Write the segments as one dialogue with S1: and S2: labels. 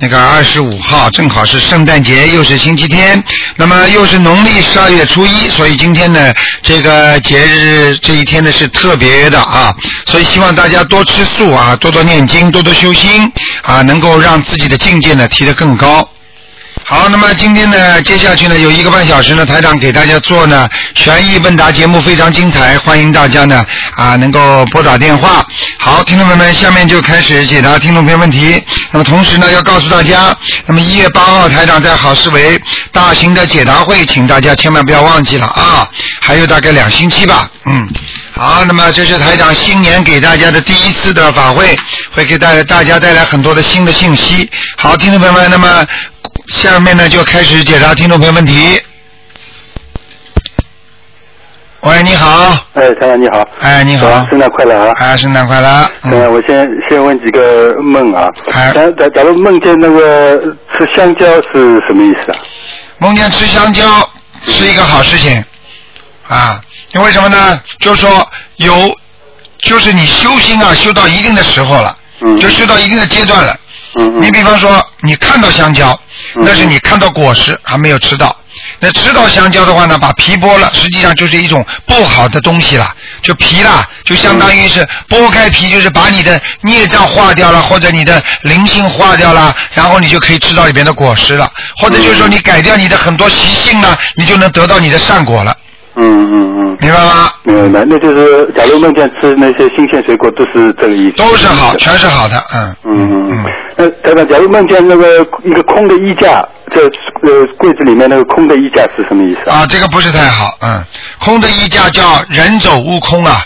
S1: 那个二十五号，正好是圣诞节，又是星期天，那么又是农历十二月初一，所以今天呢这个节日这一天呢是特别的啊，所以希望大家多吃素啊，多多念经，多多修心啊，能够让自己的境界呢提得更高。好，那么今天呢，接下去呢，有一个半小时呢，台长给大家做呢悬疑问答节目，非常精彩，欢迎大家呢啊能够拨打电话。好，听众朋友们，下面就开始解答听众朋友问题。那么同时呢，要告诉大家，那么一月八号台长在好思维大型的解答会，请大家千万不要忘记了啊，还有大概两星期吧，嗯。好，那么这是台长新年给大家的第一次的法会，会给大大家带来很多的新的信息。好，听众朋友们，那么下面呢就开始解答听众朋友问题。喂，你好，
S2: 哎，台长你好。
S1: 哎，你好
S2: 啊，圣诞快乐啊！
S1: 哎，圣诞快乐，
S2: 呃，
S1: 嗯，
S2: 我先先问几个梦啊。
S1: 哎
S2: 咱咱咱们梦见那个吃香蕉是什么意思啊？
S1: 梦见吃香蕉是一个好事情啊，因为什么呢？就是说有，就是你修心啊，修到一定的时候了，
S2: 嗯，
S1: 就修到一定的阶段了。
S2: 嗯嗯
S1: 你比方说，你看到香蕉，那是你看到果实还没有吃到。那吃到香蕉的话呢，把皮剥了，实际上就是一种不好的东西了，就皮啦，就相当于是剥开皮，就是把你的孽障化掉了，或者你的灵性化掉了，然后你就可以吃到里边的果实了，或者就是说
S2: 嗯
S1: 你改掉你的很多习性了，你就能得到你的善果了，
S2: 嗯嗯嗯，
S1: 明白吗？
S2: 明白。那就是假如梦见吃那些新鲜水果，都是这个意思。
S1: 都是好，全是好的，嗯
S2: 嗯嗯
S1: 嗯
S2: 嗯。那台长，假如梦见那个一个空的衣架，这呃柜子里面那个空的衣架是什么意思啊？
S1: 啊，这个不是太好，嗯，空的衣架叫人走屋空啊，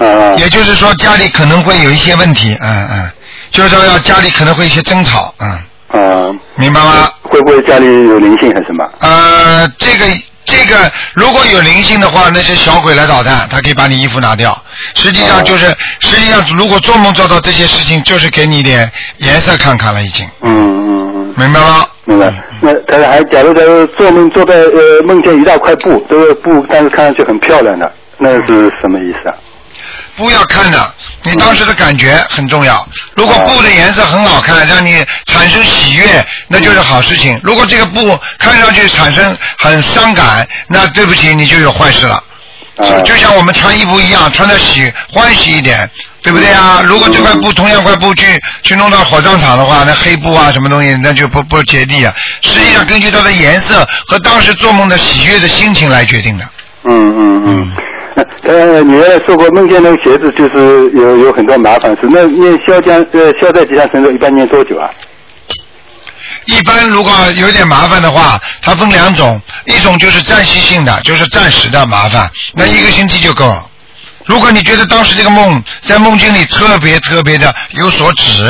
S2: 啊啊
S1: 也就是说家里可能会有一些问题，嗯嗯，就是说要家里可能会有一些争吵，嗯，
S2: 啊！
S1: 明白吗？
S2: 会不会家里有灵性还是什么？
S1: 呃，这个这个如果有灵性的话，那些小鬼来捣蛋，他可以把你衣服拿掉。实际
S2: 啊
S1: 上就是，实际上如果做梦做到这些事情，就是给你一点颜色看看了，已经
S2: 嗯嗯嗯。
S1: 明白吗？
S2: 明白。那他还假如假如做梦做到呃梦见一大块布，这个布但是看上去很漂亮的，那是什么意思啊？
S1: 不要看的，你当时的感觉很重要。如果布的颜色很好看，让你产生喜悦，那就是好事情。如果这个布看上去产生很伤感，那对不起，你就有坏事了。
S2: 啊
S1: 就像我们穿衣服一样，穿的喜欢喜一点，对不对啊？如果这块布同样块布去去弄到火葬场的话，那黑布啊什么东西，那就不不接地啊。实际上根据它的颜色和当时做梦的喜悦的心情来决定的。
S2: 嗯嗯嗯。那呃，你原来说过梦见那个鞋子就是有有很多麻烦事，那念消灾呃消灾吉祥神咒一般念多久啊？
S1: 一般如果有点麻烦的话，它分两种，一种就是暂时性的，就是暂时的麻烦，那一个星期就够了。如果你觉得当时这个梦在梦境里特别特别的有所指，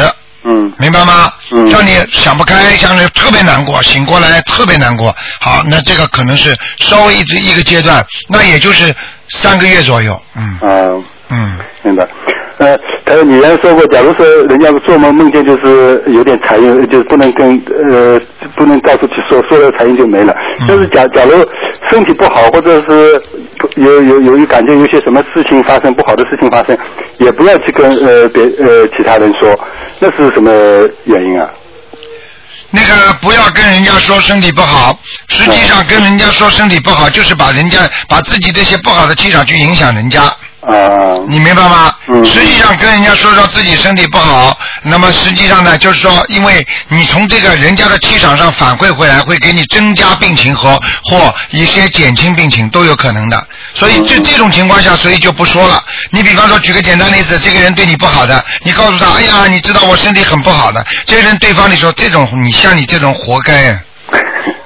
S2: 嗯
S1: 明白吗？
S2: 嗯
S1: 让你想不开，让你特别难过，醒过来特别难过。好，那这个可能是稍微一一个阶段，那也就是三个月左右。嗯
S2: 啊，
S1: 嗯，
S2: 明白。呃，他说你原来说过，假如说人家做梦梦见就是有点财运，就是不能跟呃不能到处去说，说了财运就没了。
S1: 嗯
S2: 就是假假如身体不好，或者是不有有有一感觉有些什么事情发生，不好的事情发生，也不要去跟呃别呃其他人说，那是什么原因啊？
S1: 那个不要跟人家说身体不好，实际上跟人家说身体不好，就是把人家把自己这些不好的气场去影响人家，
S2: 啊、
S1: 你明白吗？
S2: 嗯
S1: 实际上跟人家说说自己身体不好，那么实际上呢，就是说，因为你从这个人家的气场上反馈回来，会给你增加病情和或一些减轻病情都有可能的。所以这这种情况下，所以就不说了。你比方说，举个简单例子，这个人对你不好的，你告诉他，哎呀，你知道我身体很不好的，这人对方你说这种，你像你这种活该。啊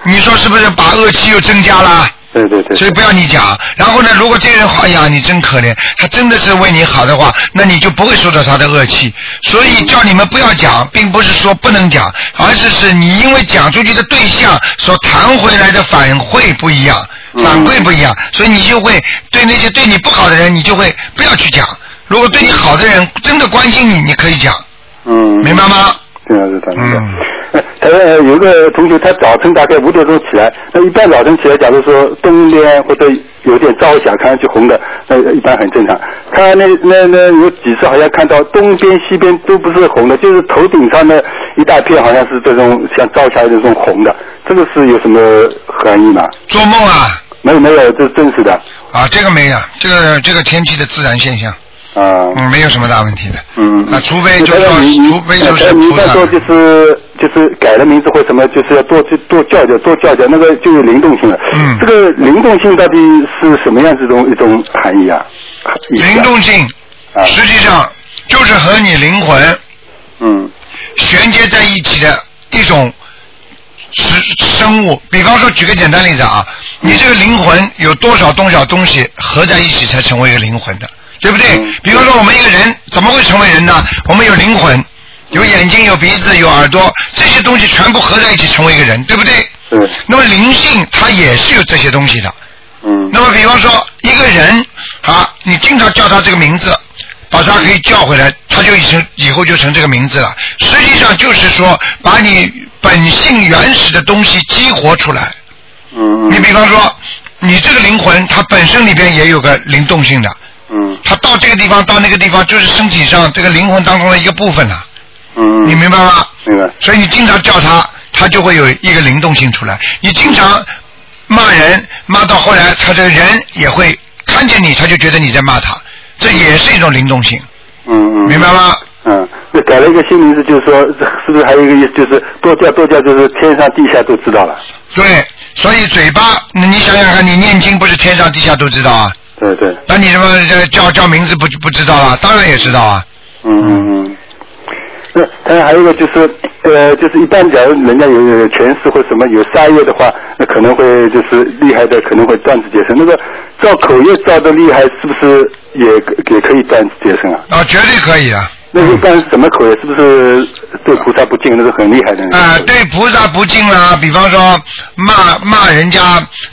S1: 你说是不是把恶气又增加了？
S2: 对对对，
S1: 所以不要你讲。然后呢，如果这个人好，哎呀，你真可怜，他真的是为你好的话，那你就不会受到他的恶气。所以叫你们不要讲，并不是说不能讲，而是是你因为讲出去的对象所谈回来的反馈不一样。
S2: 嗯
S1: 反馈不一样，所以你就会对那些对你不好的人，你就会不要去讲；如果对你好的人真的关心你，你可以讲，
S2: 嗯，
S1: 明白吗？
S2: 对啊，是的，是的。
S1: 嗯
S2: 呃他呃有一个同学，他早晨大概五点钟起来，那一般早晨起来，假如说冬天或者有点朝霞，看上去红的，那一般很正常。他那那那有几次好像看到东边西边都不是红的，就是头顶上的一大片好像是这种像朝霞这种红的，这个是有什么含义吗？
S1: 做梦啊
S2: 没有没有，这是真实的
S1: 啊，这个没有，这个这个天气的自然现象，
S2: 啊。
S1: 嗯，没有什么大问题的。
S2: 嗯，
S1: 啊，除非就是
S2: 那
S1: 说
S2: 台长你，
S1: 除非就
S2: 那台
S1: 是
S2: 长您
S1: 菩
S2: 在
S1: 萨
S2: 说就是就是改了名字或什么，就是要多去多教教多教教，那个就有灵动性了。
S1: 嗯
S2: 这个灵动性到底是什么样子一种一种含义啊？意思啊
S1: 灵动性，
S2: 啊，
S1: 实际上就是和你灵魂
S2: 嗯
S1: 衔接在一起的一种生生物。比方说，举个简单例子啊，
S2: 嗯
S1: 你这个灵魂有多少多少东西合在一起才成为一个灵魂的，对不对？
S2: 嗯
S1: 比方说，我们一个人怎么会成为人呢？我们有灵
S2: 嗯
S1: 魂，有眼睛，有鼻子，有耳朵，这些东西全部合在一起成为一个人，对不对？
S2: 对，
S1: 那么灵性它也是有这些东西的。
S2: 嗯
S1: 那么比方说一个人啊，你经常叫他这个名字，把他可以叫回来，他就已经以后就成这个名字了。实际上就是说，把你本性原始的东西激活出来。
S2: 嗯
S1: 你
S2: 嗯
S1: 比方说，你这个灵魂它本身里边也有个灵动性的，
S2: 嗯
S1: 它到这个地方到那个地方，就是身体上这个灵魂当中的一个部分了。
S2: 嗯，
S1: 你明白吗？
S2: 明白？
S1: 所以你经常叫他，他就会有一个灵动性出来。你经常骂人，骂到后来，他这个人也会看见你，他就觉得你在骂他，这也是一种灵动性，
S2: 嗯嗯，
S1: 明白吗？
S2: 嗯，那改了一个新名字，就是说，是不是还有一个意思，就是多教多教，就是天上地下都知道了。
S1: 对，所以嘴巴，那你想想看，你念经不是天上地下都知道啊？
S2: 对对，
S1: 那你什么这叫叫名字不不知道啊？当然也知道啊。
S2: 嗯，嗯那当然还有一个就是，呃，就是一般假如人家有有权势或什么有杀业的话，那可能会就是厉害的可能会断子绝孙。那个造口业造的厉害，是不是也也可以断子绝孙啊？
S1: 啊，绝对可以啊！
S2: 那一般什么口业，是不是对菩萨不敬？那个很厉害的。
S1: 啊、对菩萨不敬啦、比方说骂骂人家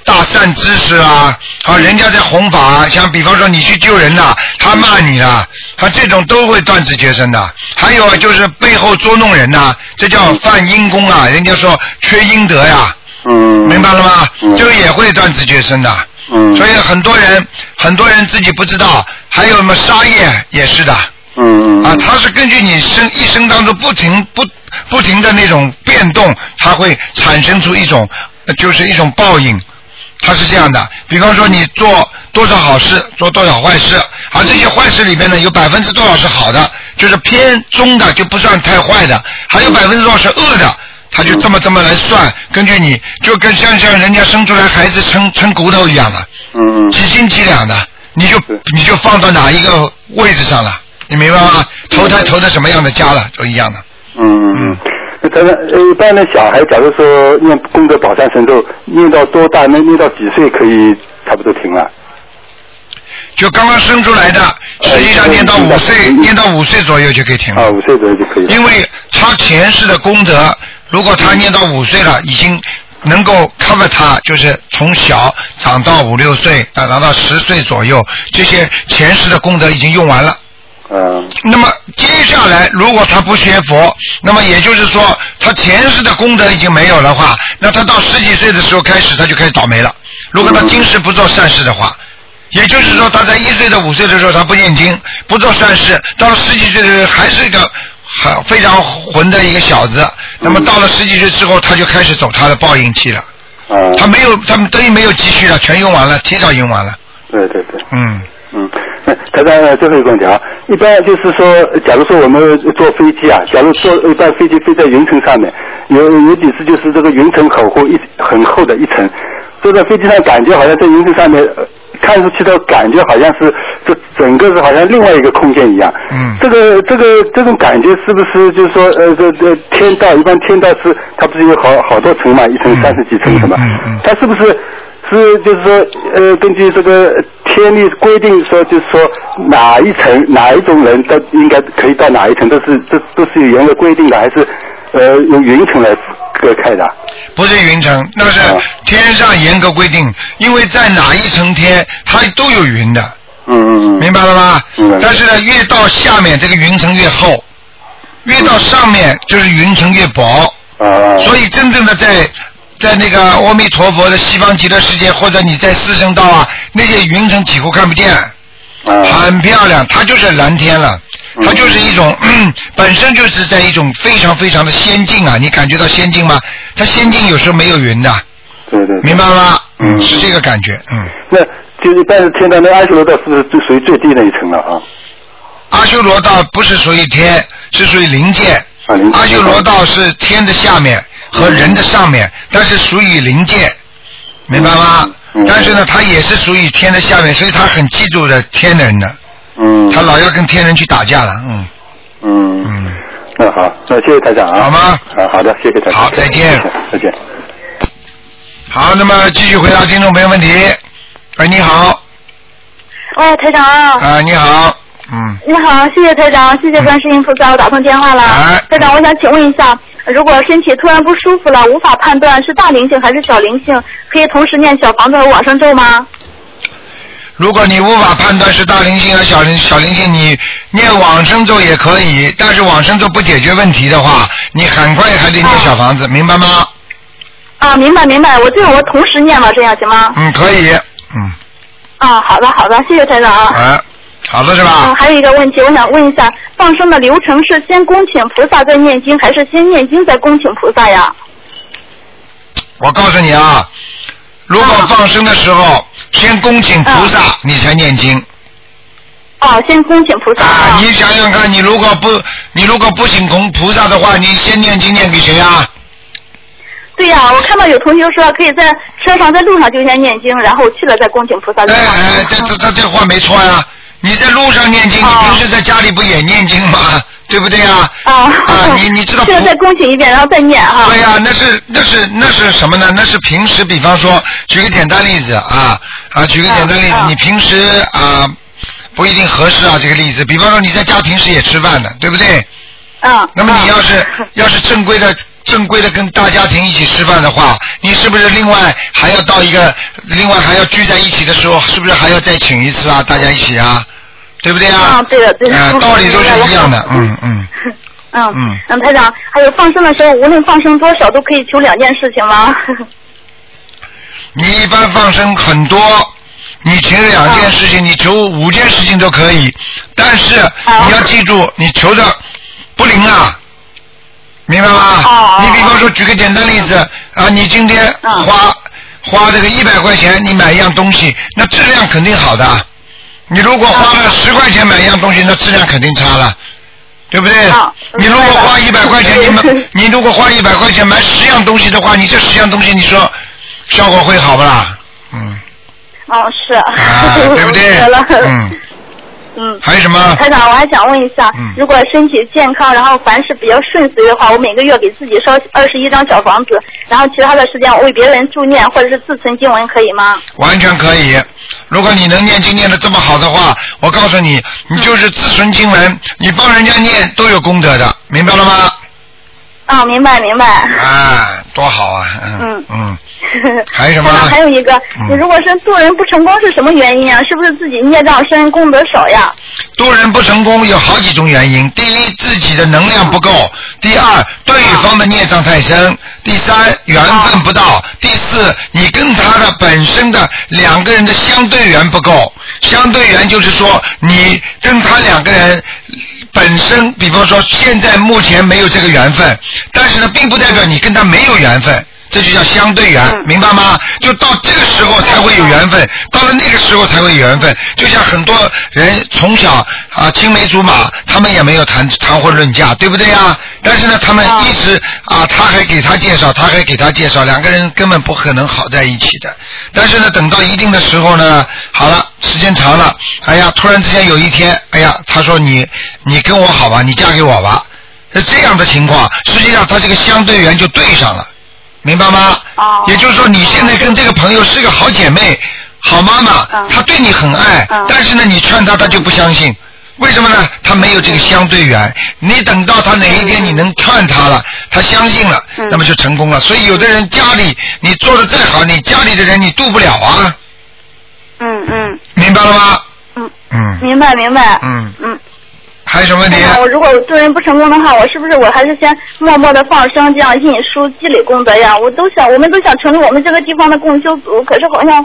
S1: 大善知识啊，
S2: 嗯
S1: 啊，人家在弘法、啊，像比方说你去救人啦、他骂你啦、他这种都会断子绝孙的。还有啊，就是背后捉弄人呐、这叫犯阴功啊，人家说缺阴德呀、
S2: 嗯，
S1: 明白了吗？
S2: 嗯
S1: 这个也会断子绝孙的。
S2: 嗯，
S1: 所以很多人，很多人自己不知道，还有什么杀业也是的。
S2: 嗯嗯
S1: 啊，它是根据你生一生当中不停不不停的那种变动，它会产生出一种呃就是一种报应，它是这样的。比方说你做多少好事，做多少坏事，而这些坏事里面呢，有百分之多少是好的，就是偏中的就不算太坏的，还有百分之多少是恶的。他就这么这么来算，根据你就跟像像人家生出来孩子称称骨头一样的，
S2: 嗯嗯
S1: 几斤几两的，你就
S2: 对
S1: 你就放到哪一个位置上了，你明白吗？投胎投到什么样的家了，都一样的。
S2: 嗯嗯。那咱们呃一般的小孩，假如说念功德宝山神咒，念到多大？能念到几岁可以差不多停了？
S1: 就刚刚生出来
S2: 啊
S1: 的，实际上念到五岁，念到五岁左右就可以停
S2: 啊，
S1: 了，
S2: 五岁左右就可以了。
S1: 因为他前世的功德，如果他念到五岁了，已经能够 cover 他，就是从小长到五六岁，啊，长到十岁左右，这些前世的功德已经用完了。
S2: 嗯
S1: 那么接下来，如果他不学佛，那么也就是说，他前世的功德已经没有的话，那他到十几岁的时候开始，他就开始倒霉了。如果他今世不做善事的话，也就是说，他在一岁到五岁的时候，他不念经，不做善事，到了十几岁的时候，还是一个很非常混的一个小子。那么到了十几岁之后，他就开始走他的报应期了。
S2: 啊，
S1: 他没有，他们等于没有积蓄了，全用完了，提早用完了。
S2: 对对对，
S1: 嗯，
S2: 嗯，那台长最后一个问题啊，一般就是说，假如说我们坐飞机啊，假如坐一般飞机飞在云层上面，有有几次就是这个云层很厚一很厚的一层，坐在飞机上感觉好像在云层上面。呃看出去的感觉好像是这整个是好像另外一个空间一样，
S1: 嗯
S2: 这个这个这种感觉是不是就是说呃这这天道一般天道是它不是有好好多层嘛，一层
S1: 嗯
S2: 三十几层什么，
S1: 嗯嗯嗯
S2: 它是不是是就是说呃，根据这个天律规定说，就是说哪一层哪一种人都应该可以到哪一层，都是这都是有严格规定的，还是呃用云层来隔开的。
S1: 不是云层，那是
S2: 啊
S1: 天上严格规定，因为在哪一层天它都有云的，
S2: 嗯嗯嗯。
S1: 明白了吗
S2: 明白？
S1: 但是呢，越到下面这个云层越厚，越到上面就是云层越薄。
S2: 嗯啊。
S1: 所以真正的在在那个阿弥陀佛的西方极乐世界，或者你在四圣道啊，那些云层几乎看不见，
S2: 啊。
S1: 很漂亮，它就是蓝天了。
S2: 嗯
S1: 它就是一种、嗯本身就是在一种非常非常的先进啊，你感觉到先进吗？它先进有时候没有云的，
S2: 对对。对
S1: 明白了吗？
S2: 嗯
S1: 是这个感觉。嗯，
S2: 那就是，但是天堂的阿修罗道是不是最属于最低那一层了啊？
S1: 阿修罗道不是属于天，是属于灵界。
S2: 啊灵界嗯
S1: 阿修罗道是天的下面和人的上面，但是属于灵界，明白吗？
S2: 嗯嗯
S1: 但是呢，它也是属于天的下面，所以他很嫉妒的天人的，
S2: 嗯。
S1: 他老要跟天人去打架了。嗯
S2: 嗯。
S1: 嗯。
S2: 那好，那谢谢台长啊。
S1: 好吗
S2: 啊，好的，谢谢台长。
S1: 好再见
S2: 谢谢，再见。
S1: 好，那么继续回答听众朋友问题。哎，你好，
S3: 哎，台长，
S1: 啊、你好，嗯，
S3: 你好，谢谢台长，谢谢观世音菩萨，我打通电话了。
S1: 哎
S3: 台长，我想请问一下，如果身体突然不舒服了，无法判断是大灵性还是小灵性，可以同时念小房子和往生咒吗？
S1: 如果你无法判断是大灵性还是小灵小灵性，你念往生咒也可以，但是往生咒不解决问题的话，你很快还得念小房子，明白吗？
S3: 啊，明白明白，我这个我同时念吧，这样行吗？
S1: 嗯，可以，嗯，
S3: 啊，好的好的，谢谢台长。啊
S1: 哎、好的是
S3: 嗯，
S1: 吧？
S3: 还有一个问题，我想问一下，放生的流程是先恭请菩萨再念经，还是先念经再恭请菩萨呀？
S1: 我告诉你啊，如果放生的时
S3: 啊
S1: 候，先恭请菩萨，你才念经
S3: 哦，先恭请菩萨
S1: 啊。你想想看，你如果不，你如果不请供菩萨的话，你先念经念给谁啊？
S3: 对呀、我看到有同学说可以在车上、在路上就先念经，然后去了再恭请菩萨。
S1: 哎哎，这这这这话没错呀、你在路上念经，你
S3: 哦
S1: 平时在家里不也念经吗？对不对呀、
S3: 啊
S1: 啊你你知 道
S3: 去了
S1: 菩
S3: 再恭请一遍，然后再念哈。
S1: 对呀、啊那是那是那是什么呢？那是平时，比方说，举个简单例子啊啊，举个简单例子，
S3: 嗯嗯
S1: 你平时啊不一定合适啊，这个例子，比方说你在家平时也吃饭的，对不对？
S3: 嗯。
S1: 那么你要是、
S3: 嗯
S1: 要是正规的正规的跟大家庭一起吃饭的话，你是不是另外还要到一个另外还要聚在一起的时候，是不是还要再请一次啊？大家一起啊，对不对啊？
S3: 啊，对的对的。
S1: 呃道理都是一样 的，
S3: 明白
S1: 嗯
S3: 了
S1: 嗯。
S3: 嗯
S1: 嗯
S3: 嗯，台长，还有放生的时候，无论放生多少，都可以求两件事情吗？
S1: 你一般放生很多，你求两件事情，你求五件事情都可以，但是你要记住，你求的不灵啊，明白吗？
S3: 哦哦
S1: 你比方说，举个简单例子啊，你今天
S3: 嗯
S1: 花、花这个一百块钱，你买一样东西，那质量肯定好的。你如果花
S3: 嗯
S1: 了十块钱买一样东西，那质量肯定差了，对不对？
S3: 哦
S1: 你如果
S3: 明白了
S1: 花一百块钱， 你买你如果花一百块钱买十样东西的话，你这十样东西，你说效果会好不啦？嗯，
S3: 哦，是。
S1: 啊，对不对
S3: 得了？。
S1: 嗯，
S3: 嗯。
S1: 还有什么？
S3: 台长，我还想问一下
S1: 嗯，
S3: 如果身体健康，然后凡事比较顺遂的话，我每个月给自己烧二十一张小房子，然后其他的时间我为别人助念或者是自存经文，可以吗？
S1: 完全可以。如果你能念经念的这么好的话，我告诉你，你就是自存经文，你帮人家念都有功德的，明白了吗？
S3: 啊，明白明白。
S1: 啊，多好啊！嗯
S3: 嗯
S1: 嗯，还有什么
S3: 台长还有一个
S1: 嗯，
S3: 你如果是做人不成功是什么原因啊？是不是自己孽障深、功德少呀？
S1: 做人不成功有好几种原因：第一，自己的能量不够；第二，对方的孽障太深；第三，缘分不
S3: 啊
S1: 到；第四，你跟他的本身的两个人的相对缘不够。相对缘就是说，你跟他两个人本身，比方说现在目前没有这个缘分，但是呢，并不代表你跟他没有缘分。这就叫相对缘，
S3: 嗯
S1: 明白吗？就到这个时候才会有缘分，到了那个时候才会有缘分。就像很多人从小啊青梅竹马，他们也没有谈谈婚论嫁，对不对呀？但是呢，他们
S3: 啊
S1: 一直啊，他还给他介绍，他还给他介绍，两个人根本不可能好在一起的。但是呢，等到一定的时候呢，好了，时间长了，哎呀，突然之间有一天，哎呀，他说你你跟我好吧，你嫁给我吧，是这样的情况，实际上他这个相对缘就对上了。明白吗？
S3: 哦
S1: 也就是说，你现在跟这个朋友是个好姐妹、好妈妈，
S3: 嗯
S1: 她对你很爱，
S3: 嗯
S1: 但是呢，你劝她，她就不相信。为什么呢？他没有这个相对缘。你等到他哪一天你能劝他了，他相信了，
S3: 嗯
S1: 那么就成功了。所以有的人家里你做的再好，你家里的人你渡不了啊，
S3: 嗯嗯
S1: 明白了吗？
S3: 嗯，
S1: 嗯
S3: 明白明白。
S1: 嗯，
S3: 嗯，
S1: 还有什么问题？
S3: 那我如果做人不成功的话，我是不是我还是先默默的放生，这样印书积累功德呀？我都想，我们都想成立我们这个地方的共修组，可是好像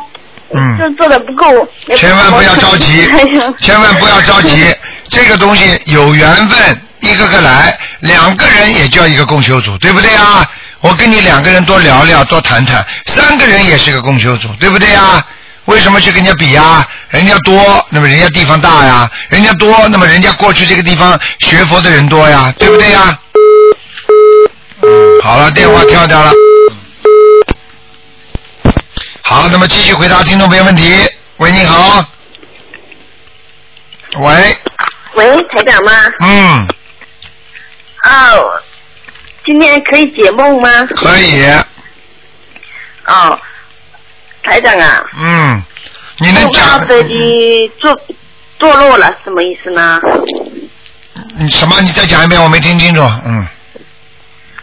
S1: 嗯
S3: 就做的不够。也
S1: 千万不要着急
S3: 哎呀，
S1: 千万不要着急，这个东西有缘分，一个个来，两个人也叫一个共修组，对不对啊？我跟你两个人多聊聊，多谈谈，三个人也是个共修组，对不对啊？为什么去跟人家比呀、人家多，那么人家地方大呀；人家多，那么人家过去这个地方学佛的人多呀，对不对呀？嗯，好了，电话跳掉了。好，那么继续回答听众朋友问题。喂，你好。喂，
S4: 喂，台长吗？
S1: 嗯，
S4: 哦，今天可以解梦吗？
S1: 可以，
S4: 哦，台长啊，
S1: 嗯，你能
S4: 梦到
S1: 讲
S4: 飞机坐坐落了，什么意思呢？
S1: 你什么？你再讲一遍，我没听清楚。嗯，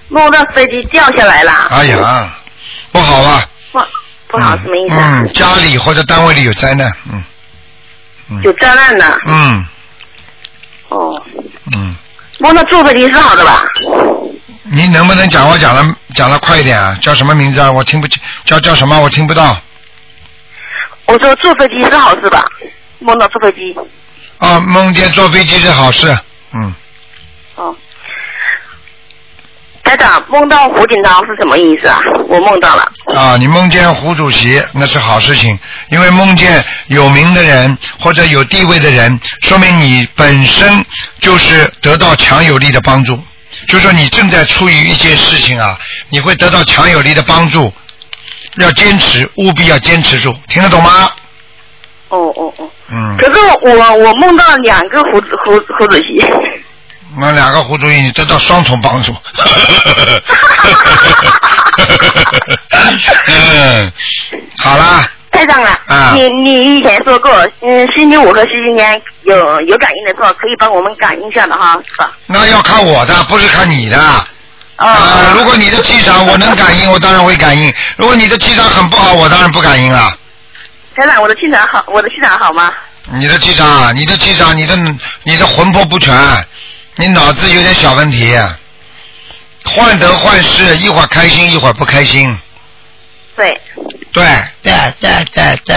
S4: 梦到飞机掉下来了，
S1: 哎呀，不好啊。
S4: 不不好，
S1: 嗯
S4: 什么意思啊？
S1: 嗯，家里或者单位里有灾难。嗯，
S4: 有灾难呢。
S1: 嗯，
S4: 哦，
S1: 嗯，
S4: 梦到坐飞机是好的吧？
S1: 你能不能讲话讲的讲的快一点啊？叫什么名字啊？我听不清，叫叫什么？我听不到。
S4: 我说坐飞机是好事吧？梦到坐飞机，
S1: 啊，梦见坐飞机是好事。嗯，
S4: 哦。台长，梦到胡锦涛是什么意思啊？我梦到了，
S1: 啊，你梦见胡主席那是好事情，因为梦见有名的人或者有地位的人，说明你本身就是得到强有力的帮助，就说你正在处于一件事情啊，你会得到强有力的帮助，要坚持，务必要坚持住，听得懂吗？
S4: 哦哦哦。
S1: 嗯，
S4: 可是我我梦到两个胡子胡胡主席，
S1: 那两个胡主席，你得到双重帮助。嗯，好啦。
S4: 台长啊，
S1: 啊
S4: 你你以前说过，嗯，星期五和星期天有有感应的时候，可以帮我们感应一下的哈，是吧？
S1: 那要看我的，不是看你的。
S4: 哦、
S1: 啊，如果你的气场我能感应，我当然会感应；如果你的气场很不好，我当然不感应了。
S4: 台长，我的气场好，我的气场好 吗？
S1: 你的气场啊，你的气场，你的你的魂魄不全，你脑子有点小问题，患得患失，一会儿开心一会儿不开心。
S4: 对，
S1: 对对对对对。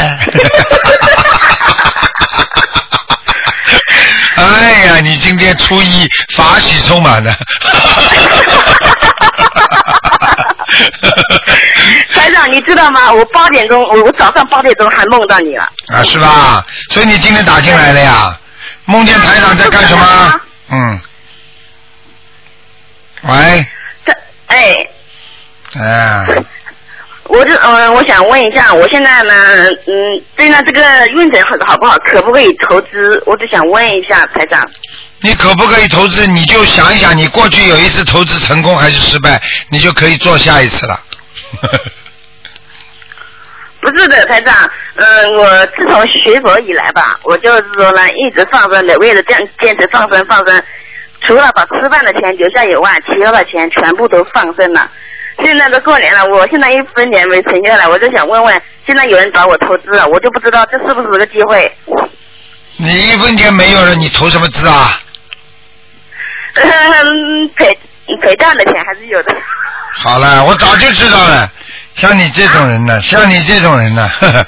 S1: 哎呀，你今天初一法喜充满了。
S4: 台长，你知道吗？我八点钟，我我早上八点钟还梦到你了。
S1: 啊，是吧？所以你今天打进来了呀？梦见台长在干什么？嗯。喂，
S4: 这哎，
S1: 哎，
S4: 我就嗯、我想问一下，我现在呢，嗯，对呢，这个运程好好不好？可不可以投资？我就想问一下台长。
S1: 你可不可以投资？你就想一想，你过去有一次投资成功还是失败，你就可以做下一次了。
S4: 不是的，台长，嗯，我自从学佛以来吧，我就是说呢，一直放生的，为了这样坚持放生放生，除了把吃饭的钱留下以外，其他的钱全部都放生了。现在都过年了，我现在一分钱没存下来，我就想问问，现在有人找我投资了，我就不知道这是不是个机会。
S1: 你一分钱没有了，你投什么资啊？
S4: 嗯，陪陪葬的钱还是有的。
S1: 好了，我早就知道了。像你这种人呢，像你这种人呢， 呵呵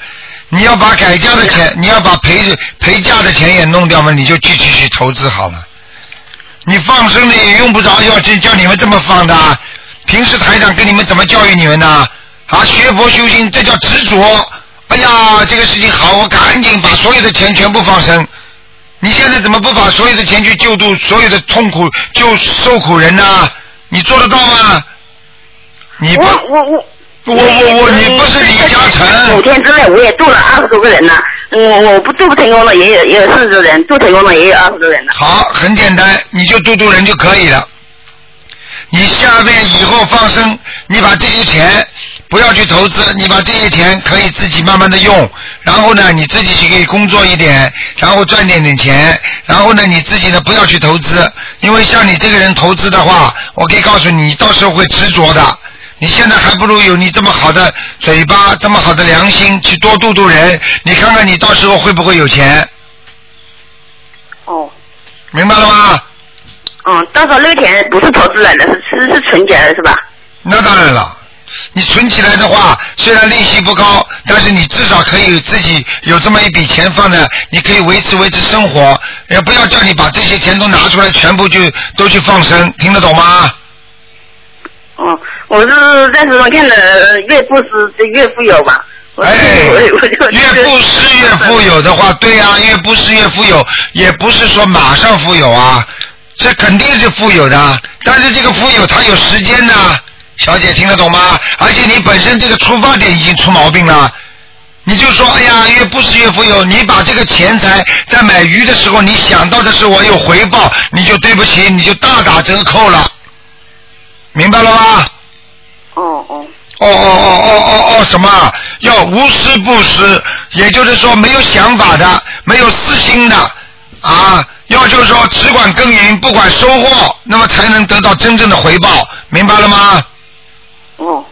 S1: 你要把改嫁的钱，你要把陪陪嫁的钱也弄掉嘛，你就继续去投资好了。你放生的也用不着要这叫你们这么放的啊，平时台长跟你们怎么教育你们呢？啊，学佛修心这叫执着。哎呀，这个事情好，我赶紧把所有的钱全部放生。你现在怎么不把所有的钱去救度所有的痛苦救受苦人呢？你做得到吗？你不
S4: 我我我。
S1: 我我我，你不是李嘉
S4: 五
S1: 诚，
S4: 天之内我也做了二十多个人呢，嗯，我不做不成功了也有也有四十多人，做成功了也有二十多人呢。
S1: 好，很简单，你就度度人就可以了。你下面以后放生，你把这些钱不要去投资，你把这些钱可以自己慢慢的用，然后呢，你自己去可以工作一点，然后赚点点钱，然后呢，你自己呢不要去投资，因为像你这个人投资的话，我可以告诉你，你到时候会执着的。你现在还不如有你这么好的嘴巴，这么好的良心，去多度度人。你看看你到时候会不会有钱？
S4: 哦，
S1: 明白了吗？
S4: 嗯，到时候那个钱不是投资来的，是是是存起来的是吧？
S1: 那当然了，你存起来的话，虽然利息不高，但是你至少可以自己有这么一笔钱放着，你可以维持维持生活。也不要叫你把这些钱都拿出来，全部就都去放生，听得懂吗？
S4: 哦，我是在时候看的岳父是岳父有吧？我
S1: 哎
S4: 我我就
S1: 越不是越富有的话，对呀、越不是越富有，也不是说马上富有啊，这肯定是富有的。但是这个富有它有时间的，小姐听得懂吗？而且你本身这个出发点已经出毛病了。你就说，哎呀，越不是越富有。你把这个钱财在买鱼的时候，你想到的是我有回报，你就对不起，你就大打折扣了，明白了吗？
S4: 哦哦
S1: 哦哦哦哦哦哦，什么啊？要无私布施，也就是说没有想法的，没有私心的啊，要就是说只管耕耘，不管收获，那么才能得到真正的回报，明白了吗？
S4: 哦，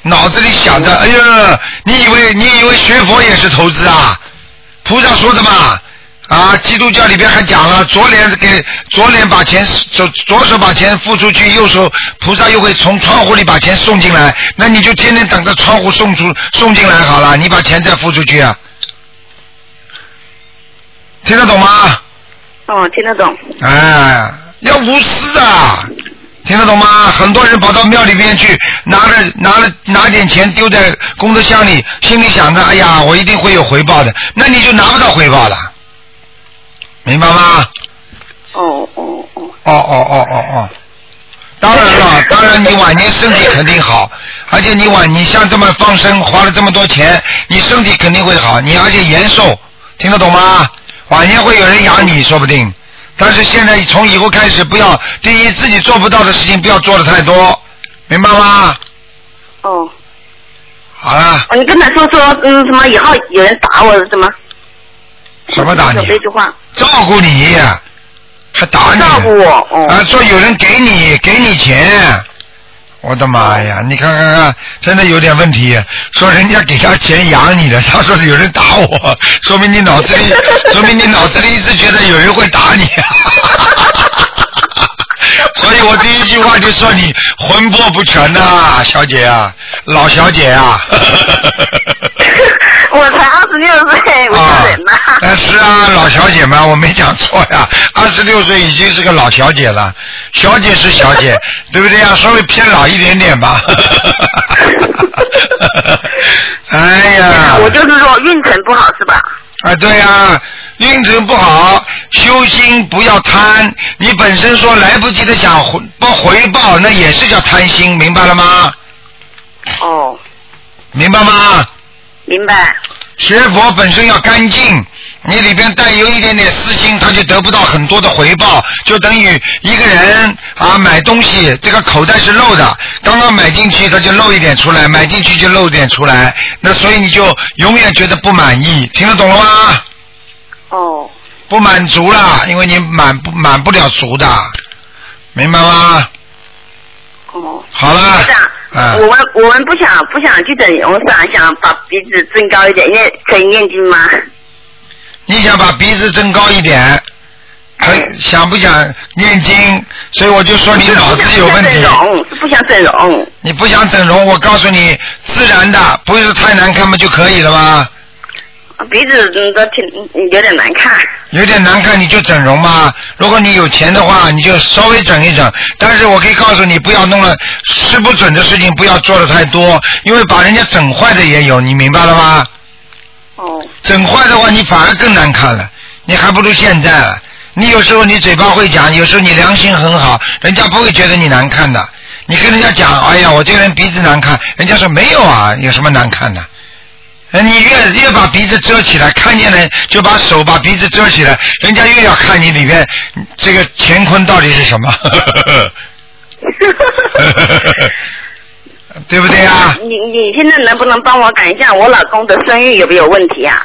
S1: 脑子里想着，哎呀，你以为你以为学佛也是投资啊？菩萨说的嘛，啊，基督教里边还讲了，左脸给左脸把钱左左手把钱付出去，右手菩萨又会从窗户里把钱送进来，那你就天天等着窗户送出送进来好了，你把钱再付出去啊，听得懂吗？
S4: 哦，听得懂。
S1: 哎，要无私啊，听得懂吗？很多人跑到庙里面去，拿了拿了拿点钱丢在功德箱里，心里想着，哎呀，我一定会有回报的，那你就拿不到回报了，明白吗？
S4: 哦哦哦，
S1: 哦哦哦哦哦。当然了，当然你晚年身体肯定好，而且你晚你像这么放生花了这么多钱，你身体肯定会好，你而且延寿，听得懂吗？晚年会有人养你，说不定。但是现在从以后开始，不要第一自己做不到的事情不要做的太多，明白吗？
S4: 哦，
S1: 好了，
S4: 哦你跟他说说，嗯，什么以后有人打我什么？
S1: 什么打你啊
S4: 有这句话，
S1: 照顾你，还打你，
S4: 照顾我，哦，
S1: 啊，说有人给你给你钱，我的妈
S4: 嗯
S1: 呀！你看看看，真的有点问题。说人家给他钱养你的， 他说是有人打我，说明你脑子 里，说明你脑子里一直觉得有人会打你。 所以我第一句话就说你魂魄不全呐、小姐啊，老小姐啊。
S4: 我才二十六岁，我
S1: 啊
S4: 叫人呐。，
S1: 但是啊，老小姐嘛，我没讲错呀，二十六岁已经是个老小姐了，小姐是小 姐，对不对呀？稍微偏老一点点吧。哎呀，
S4: 我就是说运程不好是吧？
S1: 啊，对呀、运程不好，修心不要贪。你本身说来不及的想回不回报，那也是叫贪心，明白了吗？
S4: 哦，
S1: 明白吗？
S4: 明白。
S1: 学佛本身要干净，你里边带有一点点私心，他就得不到很多的回报，就等于一个人啊买东西，这个口袋是漏的，刚刚买进去他就漏一点出来，买进去就漏一点出来，那所以你就永远觉得不满意，听得懂了吗？
S4: 哦，
S1: 不满足啦，因为你满不满不了足的，明白吗？
S4: 哦。
S1: 好了
S4: 是啊，，
S1: 嗯，
S4: 我们我们不想不想去整容上，想把鼻子增高一点，因为可以念经吗？
S1: 你想把鼻子增高一 点，可以想不想念经？所以我就说你脑子有问
S4: 不
S1: 题。
S4: 想整容，是不想整容。
S1: 你不想整容，我告诉你，自然的，不是太难看不就可以了吗？
S4: 鼻子嗯都挺嗯有点难看。
S1: 有点难看你就整容嘛。如果你有钱的话，你就稍微整一整。但是我可以告诉你，不要弄了吃不准的事情，不要做的太多，因为把人家整坏的也有，你明白了吗？
S4: 哦
S1: 整坏的话，你反而更难看了，你还不如现在了。你有时候你嘴巴会讲，有时候你良心很好，人家不会觉得你难看的。你跟人家讲，哎呀，我这个人鼻子难看，人家说没有啊，有什么难看的？哎，你越越把鼻子遮起来，看见人就把手把鼻子遮起来，人家越要看你里面这个乾坤到底是什么。 对不对啊？
S4: 你你现在能不能帮我改一下我老公的生育有没有问题啊？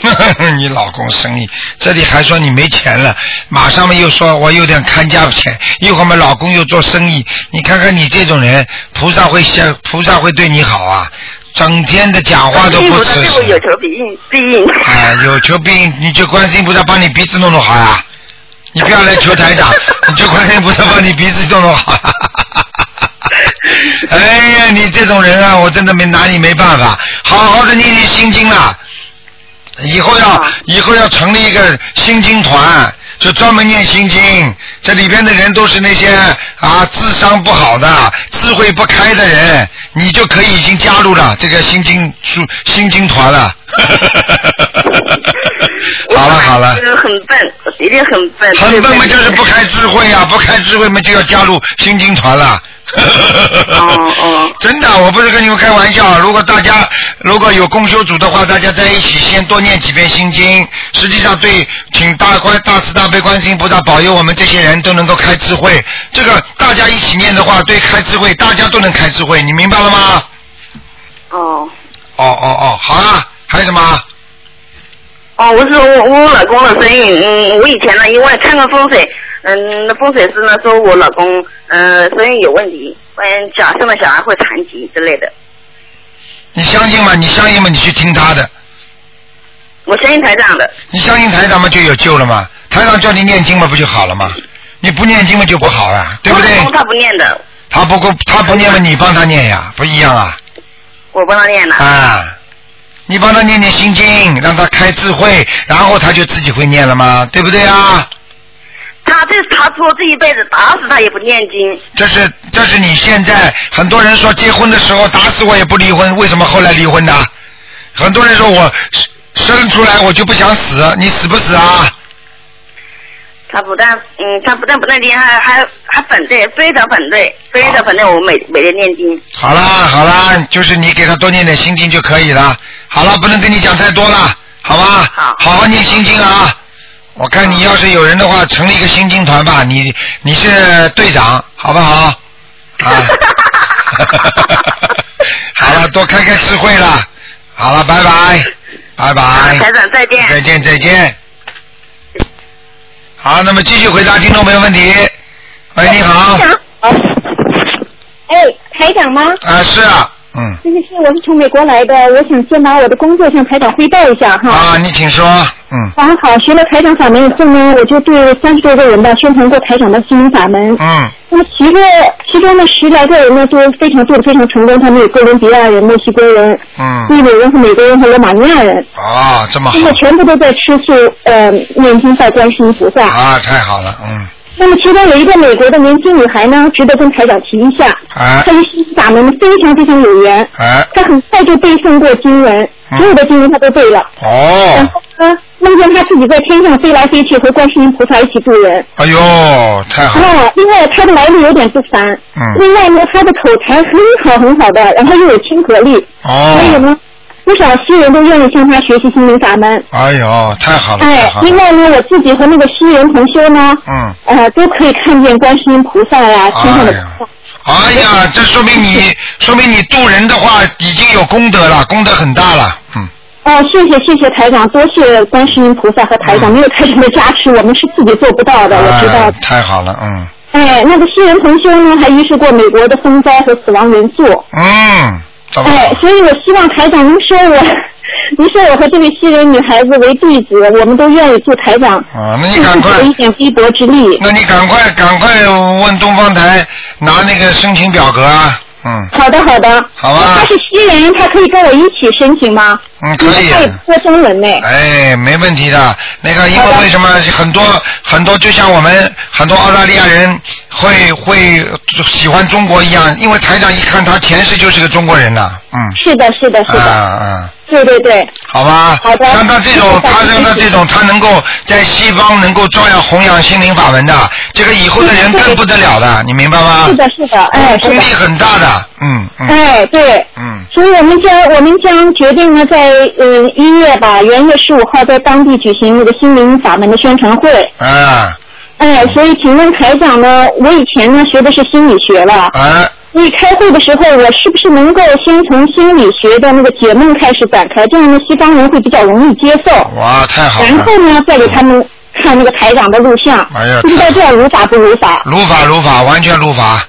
S1: 你老公生意，这里还说你没钱了，马上嘛又说我有点看家钱，一会儿嘛老公又做生意，你看看你这种人，菩萨会像菩萨会对你好啊，整天的讲话都
S4: 幸
S1: 不
S4: 福的
S1: 辞
S4: 哎对我有
S1: 职，
S4: 求必应必应。
S1: 哎，有求必应，你就观世音菩萨帮你鼻子弄弄好呀、你不要来求台 长，你就观世音菩萨帮你鼻子弄弄好 了。哎呀，你这种人啊，我真的没拿你没办法，好好的念念心经啊。以后要
S4: 啊
S1: 以后要成立一个心经团，就专门念心经。这里边的人都是那些啊智商不好的、智慧不开的人，你就可以已经加入了这个心经书心经团 了。好了好了
S4: 我本来。就是很笨，一定很笨。
S1: 很笨嘛，就
S4: 对
S1: 是不开智慧呀、不开智慧嘛，就要加入新经团了。
S4: 哦哦
S1: 真的，我不是跟你们开玩笑。啊如果大家如果有共修组的话，大家在一起先多念几遍心经，实际上对请大观大慈大悲观世音菩萨保佑我们这些人都能够开智慧。这个大家一起念的话，对开智慧，大家都能开智慧，你明白了吗？
S4: 哦
S1: 哦哦哦，好啦，还有什么？
S4: 哦，我是我我老公的生意，嗯，我以前呢，因为看过风水，嗯，那风水师呢说我老公呃生育有问题，嗯，假生了小孩会残疾之类的。
S1: 你相信吗？你相信吗？你去听他的。
S4: 我相信台长的，
S1: 你相信台长嘛就有救了嘛？台长叫你念经嘛不就好了嘛？你不念经嘛就不好了，对不对
S4: 我老？公他不念的，
S1: 他不够，他不念嘛，你帮他念呀，不一样啊
S4: 我帮他念的。
S1: 啊！你帮他念念心经，让他开智慧，然后他就自己会念了嘛，对不对啊？
S4: 他这他说这一辈子打死他也不念经，
S1: 这是这是你现在很多人说结婚的时候打死我也不离婚，为什么后来离婚呢？很多人说我生生出来我就不想死，你死不死啊？
S4: 他不但嗯，他不但不念经，还还还反对，非常反对，非常反对我每每天念经。
S1: 好啦好啦，就是你给他多念点心经就可以了。好了，不能跟你讲太多了，好吧？
S4: 好
S1: 好好念心经啊！我看你要是有人的话，成立一个心经团吧。你你是队长，好不好？ 啊！好了，多开开智慧了。好了，拜拜，拜
S4: 好台
S1: 拜，
S4: 长再见。
S1: 哎再见再见。好，那么继续回答听众朋友问题。喂，你好，
S5: 台长好。哎，台长吗？
S1: 啊，是啊，嗯，
S5: 这是是，我是从美国来的，我想先把我的工作向台长汇报一下哈。
S1: 啊，你请说，嗯
S5: 然后好，学了台长法门以后呢，我就对三十多个人吧宣传过台长的心灵法门。
S1: 嗯。
S5: 那么其个其中的十来个人呢，就非常做的非常成功，他们有哥伦比亚人、墨西哥人、
S1: 嗯，
S5: 日本人和美国人和罗马尼亚人，
S1: 哦，这么
S5: 现在
S1: 好
S5: 全部都在吃素，呃，念经拜观世音菩萨。
S1: 啊，太好了，嗯，
S5: 那么其中有一个美国的年轻女孩呢，值得跟台长提一下，
S1: 哎
S5: 她与西法门非常非常有缘，
S1: 哎，
S5: 她很快就背诵过经文，
S1: 嗯
S5: 所有的经文她都背了。然
S1: 哦
S5: 后，呢，梦见她自己在天上飞来飞去，和观世音菩萨一起渡人。
S1: 哎呦，太好了，
S5: 啊，另外她的来历有点不凡，
S1: 嗯，
S5: 另外呢，她的口才很好很好的，然后又有亲和力，所以
S1: 哦，
S5: 呢，不少西人都愿意向她学习心灵法门。
S1: 哎呦，太好了，太
S5: 哎
S1: 好，
S5: 另
S1: 了，
S5: 外呢，我自己和那个西人同修呢，
S1: 嗯，
S5: 呃，都可以看见观世音菩萨呀、天上
S1: 哎
S5: 的
S1: 呀
S5: 菩萨。，
S1: 哎呀，这说明你，说明你渡人的话已经有功德了，功德很大了，嗯，
S5: 哦，谢谢谢谢台长，多谢观世音菩萨和台长，
S1: 嗯
S5: 没有台长的加持，我们是自己做不到的，我知道
S1: 哎。太好了，嗯，
S5: 哎，那个西人同修呢，还遇事过美国的风灾和死亡人数。
S1: 嗯，怎么
S5: 哎，
S1: 好？
S5: 所以我希望台长您收我， 您收我和这位西人女孩子为弟子，我们都愿意助台长
S1: 啊，那你
S5: 尽
S1: 赶
S5: 自己
S1: 快
S5: 的一点微薄之力。
S1: 那你赶快赶快问东方台拿那个申请表格啊，嗯
S5: 好的，好的。
S1: 好吧
S5: 他是西人，他可以跟我一起申请吗？
S1: 嗯，可以。
S5: 因为他也不说中文呢。
S1: 哎，没问题的。那个，因
S5: 好
S1: 为
S5: 的
S1: 为什么很多很多，就像我们很多澳大利亚人会会喜欢中国一样，因为台长一看他前世就是个中国人呐，嗯，
S5: 是的，是的，是
S1: 啊
S5: 的。
S1: 啊，
S5: 对对对，
S1: 好吧。
S5: 好的
S1: 像他这种，
S5: 谢谢
S1: 他像他
S5: 谢谢
S1: 这种，他能够在西方能够照样弘扬心灵法门的，这个以后的人
S5: 是的
S1: 更不得了的，你明白吗？
S5: 是的，是的，哎，是
S1: 啊功
S5: 的
S1: 力，很大的，嗯嗯
S5: 哎，对。
S1: 嗯，
S5: 所以我们将我们将决定呢，在嗯一月吧，元月十五号在当地举行那个心灵法门的宣传会。
S1: 啊，
S5: 哎，所以请问台长呢，我以前呢学的是心理学了，
S1: 哎，
S5: 所以开会的时候，我是不是能够先从心理学的那个解梦开始展开，这样呢西方人会比较容易接受，
S1: 哇，太嗯好
S5: 然
S1: 了，
S5: 后呢再给他们看那个台长的录像，
S1: 哎呀
S5: 不知道这样如法不如法？
S1: 如法如法，完全如法。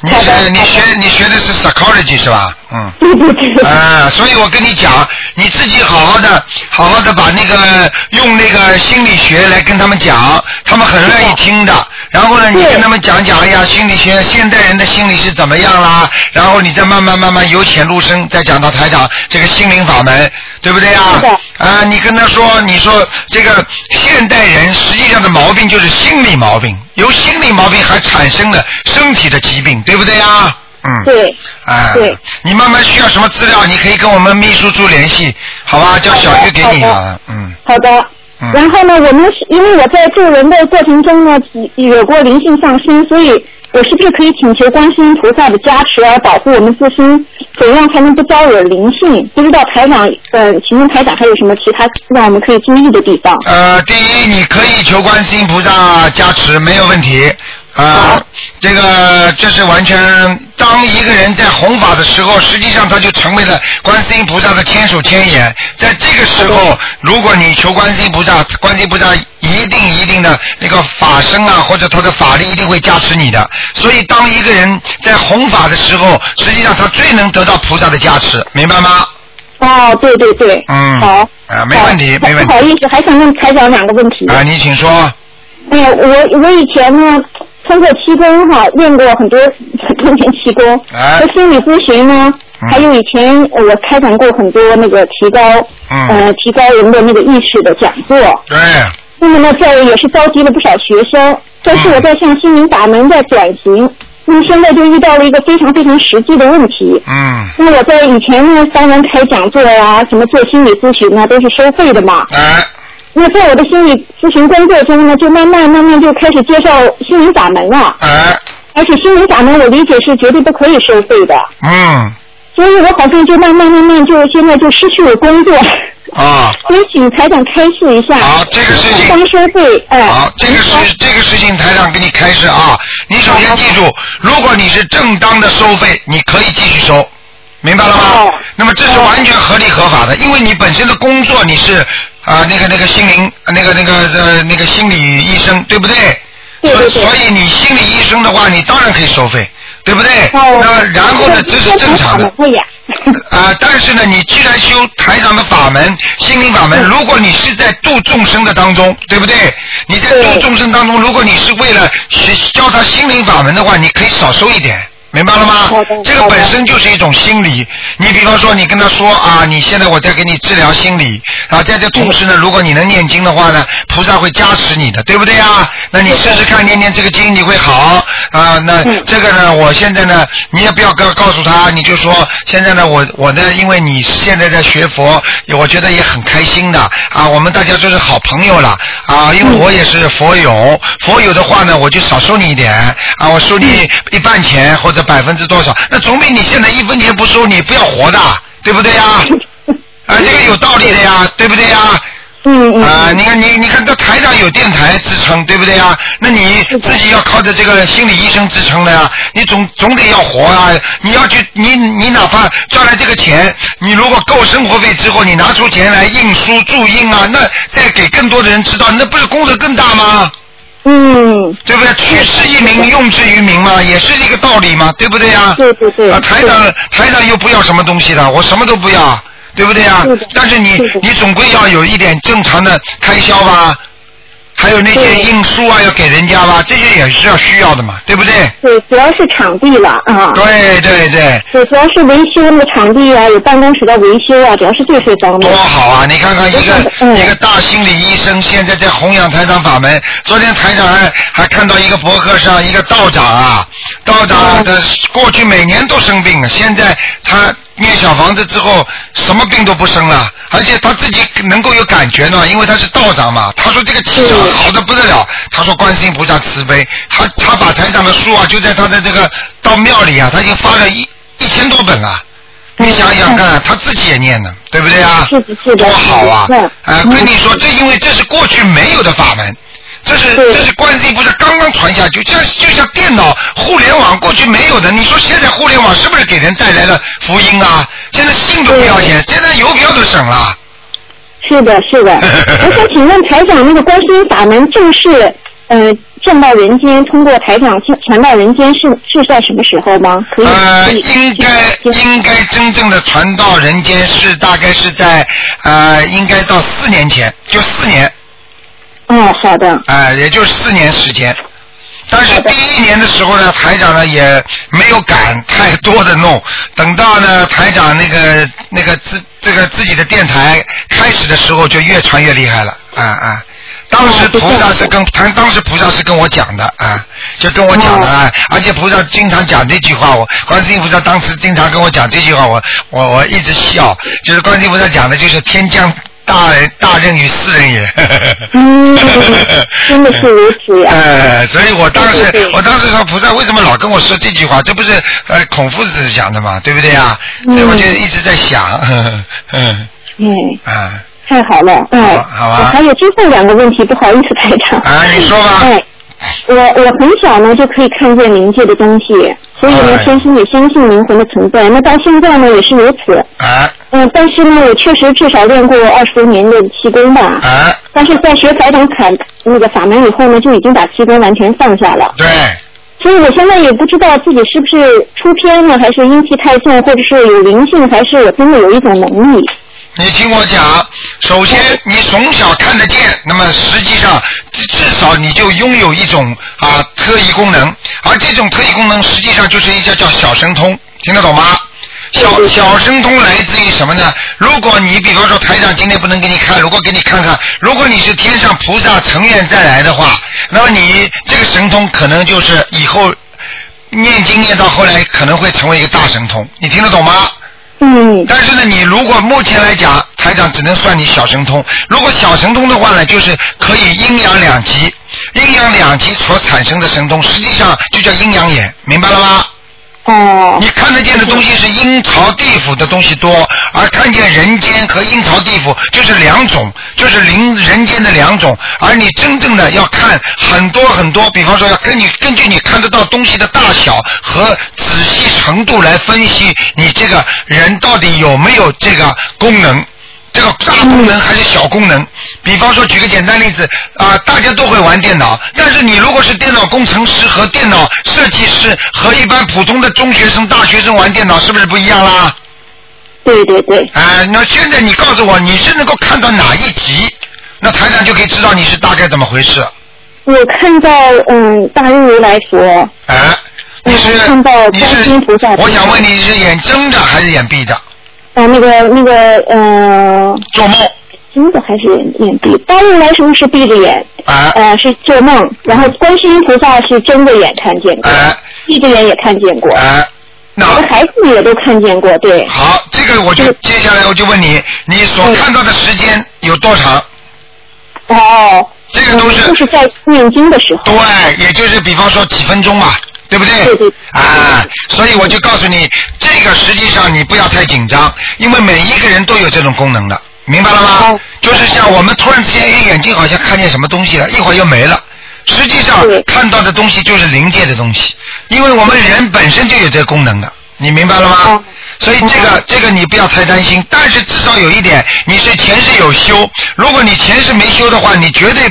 S1: 你
S5: 好
S1: 是
S5: 的
S1: 你
S5: 好的
S1: 学你学的是 psychology 是吧？嗯。
S5: 对对对，
S1: 啊，所以我跟你讲，你自己好好的，好好的把那个用那个心理学来跟他们讲，他们很乐意听的。然后呢，你
S5: 对
S1: 跟他们讲讲，哎呀，心理学现代人的心理是怎么样啦？然后你再慢慢慢慢由浅入深，再讲到台长这个心灵法门，对不对呀？
S5: 是的
S1: 啊，你跟他说，你说这个现代人实际上的毛病就是心理毛病，由心理毛病还产生了身体的疾病，对不对呀？嗯。
S5: 对，
S1: 哎，
S5: 对，
S1: 你慢慢需要什么资料，你可以跟我们秘书处联系，好吧？叫小鱼给你
S5: 好的
S1: 好了，嗯
S5: 好的。
S1: 嗯，
S5: 然后呢，我们是因为我在救人的过程中呢，有过灵性上升，所以我是不是可以请求观世音菩萨的加持而保护我们自身？怎样才能不招惹灵性？不知道台长，呃，请问台长还有什么其他让我们可以注意的地方？
S1: 呃，第一，你可以求观世音菩萨加持，没有问题。啊、
S5: 好
S1: 这个这是完全，当一个人在弘法的时候，实际上他就成为了观世音菩萨的千手千眼。在这个时候，如果你求观世音菩萨，观世音菩萨一定一定的那个法身啊，或者他的法力一定会加持你的。所以，当一个人在弘法的时候，实际上他最能得到菩萨的加持，明白吗？
S5: 哦，对对对，
S1: 嗯
S5: 好，
S1: 啊没问题
S5: 好
S1: 没问题
S5: 不好意思，还想问台长两个问题。
S1: 啊，你请说。
S5: 哎，我我以前呢，通过气功哈练过很多 很多年气功，
S1: 哎
S5: 和心理咨询呢，
S1: 嗯
S5: 还有以前我开展过很多那个提高，
S1: 嗯
S5: 呃，提高人的那个意识的讲座。
S1: 对，
S5: 那么呢，这也是召集了不少学生，但
S1: 嗯
S5: 是我在向心灵法门在转型。那么现在就遇到了一个非常非常实际的问题。
S1: 嗯，
S5: 那我在以前呢，当然开讲座呀、什么做心理咨询啊，都是收费的嘛。
S1: 哎，
S5: 那在我的心理咨询工作中呢，就慢慢慢慢就开始介绍心灵法门了，
S1: 哎，
S5: 而且心灵法门我理解是绝对不可以收费的，
S1: 嗯，
S5: 所以我好像就慢慢慢慢就现在就失去了工作，
S1: 啊。
S5: 所以请台长开示一下。
S1: 好这个事情
S5: 当收费，哎、
S1: 好，这个事这个事情台长给你开示啊，你首先记住，如果你是正当的收费，你可以继续收，明白了吗
S5: 哦？
S1: 那么这是完全合理合法的，因为你本身的工作你是啊、那个那个心灵那个那个呃那个心理医生对不对？
S5: 对对
S1: 所
S5: 对
S1: 以所以你心理医生的话，你当然可以收费，对不对？
S5: 哦
S1: 那么然后呢，这是正常的。
S5: 哎呀，
S1: 啊、但是呢，你既然修台长的法门、心灵法门，
S5: 嗯
S1: 如果你是在度众生的当中，对不对？你在度
S5: 对
S1: 众生当中，如果你是为了学教他心灵法门的话，你可以少收一点。明白了吗
S5: 好的？
S1: 这个
S5: 好的
S1: 本身就是一种心理。你比方说，你跟他说啊，你现在我在给你治疗心理，啊，在这同时呢，如果你能念经的话呢，菩萨会加持你的，对不对啊？那你试试看，念念这个经你会好啊。那
S5: 嗯
S1: 这个呢，我现在呢，你也不要告告诉他，你就说现在呢，我我呢，因为你现在在学佛，我觉得也很开心的啊，我们大家就是好朋友了啊，因为我也是佛友，佛友的话呢，我就少收你一点啊，我收你一半钱或者百分之多少，那总比你现在一分钱不收你不要活的，对不对呀？啊，这个有道理的呀，对不对呀？
S5: 嗯嗯，
S1: 啊、你看你你看这台长有电台支撑，对不对啊？那你自己要靠着这个心理医生支撑的呀、你总总得要活啊！你要去，你你哪怕赚了这个钱，你如果够生活费之后，你拿出钱来印书注印啊，那再给更多的人知道，那不是功德更大吗？
S5: 嗯，
S1: 对不对？取之于民，用之于民嘛，也是这个道理嘛，对不对呀？
S5: 对对对
S1: 啊，台长，台长又不要什么东西的，我什么都不要，对不对呀
S5: 是的？
S1: 但是你
S5: 是的
S1: 你总归要有一点正常的开销吧，还有那些
S5: 对
S1: 印书啊要给人家吧，这些也是要需要的嘛，对不对？
S5: 对，主要是场地了啊。
S1: 对对对，
S5: 对，主要是维修那个场地啊，有办公室的维修啊，主要是这些方
S1: 多
S5: 面。
S1: 好啊！你看看一个、
S5: 嗯
S1: 一个大心理医生，现在在弘扬台长法门。昨天台长还还看到一个博客上一个道长啊，道长啊，他过去每年都生病，啊现在他念小房子之后什么病都不生了，而且他自己能够有感觉呢，因为他是道长嘛。他说这个气场好的不得了，他说观世音菩萨慈悲，他他把台长的书啊就在他的这个到庙里啊，他已经发了一一千多本了。你想想看，他自己也念呢，对不对啊？
S5: 嗯是的是的嗯
S1: 多好啊！
S5: 是的
S1: 哎、跟你说，这因为这是过去没有的法门，这是
S5: 对
S1: 这是观世音菩萨刚刚传下去，就像就像电脑、互联网过去没有的，你说现在互联网是不是给人带来了福音啊？现在信都不要钱，现在邮票都省了。
S5: 是的，是的。我想请问台长，那个观世音法门正式呃正到人间，通过台长传传到人间是是在什么时候吗？可以
S1: 呃，
S5: 可以
S1: 应该
S5: 可以
S1: 应该真正的传到人间是大概是在呃，应该到四年前，就四年，
S5: 哦，好的，
S1: 哎、也就是四年时间。但是第一年的时候呢，台长呢也没有敢太多的弄，等到呢台长那个那个自这个自己的电台开始的时候，就越传越厉害了，啊、啊。当
S5: 哦
S1: 时菩萨是跟他当时菩萨是跟我讲的啊，就跟我
S5: 哦
S1: 讲的啊，而且菩萨经常讲这句话，我观世音菩萨当时经常跟我讲这句话，我我我一直笑，就是观世音菩萨讲的就是天降大人大任于斯人也。
S5: 嗯 真的是如此呀
S1: 哎，所以我当时
S5: 对对对
S1: 我当时说菩萨为什么老跟我说这句话？这不是呃孔夫子讲的嘛，对不对呀？所以我就一直在想， 嗯
S5: 嗯，
S1: 啊
S5: 太好了，嗯，
S1: 好好吧
S5: 我还有最后两个问题，不好意思，台长。
S1: 啊，你说吧。
S5: 哎，我我很小呢就可以看见灵界的东西，所以呢
S1: 哎
S5: 天生也相信灵魂的存在。那到现在呢也是如此，
S1: 啊
S5: 嗯，但是呢我确实至少练过二十多年的气功吧。
S1: 啊，
S5: 但是在学财长法那个法门以后呢，就已经把气功完全放下了，
S1: 对，
S5: 所以我现在也不知道自己是不是出偏了，还是阴气太重，或者是有灵性，还是我真的有一种能力。
S1: 你听我讲，首先你从小看得见，那么实际上至至少你就拥有一种啊特异功能，而这种特异功能实际上就是一叫叫小神通，听得懂吗？小小神通来自于什么呢？如果你比方说台长今天不能给你看，如果给你看看，如果你是天上菩萨成愿再来的话，那么你这个神通可能就是以后念经念到后来可能会成为一个大神通，你听得懂吗？
S5: 嗯，
S1: 但是呢，你如果目前来讲，台长只能算你小神通。如果小神通的话呢，就是可以阴阳两极，阴阳两极所产生的神通，实际上就叫阴阳眼，明白了吗？
S5: 哦
S1: 你，看得见的东西是阴曹地府的东西多，而看见人间和阴曹地府就是两种，就是灵人间的两种。而你真正的要看很多很多，比方说要根据根据你看得到东西的大小和仔细程度来分析你这个人到底有没有这个功能。这个大功能还是小功能？比方说，举个简单例子啊、大家都会玩电脑，但是你如果是电脑工程师和电脑设计师和一般普通的中学生、大学生玩电脑，是不是不一样啦？
S5: 对对对，
S1: 哎、那现在你告诉我，你是能够看到哪一集，那台长就可以知道你是大概怎么回事。
S5: 我看到嗯大日如来佛，
S1: 哎、你是
S5: 我看到
S1: 你
S5: 观
S1: 是
S5: 世音菩萨，
S1: 我想问你是眼睁着还是眼闭着？
S5: 呃那个那个呃
S1: 做梦
S5: 睁着还是眼眼闭？大日如来是不是闭着眼？
S1: 啊嗯哎、
S5: 呃，是做梦，然后观世音菩萨是睁着眼看见过，
S1: 哎
S5: 闭着眼也看见过，
S1: 啊那
S5: 我的孩子也都看见过，对，
S1: 好，这个我就接下来我就问你，你所看到的时间有多长？
S5: 哦，
S1: 这个都是
S5: 嗯就是在念经的时候，
S1: 对，也就是比方说几分钟嘛，对不对？
S5: 对对
S1: 啊，所以我就告诉你，这个实际上你不要太紧张，因为每一个人都有这种功能的，明白了吗
S5: 哦？
S1: 就是像我们突然之间，哎，眼睛好像看见什么东西了，一会儿又没了。实际上
S5: 对
S1: 看到的东西就是灵界的东西，因为我们人本身就有这个功能的，你明白了吗？
S5: 哦
S1: 所以这个这个你不要太担心，但是至少有一点，你是前世有修，如果你前世没修的话，你绝对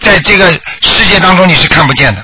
S1: 在这个世界当中你是看不见的，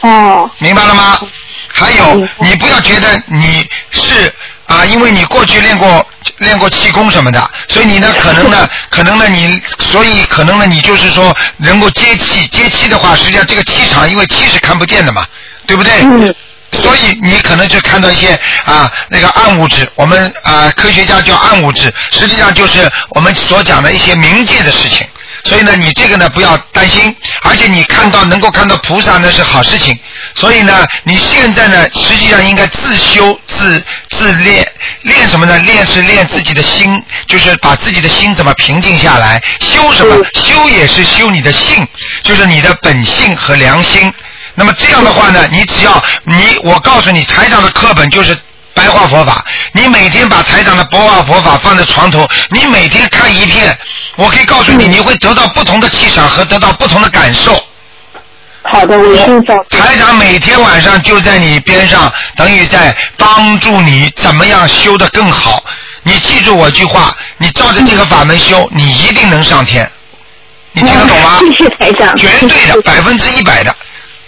S5: 哦，
S1: 明白了吗？还有
S5: 明，白
S1: 你不要觉得你是啊，因为你过去练过练过气功什么的，所以你 呢，可能呢，可能呢，你所以可能呢，你就是说能够接气，接气的话，实际上这个气场，因为气是看不见的嘛，对不对？
S5: 嗯，
S1: 所以你可能就看到一些啊那个暗物质，我们啊科学家叫暗物质，实际上就是我们所讲的一些冥界的事情。所以呢，你这个呢不要担心，而且你看到能够看到菩萨呢是好事情。所以呢，你现在呢实际上应该自修自自练，练什么呢？练是练自己的心，就是把自己的心怎么平静下来。修什么？修也是修你的性，就是你的本性和良心。那么这样的话呢，你只要你，我告诉你，台长的课本就是白话佛法，你每天把台长的白话佛法放在床头，你每天看一遍，我可以告诉
S5: 嗯
S1: 你，你会得到不同的气场和得到不同的感受。
S5: 好的，我一定照顾。
S1: 台长每天晚上就在你边上，等于在帮助你怎么样修得更好。你记住我句话，你照着这个法门修，你一定能上天。你听得懂吗？
S5: 嗯谢谢台长。
S1: 绝对 的，百分之一百的。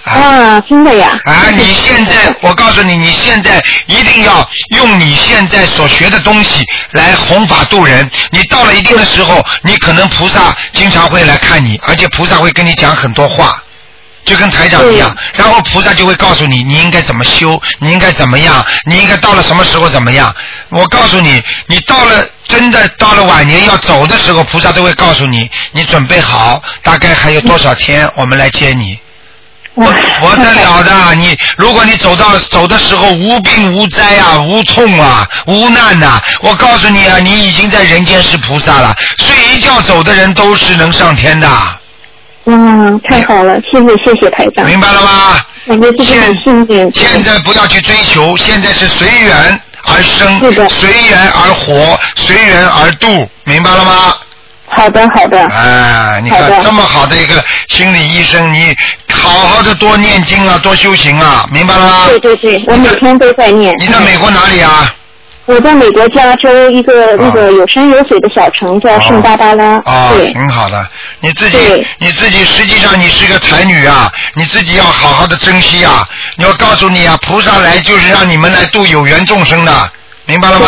S1: 啊
S5: 啊，真的呀。
S1: 啊！你现 在，我告诉你，你现在一定要用你现在所学的东西来弘法度人。你到了一定的时候，你可能菩萨经常会来看你，而且菩萨会跟你讲很多话。就跟台长一样，然后菩萨就会告诉你，你应该怎么修，你应该怎么样，你应该到了什么时候怎么样。我告诉你，你到了真的到了晚年要走的时候，菩萨都会告诉你，你准备好，大概还有多少天，我们来接你。
S5: 我
S1: 我得了的，啊你如果你走到走的时候无病无灾啊，无痛啊，无难呐、我告诉你啊，你已经在人间是菩萨了。睡一觉走的人都是能上天的，
S5: 嗯，太好了，谢谢谢谢台长，
S1: 明白了吗？
S5: 感觉自己很幸运。
S1: 现在不要去追求，现在是随缘而生
S5: 是，的
S1: 随缘而活，随缘而度，明白了吗？
S5: 好的好的，
S1: 哎，你
S5: 好的
S1: 看这么好的一个心理医生，你好好的多念经啊，多修行啊，明白了吗？
S5: 对对对，我每天都在念。
S1: 你在美国哪里啊？
S5: 我在美国加州一个那个有山有水的小城叫圣巴巴拉，
S1: 哦啊、
S5: 对，
S1: 挺好的。你自己
S5: 对，
S1: 你自己，实际上你是个才女啊，你自己要好好的珍惜啊。你要告诉你啊，菩萨来就是让你们来度有缘众生的，明白了吗？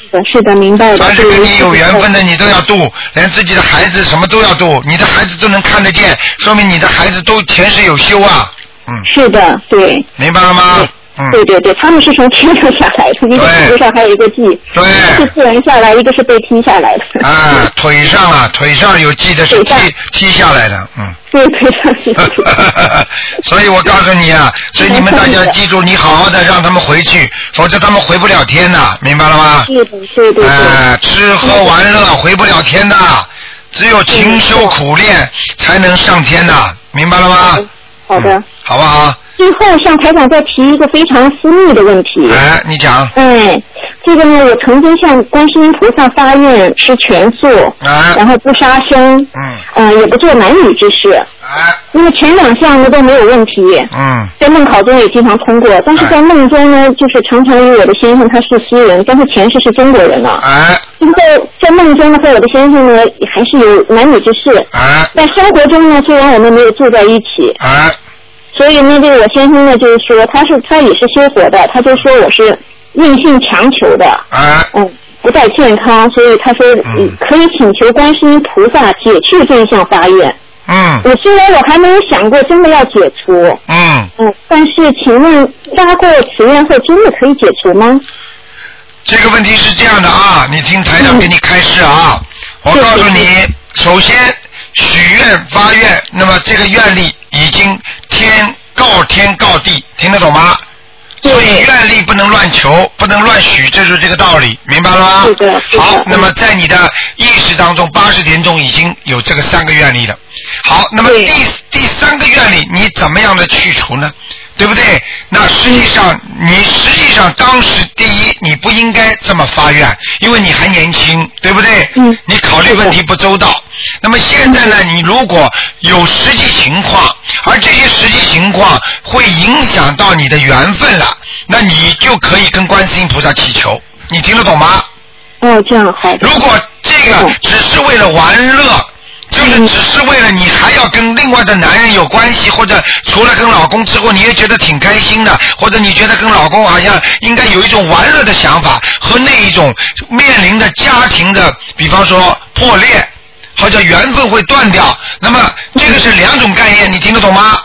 S5: 是的，是的，明白的。
S1: 凡是
S5: 对
S1: 跟你有缘分的，你都要度，连自己的孩子什么都要度，你的孩子都能看得见，说明你的孩子都前世有修啊，嗯，
S5: 是的，对，
S1: 明白了吗？嗯，
S5: 对对对，他们是从天上下来的，一个
S1: 对
S5: 是地上，还有一个地，一个是
S1: 对，
S5: 自然下来，一个是被踢下来的。
S1: 啊，腿上啊，腿上有记得是
S5: 腿
S1: 踢
S5: 上
S1: 踢下来的，嗯。
S5: 对对对对对。
S1: 所以我告诉你啊，所以你们大家记住，你好好的让他们回去，否则他们回不了天呐，明白了吗？
S5: 对的，对对对，
S1: 哎、吃喝玩乐回不了天呐，只有勤修苦练才能上天呐，明白了吗？
S5: 好的
S1: 嗯。好不好？
S5: 最后向台长再提一个非常私密的问题。
S1: 哎，你讲，
S5: 哎，这个呢，我曾经向观世音菩萨发愿吃全素，
S1: 哎，
S5: 然后不杀生，
S1: 嗯，
S5: 嗯，也不做男女之事。
S1: 哎，
S5: 那么前两项呢都没有问题，
S1: 嗯，哎
S5: 在梦考中也经常通过，但是在梦中呢，就是常常有我的先生他是西人，但是前世是中国人啊。
S1: 哎，
S5: 然后在梦中呢和我的先生呢还是有男女之事，
S1: 哎，
S5: 在生活中呢虽然我们没有住在一起，
S1: 哎，
S5: 所以呢这个我先生呢就是说他是他也是修佛的，他就说我是硬性强求的，
S1: 哎，
S5: 嗯，不太健康，所以他说
S1: 嗯
S5: 嗯可以请求观世音菩萨解去这一项法愿。
S1: 嗯，
S5: 我虽然我还没有想过真的要解除，
S1: 嗯。
S5: 嗯，但是请问发过此愿后真的可以解除吗？
S1: 这个问题是这样的啊，你听台长给你开示啊，
S5: 嗯
S1: 我告诉你，首先许愿发愿，那么这个愿力已经天告天告地，听得懂吗？所以愿力不能乱求，不能乱许，这就是这个道理，明白了吗？
S5: 是的是的
S1: 好
S5: 嗯，
S1: 那么在你的意识当中，八十点钟已经有这个三个愿力了。好，那么
S5: 对
S1: 第第三个愿力，你怎么样的去除呢？对不对？那实际上，你实际上当时第一，你不应该这么发愿，因为你还年轻，对不对？
S5: 嗯
S1: 你考虑问题不周到。那么现在呢，你如果有实际情况，而这些实际情况会影响到你的缘分了，那你就可以跟观世音菩萨祈求。你听得懂吗？
S5: 哦，这样好的
S1: 如。果这个
S5: 嗯
S1: 只是为了玩乐，就是
S5: 嗯
S1: 只是为了你还要跟另外的男人有关系，或者除了跟老公之后，你也觉得挺开心的，或者你觉得跟老公好像应该有一种玩乐的想法，和那一种面临的家庭的，比方说破裂，或者缘分会断掉，那么这个是两种概念，你听得懂吗？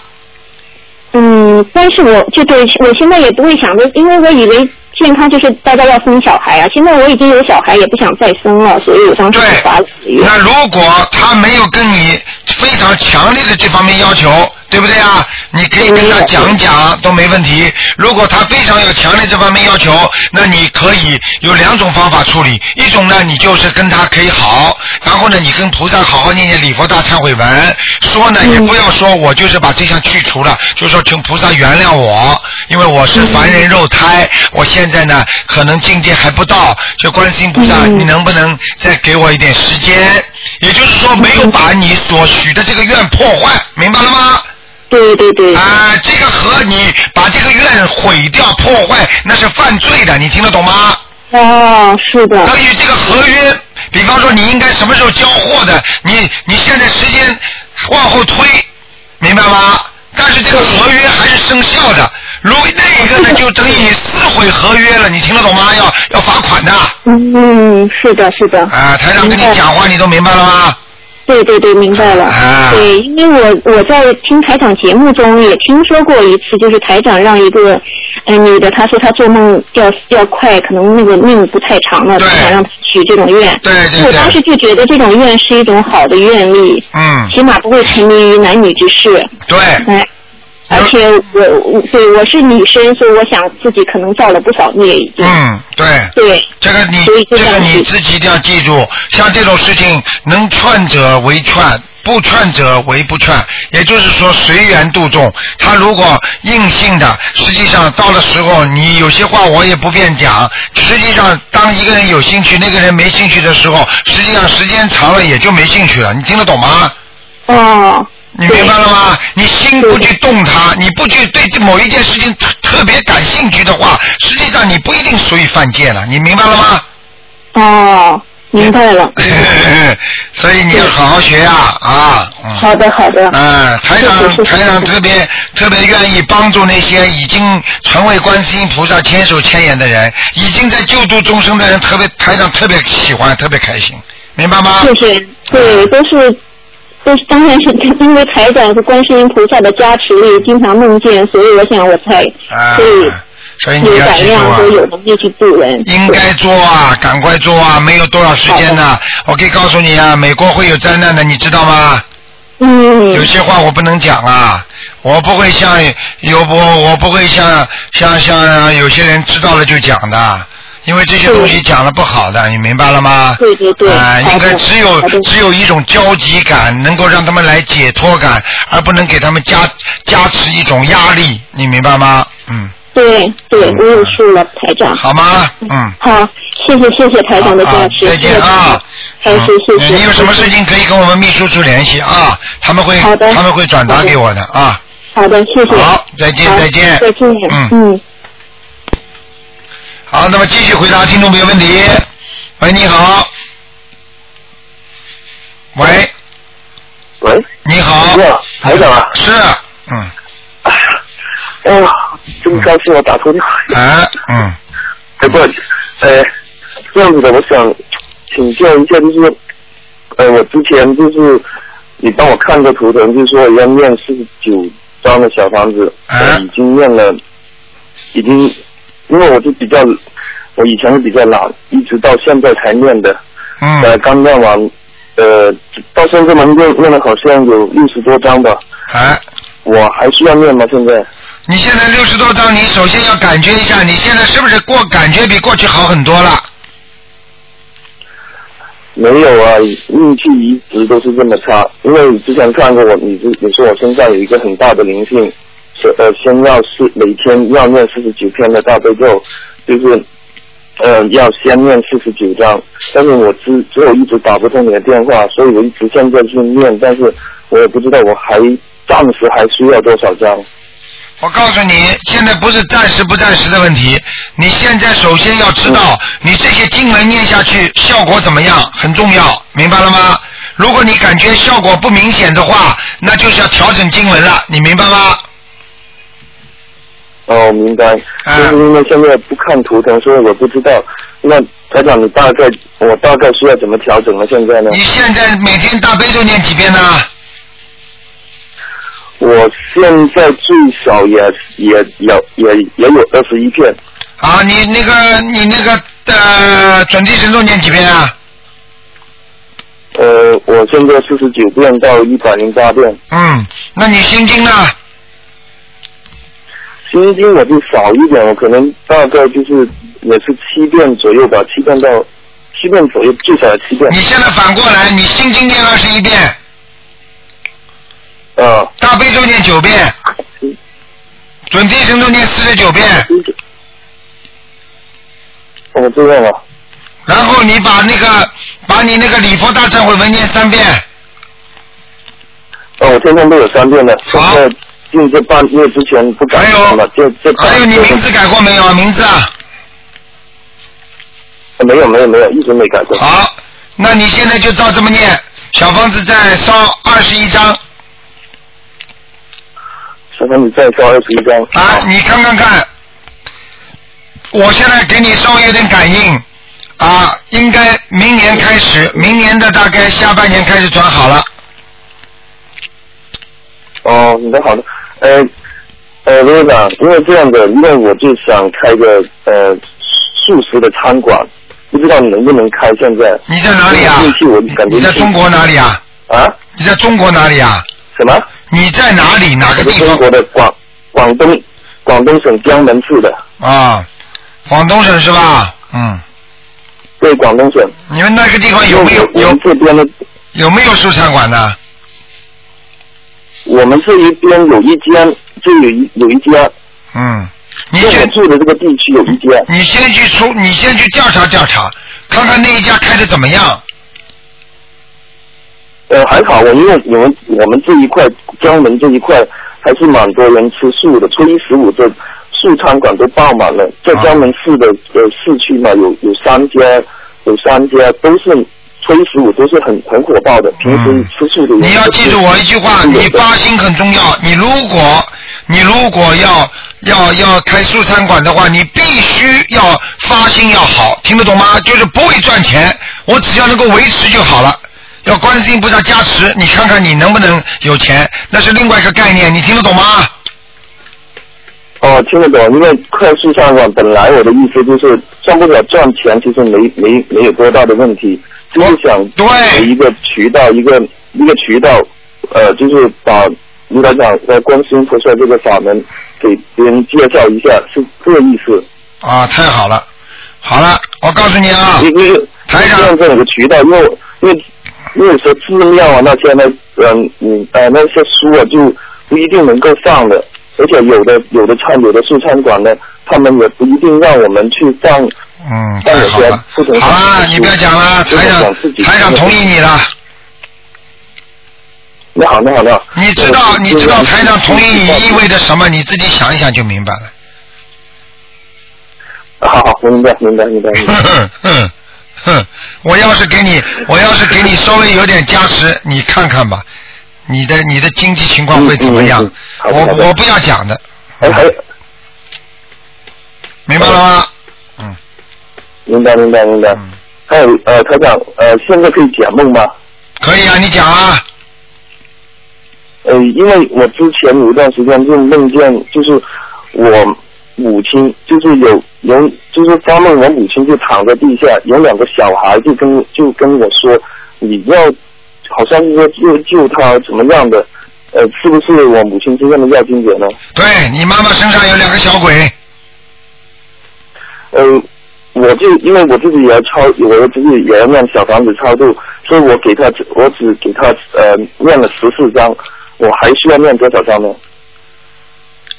S5: 嗯，但是我就对我现在也不会想着，因为我以为健康就是大家要生小孩啊，现在我已经有小孩，也不想再生了，所以我当时就发了此
S1: 对，
S5: 愿。
S1: 那如果他没有跟你非常强烈的这方面要求，对不对啊？你可以跟他讲讲都没问题。如果他非常有强烈这方面要求，那你可以有两种方法处理。一种呢，你就是跟他可以好，然后呢，你跟菩萨好好念念礼佛大忏悔文，说呢也不要说我就是把这项去除了，就说请菩萨原谅我，因为我是凡人肉胎，我现在呢可能境界还不到，就观世音菩萨，
S5: 嗯
S1: 你能不能再给我一点时间？也就是
S5: 嗯
S1: 说，没有把你所许的这个愿破坏，明白了吗？
S5: 对对对，
S1: 啊、这个和你把这个愿毁掉、破坏，那是犯罪的，你听得懂吗？
S5: 哦，是的，
S1: 等于这个合约，比方说你应该什么时候交货的，你你现在时间往后推，明白吗？但是这个合约还是生效的，如那一个呢，就等于你撕毁合约了，你听得懂吗？要要罚款的。啊、
S5: 嗯，是的，是的，
S1: 台长跟你
S5: 明白
S1: 讲话，你都明白了吗？
S5: 对对对，明白了。
S1: 啊
S5: 对，因为我我在听台长节目中也听说过一次，就是台长让一个呃女的，她说她做梦要要快，可能那个命不太长了，
S1: 对
S5: 台长让她许这种愿。
S1: 对对对
S5: 我当时就觉得这种愿是一种好的愿力，
S1: 嗯，
S5: 起码不会沉迷于男女之事。
S1: 对，
S5: 哎，而且我我对我是女生，所以我想自己可能造了不少孽已经。
S1: 嗯，对。
S5: 对，
S1: 这个你
S5: 所以
S1: 这
S5: 就
S1: 个
S5: 让
S1: 你
S5: 你
S1: 自己一定要记住，像这种事情，能劝者为劝，不劝者为不劝，也就是说随缘度众。他如果硬性的，实际上到了时候，你有些话我也不便讲。实际上，当一个人有兴趣，那个人没兴趣的时候，实际上时间长了也就没兴趣了。你听得懂吗？
S5: 哦，哎
S1: 你明白了吗？你心不去动它，你不去对这某一件事情特特别感兴趣的话，实际上你不一定属于犯戒了。你明白了吗？
S5: 哦，明白了。
S1: 所以你要好好学呀、啊，嗯。
S5: 好的，好的。
S1: 嗯，台
S5: 谢
S1: 长
S5: 谢谢谢
S1: 台长特别特别愿意帮助那些已经成为观世音菩萨千手千眼的人，已经在救度众生的人，特别台长特别喜欢，特别开心，明白吗？嗯
S5: 就是对，都是都是，当然是因为台长是观世音菩萨的加持力，经常梦见，所以我想我才
S1: 啊
S5: 所以，
S1: 所以你
S5: 有
S1: 要
S5: 胆
S1: 记住
S5: 量
S1: 啊
S5: 和。有能力去度人。
S1: 应该做啊，赶快做啊，没有多少时间呢、我可以告诉你啊，美国会有灾难的，你知道吗？有
S5: 嗯，
S1: 些话我不能讲啊，我不会像有我我不会像像像有些人知道了就讲的，因为这些东西讲了不好的，你明白了吗？
S5: 对对对
S1: 啊、
S5: 好的
S1: 应该只有
S5: 好的
S1: 只有一种交集感，能够让他们来解脱感，而不能给他们加加持一种压力，你明白吗？嗯，
S5: 对对，我有数了，台长。
S1: 好吗？嗯。
S5: 好，谢谢谢谢台长的
S1: 好
S5: 加持，
S1: 再见啊！
S5: 谢谢台长，还
S1: 嗯
S5: 是谢谢。
S1: 你有什么事情可以跟我们秘书处联系啊？他们会
S5: 好的
S1: 他们会转达给我的啊。
S5: 好的，谢谢。
S1: 好，再见
S5: 好
S1: 再见。
S5: 再见。
S1: 嗯
S5: 嗯。
S1: 好，那么继续回答听众朋友问题。喂，你好。喂，
S6: 喂，
S1: 你好
S6: 你。好，台长啊，
S1: 是，嗯，
S6: 哎呀，这么高兴我打通了。
S1: 哎，嗯，
S6: 哎不，呃，这样子的，我想请教一下，就是，呃，我之前就是你帮我看过图腾，就是说要念四十九张的小房子，
S1: 哎
S6: 呃已经念了，已经，因为我是比较，我以前是比较懒，一直到现在才念的，呃，
S1: 嗯，
S6: 刚念完，呃，到现在嘛，念念了好像有六十多张吧，
S1: 哎，
S6: 我还需要念吗？现在？
S1: 你现在六十多张，你首先要感觉一下，你现在是不是过感觉比过去好很多了？
S6: 没有啊，运气一直都是这么差。因为你之前看过我，你是你说我身上有一个很大的灵性，先呃先要是每天要念四十九篇的大悲咒，就是呃要先念四十九章。但是我之之后一直打不通你的电话，所以我一直现在去念，但是我也不知道我还暂时还需要多少张。
S1: 我告诉你，现在不是暂时不暂时的问题，你现在首先要知道
S6: 嗯
S1: 你这些经文念下去效果怎么样，很重要，明白了吗？如果你感觉效果不明显的话，那就是要调整经文了，你明白吗？
S6: 哦，明白。
S1: 啊
S6: 就是因为现在不看图腾，所以我不知道。那台长，你大概我大概需要怎么调整呢？现在呢？
S1: 你现在每天大悲咒念几遍呢？
S6: 我现在最少也也也也也有二十一片，
S1: 啊，你那个你那个呃准提神咒念几遍啊？
S6: 呃，我现在四十九遍到一百零八遍，
S1: 嗯，那你心经呢？
S6: 心经我就少一点，我可能大概就是也是七遍左右吧，七遍到七遍左右，最少要七遍。
S1: 你现在反过来，你心经念二十一遍，
S6: 啊，
S1: 大悲咒念九遍，准提神咒念四十九遍，
S6: 我知道了。
S1: 然后你把那个把你那个礼佛大忏悔文念三遍，
S6: 哦，我天天都有三遍的。
S1: 好
S6: 现在进这半月之前不敢念了，这这半
S1: 还有你名字改过没有啊？名字啊？
S6: 没有没有没有，一直没改过。
S1: 好，那你现在就照这么念，小房子再烧二十一张
S6: 小芳，你再烧二十一张。
S1: 啊，你看看看，我现在给你稍微有点感应啊，应该明年开始，明年的大概下半年开始转好了。
S6: 哦，你的好的，呃，呃，罗院长，因为这样的，因为我就想开个呃素食的餐馆，不知道你能不能开现在？
S1: 你在哪里啊
S6: 进？去我感觉
S1: 你在中国哪里啊？
S6: 啊？
S1: 你在中国哪里啊？
S6: 什么？
S1: 你在哪里？哪个
S6: 我
S1: 地
S6: 是中
S1: 方
S6: 国的广广东广东省江门市的，
S1: 啊？广东省是吧？嗯，
S6: 对，广东省。
S1: 你们那个地方有没有
S6: 我
S1: 有
S6: 们这边的，
S1: 有没有蔬菜馆呢？
S6: 我们这一边有一间，就有一有一家，
S1: 嗯，你
S6: 就我
S1: 先
S6: 住的这个地区有一家。
S1: 你先去出，你先去调查调查，看看那一家开的怎么样。
S6: 呃，还好，我因为我们我们这一块江门这一块还是蛮多人吃素的，初一十五这素餐馆都爆满了，在
S1: 啊
S6: 江门市的呃市区嘛，有有三家，有三家都是初一十五都是很很火爆的，平时
S1: 嗯
S6: 吃素的人
S1: 你
S6: 都是
S1: 要记住我一句话，
S6: 有的
S1: 你发心很重要。你如果你如果要要要开素餐馆的话，你必须要发心要好，听得懂吗？就是不会赚钱，我只要能够维持就好了。要观世音菩萨加持，你看看你能不能有钱，那是另外一个概念，你听得懂吗？
S6: 哦，听得懂，因为快速上网本来我的意思就是赚不了赚钱，其实没没没有多大的问题，就是想
S1: 对
S6: 有一个渠道，一个一个渠道，呃，就是把如来讲在观世音菩萨这个法门给别人介绍一下，是这个意思。
S1: 啊，太好了，好了，我告诉你啊
S6: 因，为
S1: 台长
S6: 这样子有个渠道，因为我因为因为有时候寺庙啊那些呢，嗯嗯呃那些书啊就不一定能够放的，而且有的有的餐有的素餐馆呢，他们也不一定让我们去放。
S1: 嗯，
S6: 但
S1: 太
S6: 有
S1: 好
S6: 些
S1: 了
S6: 不，同
S1: 好了，你不要讲了，
S6: 就是
S1: 台长
S6: 想自己
S1: 台长同意你了。
S6: 那好，那好，那好。
S1: 你知道
S6: 呃
S1: 你知道台长同意你意味着什么？你自己想一想就明白了。
S6: 好好，我明白，明白，明白，明白。
S1: 哼 哼哼，我要是给你，我要是给你稍微有点加持，你看看吧，你的你的经济情况会怎么样？
S6: 嗯嗯嗯好的好的
S1: 我我不要讲的，
S6: 哎，还有
S1: 明白了吗？
S6: 哦明白，明白，明白。
S1: 嗯，
S6: 还有呃，台长，呃，现在可以解梦吗？
S1: 可以啊，你讲啊。
S6: 呃，因为我之前有一段时间就梦见，就是我母亲，就是有有，就是发梦我母亲就躺在地下，有两个小孩就跟就跟我说，你要好像是说救救她怎么样的，呃，是不是我母亲身上的要经者呢？
S1: 对你妈妈身上有两个小鬼，
S6: 呃，我就因为我自己也要超，我自己也要念小房子超度，所以我给他，我只给他呃念了十四章，我还需要念多少章呢？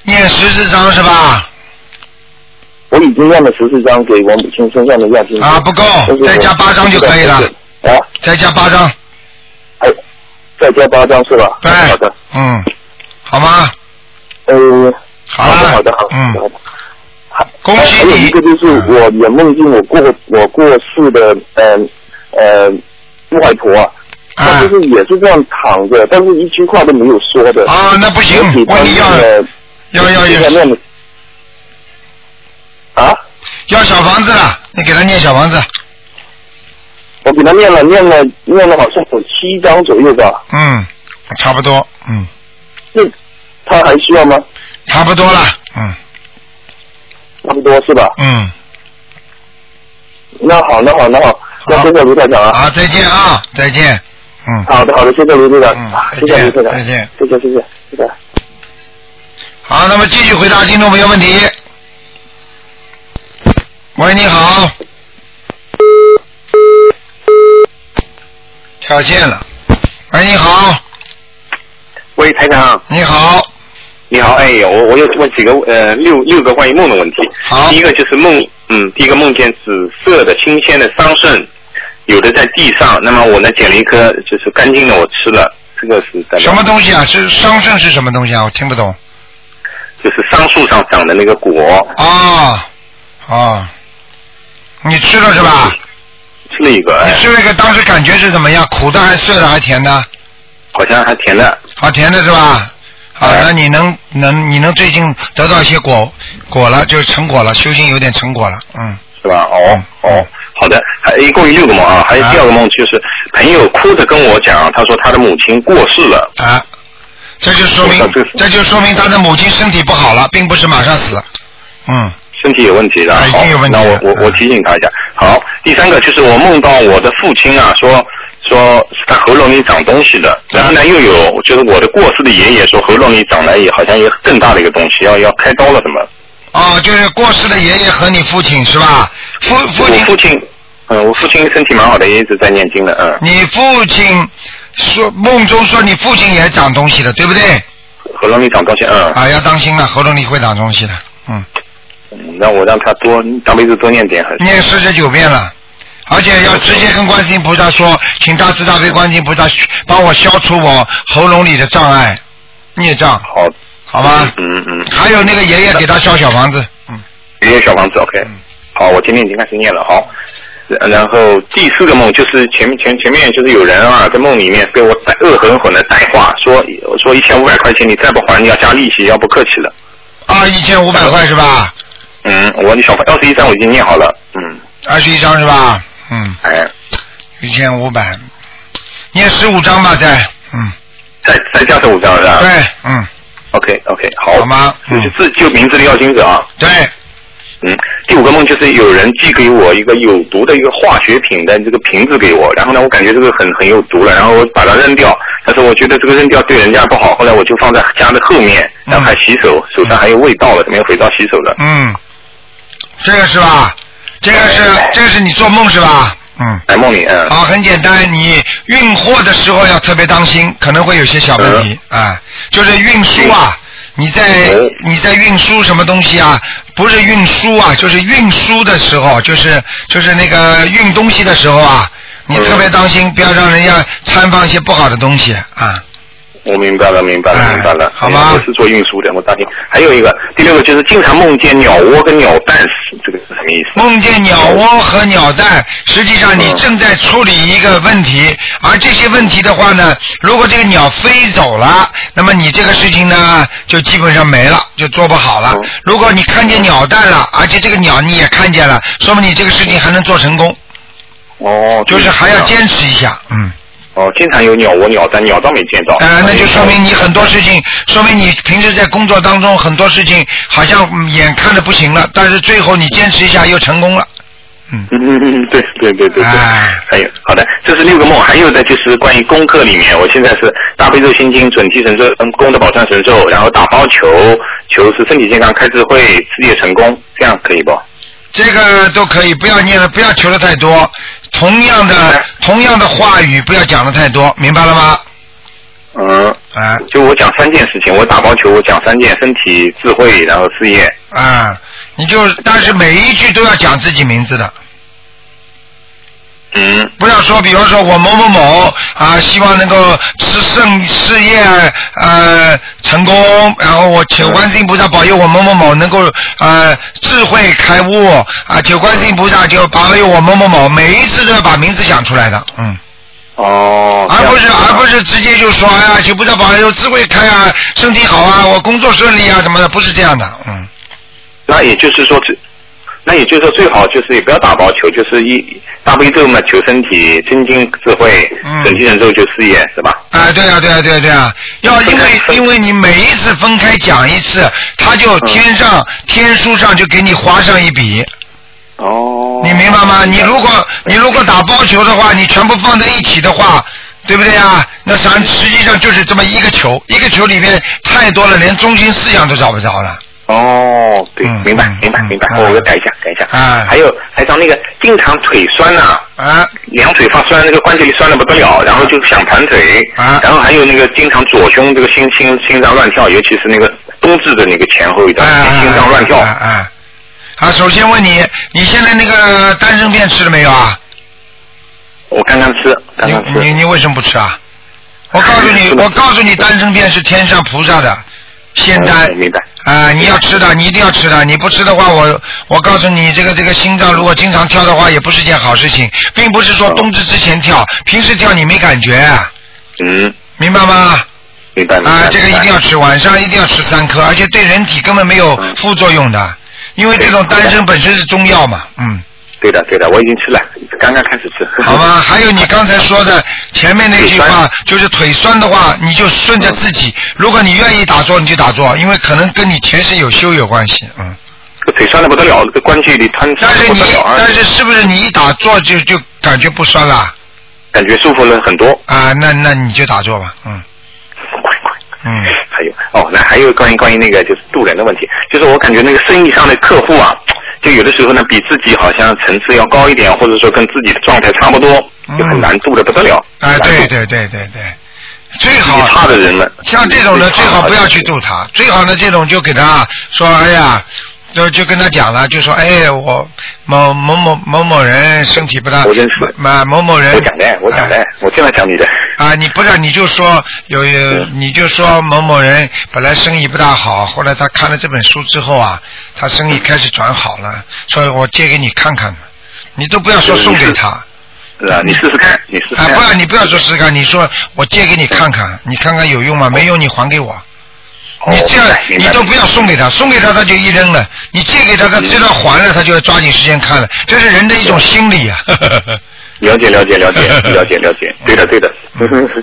S1: 念十四章是吧？
S6: 我已经念了十四章给我母亲身上的药精
S1: 啊，不够，再加八章就可以了，
S6: 啊，
S1: 再加八章，
S6: 还再加八章是吧？
S1: 对
S6: 好的，，
S1: 嗯，好吗？
S6: 呃，
S1: 好
S6: 的，
S1: 了，
S6: 好的，好的，好
S1: 嗯，
S6: 的。还
S1: 恭喜
S6: 还有
S1: 你嗯
S6: 一个就是我也梦见我过我过世的呃呃外婆啊，
S1: 啊
S6: 她就是也是这样躺着，但是一句话都没有说的。
S1: 啊，那不行，
S6: 我给她
S1: 问你要
S6: 念了
S1: 要要
S6: 给她
S1: 要
S6: 念了啊，
S1: 要小房子了，你给他念小房子，
S6: 我给她念了念了念了好像有七章左右吧。
S1: 嗯，差不多，嗯，
S6: 那他还需要吗？
S1: 差不多了，嗯
S6: 差不多是吧？
S1: 嗯，
S6: 那好，那好，那好，那
S1: 好
S6: 谢谢卢台长啊。
S1: 好，再见啊，再见，嗯
S6: 好的，好的，谢谢卢队长
S1: 嗯，
S6: 谢谢卢队长，
S1: 再见
S6: 谢谢，谢谢，谢谢。
S1: 好，那么继续回答听众朋友问题。喂，你好，跳线了。喂，你好，
S7: 喂，台长，
S1: 你好，
S7: 你好，哎，我我有问几个呃六六个关于梦的问题。
S1: 好
S7: 第一个就是梦，嗯，第一个梦见紫色的新鲜的桑葚，有的在地上，那么我呢捡了一颗，就是干净的，我吃了。这个是代表
S1: 什么？东西啊？是桑葚是什么东西啊？我听不懂。
S7: 就是桑树上长的那个果，
S1: 哦，哦，你吃了是吧？
S7: 吃了一个，
S1: 你
S7: 哎，
S1: 吃了一个，当时感觉是怎么样？苦的还是涩的还是甜的？
S7: 好像还甜的。
S1: 好甜的是吧？好，
S7: 哎
S1: 那你能能你能最近得到一些果果了，就是成果了，修行有点成果了，嗯，
S7: 是吧？哦
S1: 嗯
S7: 哦，好的，还一共有六个梦啊，还有第二个梦就是朋友哭着跟我讲，他说他的母亲过世了，
S1: 啊，这就说明
S7: 我想这是
S1: 这就说明他的母亲身体不好了，并不是马上死，嗯，
S7: 身体有问题的，
S1: 啊一定
S7: 好
S1: 有问题
S7: 那我
S1: 的
S7: 我我
S1: 嗯
S7: 提醒他一下。好，第三个就是我梦到我的父亲啊，说说是他喉咙里长东西的，
S1: 啊
S7: 然后呢又有就是我的过世的爷爷说喉咙里长了也好像有更大的一个东西，要要开刀了什么？
S1: 哦，就是过世的爷爷和你父亲是吧？父父
S7: 我
S1: 亲
S7: 父亲，嗯，我父亲身体蛮好的，也一直在念经的，嗯，
S1: 你父亲说梦中说你父亲也长东西了，对不对？
S7: 喉咙里长东西，嗯，
S1: 啊，要当心了，喉咙里会长东西的，嗯，
S7: 嗯那我让他多大辈子多念点，还是
S1: 念四十九遍了，而且要直接跟观世音菩萨说，请大慈大悲观世音菩萨帮我消除我喉咙里的障碍、孽障，
S7: 好，
S1: 好吗？
S7: 嗯嗯嗯，
S1: 还有那个爷爷给他烧小房子，嗯，
S7: 也有小房子，OK。好，我今天已经开始念了，好。然然后第四个梦就是前面前前面就是有人啊，在梦里面给我带恶狠狠的带话，说说一千五百块钱你再不还你要加利息，要不客气了。
S1: 啊，一千五百块是吧？
S7: 嗯，我的小房二十一张我已经念好了，嗯，
S1: 二十一张是吧？嗯，
S7: 哎，
S1: 一千五百，念十五张吧，再，嗯，
S7: 再再加上五张是吧？
S1: 对，嗯，
S7: ，OK OK，好，
S1: 好吗？
S7: 就
S1: 嗯
S7: 是，自就名字的要金子啊，
S1: 对，
S7: 嗯，第五个梦就是有人寄给我一个有毒的一个化学品的这个瓶子给我，然后呢，我感觉这个很很有毒了，然后我把它扔掉，但是我觉得这个扔掉对人家不好，后来我就放在家的后面，然后还洗手，手上还有味道了，没有回到洗手了。
S1: 嗯，这个是吧？这个是这个是你做梦是吧？嗯。
S7: 在梦里，嗯，
S1: 好，很简单，你运货的时候要特别当心，可能会有些小问题啊，就是运输啊，你在
S7: 嗯
S1: 你在运输什么东西啊？不是运输啊，就是运输的时候，就是就是那个运东西的时候啊，你
S7: 嗯
S1: 特别当心，不要让人家掺放一些不好的东西啊。
S7: 我明白了，明白
S1: 哎
S7: 了，明白了。
S1: 好吧
S7: 我是做运输的，我当心。还有一个，第六个就是经常梦见鸟窝跟鸟蛋，这个是什么意思？
S1: 梦见鸟窝和鸟蛋，实际上你
S7: 嗯
S1: 正在处理一个问题，而这些问题的话呢，如果这个鸟飞走了，那么你这个事情呢就基本上没了，就做不好了
S7: 嗯。
S1: 如果你看见鸟蛋了，而且这个鸟你也看见了，说明你这个事情还能做成功，
S7: 哦，
S1: 就是还要
S7: 这样
S1: 坚持一下，嗯，
S7: 哦，经常有鸟窝、鸟蛋，鸟倒没见到。
S1: 呃，那就说明你很多事情，说明你平时在工作当中很多事情好像嗯眼看着不行了，但是最后你坚持一下又成功了，嗯，
S7: 嗯，嗯 对对对对对。
S1: 哎
S7: 还有，好的，这是六个梦，还有的就是关于功课里面，我现在是大悲咒心经、准提神咒、嗯，功德宝山神咒，然后打包球，球是身体健康、开智慧、事业成功，这样可以不？
S1: 这个都可以，不要念了，不要求的太多。同样的
S7: 哎，
S1: 同样的话语不要讲的太多，明白了吗？
S7: 嗯，
S1: 啊
S7: 就我讲三件事情，我打包球我讲三件，身体、智慧，然后事业。
S1: 啊，你就但是每一句都要讲自己名字的，
S7: 嗯
S1: 不要说，比方说我某某某啊，希望能够事胜事业呃成功，然后我
S7: 嗯
S1: 求观世音菩萨保佑我某某某能够呃智慧开悟啊，求观世音菩萨就保佑我某某某，每一次都要把名字讲出来的，嗯。
S7: 哦，
S1: 而不是
S7: 这样子
S1: 而不是直接就说哎呀，求菩萨保佑，智慧开啊，身体好啊，我工作顺利啊，什么的，不是这样的，嗯，
S7: 那也就是说，最，那也就是说最好就是也不要打包球，就是一大悲咒嘛，求身体、真经智慧
S1: 嗯，
S7: 整体神咒就事业是吧？
S1: 哎，对啊，对啊，对啊，对啊，要因为
S7: 分开
S1: 因为你每一次分开讲一次，他就天上、天书上就给你划上一笔，
S7: 哦
S1: 你明白吗？你如果你如果打包球的话，你全部放在一起的话，对不对啊？那实实际上就是这么一个球，一个球里面太多了，连中心思想都找不着了。
S7: 哦，对
S1: 嗯，
S7: 明白
S1: 嗯
S7: 明白
S1: 嗯
S7: 明白，哦
S1: 嗯
S7: 我要改一下改一下。
S1: 啊
S7: 还有还长那个经常腿酸呐、
S1: 啊
S7: 两腿发酸，那个关节酸的不得了，然后就想盘腿，
S1: 啊
S7: 然后还有那个经常左胸这个心心心脏乱跳，尤其是那个冬至的那个前后一
S1: 啊
S7: 段，
S1: 啊！
S7: 心脏乱跳，
S1: 啊啊！啊，首先问你，你现在那个丹参片吃了没有啊？
S7: 我刚刚吃，刚
S1: 你
S7: 刚
S1: 你
S7: 吃，
S1: 你为什么不吃啊？我告诉 你，
S7: 是的
S1: 我告诉你，丹参片是天上菩萨的仙丹
S7: 嗯明白
S1: 啊！你要吃的，你一定要吃的。你不吃的话，我我告诉你，这个这个心脏如果经常跳的话，也不是件好事情，并不是说
S7: 哦
S1: 冬至之前跳，平时跳你没感觉，啊
S7: 嗯，
S1: 明白吗？
S7: 明白明白。
S1: 啊，这个一定要
S7: 明白。
S1: 吃，晚上一定要吃三颗，而且对人体根本没有
S7: 嗯
S1: 副作用的，因为这种丹参本身是中药 嘛，嗯，
S7: 对的对的，我已经吃了，刚刚开始吃。
S1: 好 吧。还有你刚才说的前面那句
S7: 腿
S1: 话
S7: 酸，嗯
S1: 就是腿酸的话，你就顺着自己，如果你愿意打坐，你就打坐，因为可能跟你前世有修有关系，嗯。
S7: 这个腿酸的不得了，这个关节里穿
S1: 但
S7: 酸
S1: 是
S7: 的不
S1: 你
S7: 得了，，啊
S1: 但是是不是你一打坐就就感觉不酸了
S7: 感觉舒服了很多。
S1: 啊？那那你就打坐吧，嗯嗯
S7: 还有哦，那还有关于关于那个就是渡人的问题，就是我感觉那个生意上的客户啊，就有的时候呢比自己好像层次要高一点，或者说跟自己的状态差不多，
S1: 嗯
S7: 就很难渡的不得了。
S1: 啊，对
S7: 难度
S1: 对对对对，最
S7: 自
S1: 好
S7: 己差的人呢，
S1: 像这种呢，
S7: 自
S1: 最
S7: 己差
S1: 好不要去渡他，最好呢，这种就给他说，哎呀，就就跟他讲了，就说，哎，我某某某某某人身体不大，
S7: 我认识
S1: 啊，某某人，
S7: 我讲的，我
S1: 哎
S7: 讲的，我现在讲你的。
S1: 啊，你不是你就说有有，
S7: 嗯
S1: 你就说某某人本来生意不大好，后来他看了这本书之后啊，他生
S7: 嗯
S1: 意开始转好了，所以我借给你看看，你都不要说
S7: 嗯
S1: 送给
S7: 是
S1: 他，
S7: 是啊，你试试看，你试试
S1: 啊，
S7: 看。
S1: 不然你不要说试试看，你说我借给你看看，你看看有用吗？没用你还给我。
S7: 哦
S1: 你这样
S7: 明白明
S1: 你
S7: 白
S1: 都不要送给他，送给他他就一扔了，你借给他他
S7: 嗯
S1: 知道还了，他就要抓紧时间看了，这是人的一种心理啊。
S7: 嗯了解了 解了解了解了解，对的对的，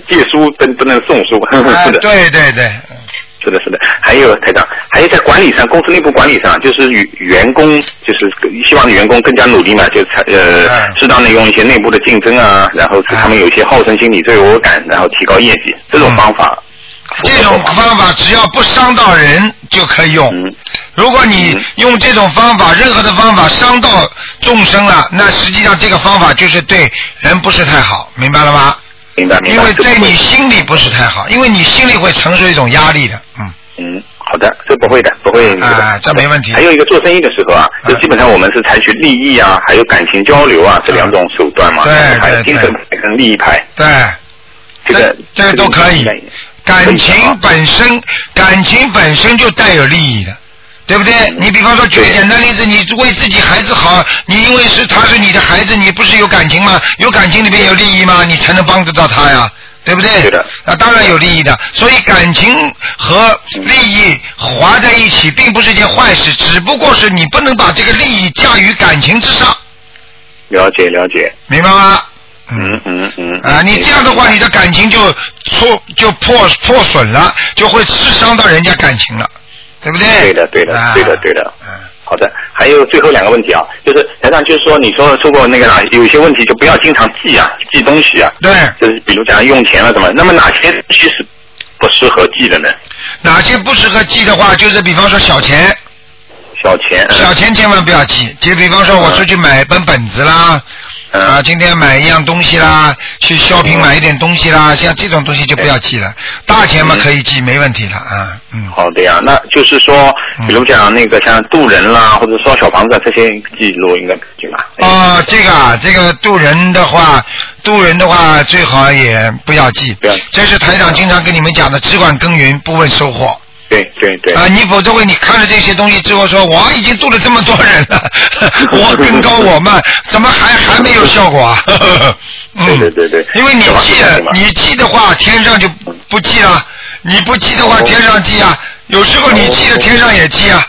S7: 借书不不能送书，
S1: 哎
S7: 是的。
S1: 对对对，
S7: 是的，是的，还有台长，还有在管理上，公司内部管理上，就是与员工，就是希望员工更加努力嘛，就才呃
S1: 嗯，
S7: 适当的用一些内部的竞争啊，然后使他们有一些好胜心理、罪恶感，然后提高业绩，这种方法。
S1: 这种方法只要不伤到人就可以用。
S7: 嗯，
S1: 如果你
S7: 嗯
S1: 用这种方法，任何的方法伤到众生了，那实际上这个方法就是对人不是太好，明白了吗？
S7: 明白明白。
S1: 因为
S7: 这
S1: 对
S7: 不会
S1: 你心里不是太好，因为你心里会承受一种压力的，嗯。
S7: 嗯，好的，这不会的，不会那个的。
S1: 啊这没问题
S7: 还有一个做生意的时候啊，
S1: 嗯
S7: 就基本上我们是采取利益啊，还有感情交流啊这两种手段嘛，
S1: 对
S7: 还有
S1: 对
S7: 精神
S1: 对
S7: 牌跟利益牌，
S1: 对，
S7: 这个
S1: 这这个都可以
S7: 应该
S1: 感情本身，感情本身就带有利益的，对不对？你比方说举个简单例子，你为自己孩子好，你因为是他是你的孩子，你不是有感情吗？有感情里面有利益吗？你才能帮得到他呀。对不对？
S7: 对的
S1: 那当然有利益的，所以感情和利益划在一起，并不是件坏事，只不过是你不能把这个利益驾于感情之上，
S7: 了解了解，
S1: 明白吗？
S7: 嗯嗯嗯。
S1: 啊，你这样的话，你的感情就错就破破损了，就会刺伤到人家感情了，对不对？
S7: 对的对的
S1: 啊
S7: 对的对的
S1: 嗯
S7: 好的，还有最后两个问题啊，就是台长就是说你说说过那个哪有些问题就不要经常记啊，记东西啊，
S1: 对，
S7: 就是比如讲用钱啊了什么，那么哪些东西是不适合记的呢？
S1: 哪些不适合记的话，就是比方说小钱，
S7: 小钱，嗯
S1: 小钱千万不要记。就比方说我出去买一本本子啦，
S7: 嗯
S1: 啊，今天买一样东西啦，去 shopping
S7: 嗯
S1: 买一点东西啦，像这种东西就不要记了。大钱嘛
S7: 嗯
S1: 可以记，没问题了啊，嗯。
S7: 好的呀，那就是说，比如讲那个像渡人啦，或者烧小房子啊这些记录应该不记吧？
S1: 哦，这个啊，这个渡人的话，渡人的话最好也不要记
S7: 不要。
S1: 这是台长经常跟你们讲的，只管耕耘，不问收获。
S7: 对对对，
S1: 啊、你否则会你看了这些东西之后说，我已经渡了这么多人了， 我更高我慢，怎么还还没有效果啊？ 嗯、
S7: 对对对对
S1: 因为你记
S7: 小王子嘛
S1: 你记的话，天上就不记了；你不记的话，
S7: 哦
S1: 天上记啊。有时候你记的，
S7: 哦
S1: 天上也记啊，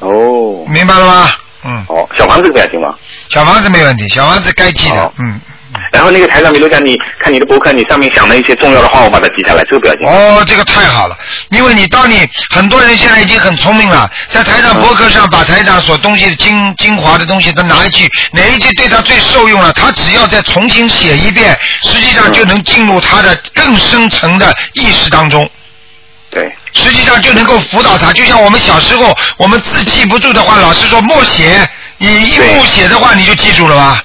S7: 哦
S1: 明白了吗？嗯，嗯
S7: 哦，小房子这个要行吗？
S1: 小房子没问题，小房子该记的
S7: 好，
S1: 嗯，
S7: 然后那个台上，比如讲你看你的博客，你上面讲的一些重要的话，我把它记下来，这个不要紧。
S1: 哦，这个太好了，因为你当你很多人现在已经很聪明了，在台长博客上把台长所东西的精精华的东西，他拿一句哪一句对他最受用了，他只要再重新写一遍，实际上就能进入他的更深层的意识当中。
S7: 对，
S1: 实际上就能够辅导他。就像我们小时候，我们字记不住的话，老师说默写，你一
S7: 对
S1: 默写的话，你就记住了吧？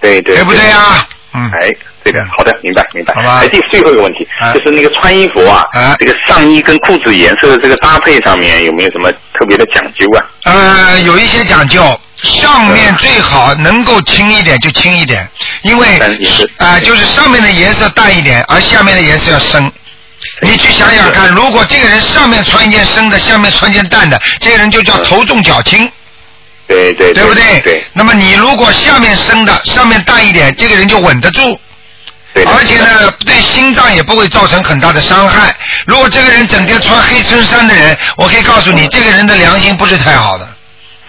S7: 对对。
S1: 对不对呀？嗯，
S7: 哎，对的，好的，明白明白。
S1: 好吧
S7: 哎，第最后一个问题
S1: 啊，
S7: 就是那个穿衣服啊
S1: 啊，
S7: 这个上衣跟裤子颜色的这个搭配上面有没有什么特别的讲究啊？
S1: 呃，有一些讲究，上
S7: 嗯
S1: 面最好能够轻一点就轻一点，因为
S7: 但是也是
S1: 啊、就是上面的颜色淡一点，而下面的颜色要
S7: 哎
S1: 深。你去想想看，如果这个人上面穿一件深的，下面穿一件淡的，这个人就叫头重脚轻，
S7: 嗯对对
S1: 对不对？
S7: 对
S1: 那么你如果下面深的，上面淡一点，这个人就稳得住。
S7: 对的。
S1: 而且呢，对心脏也不会造成很大的伤害。如果这个人整天穿黑衬衫的人，我可以告
S7: 嗯
S1: 诉你，这个人的良心不是太好的。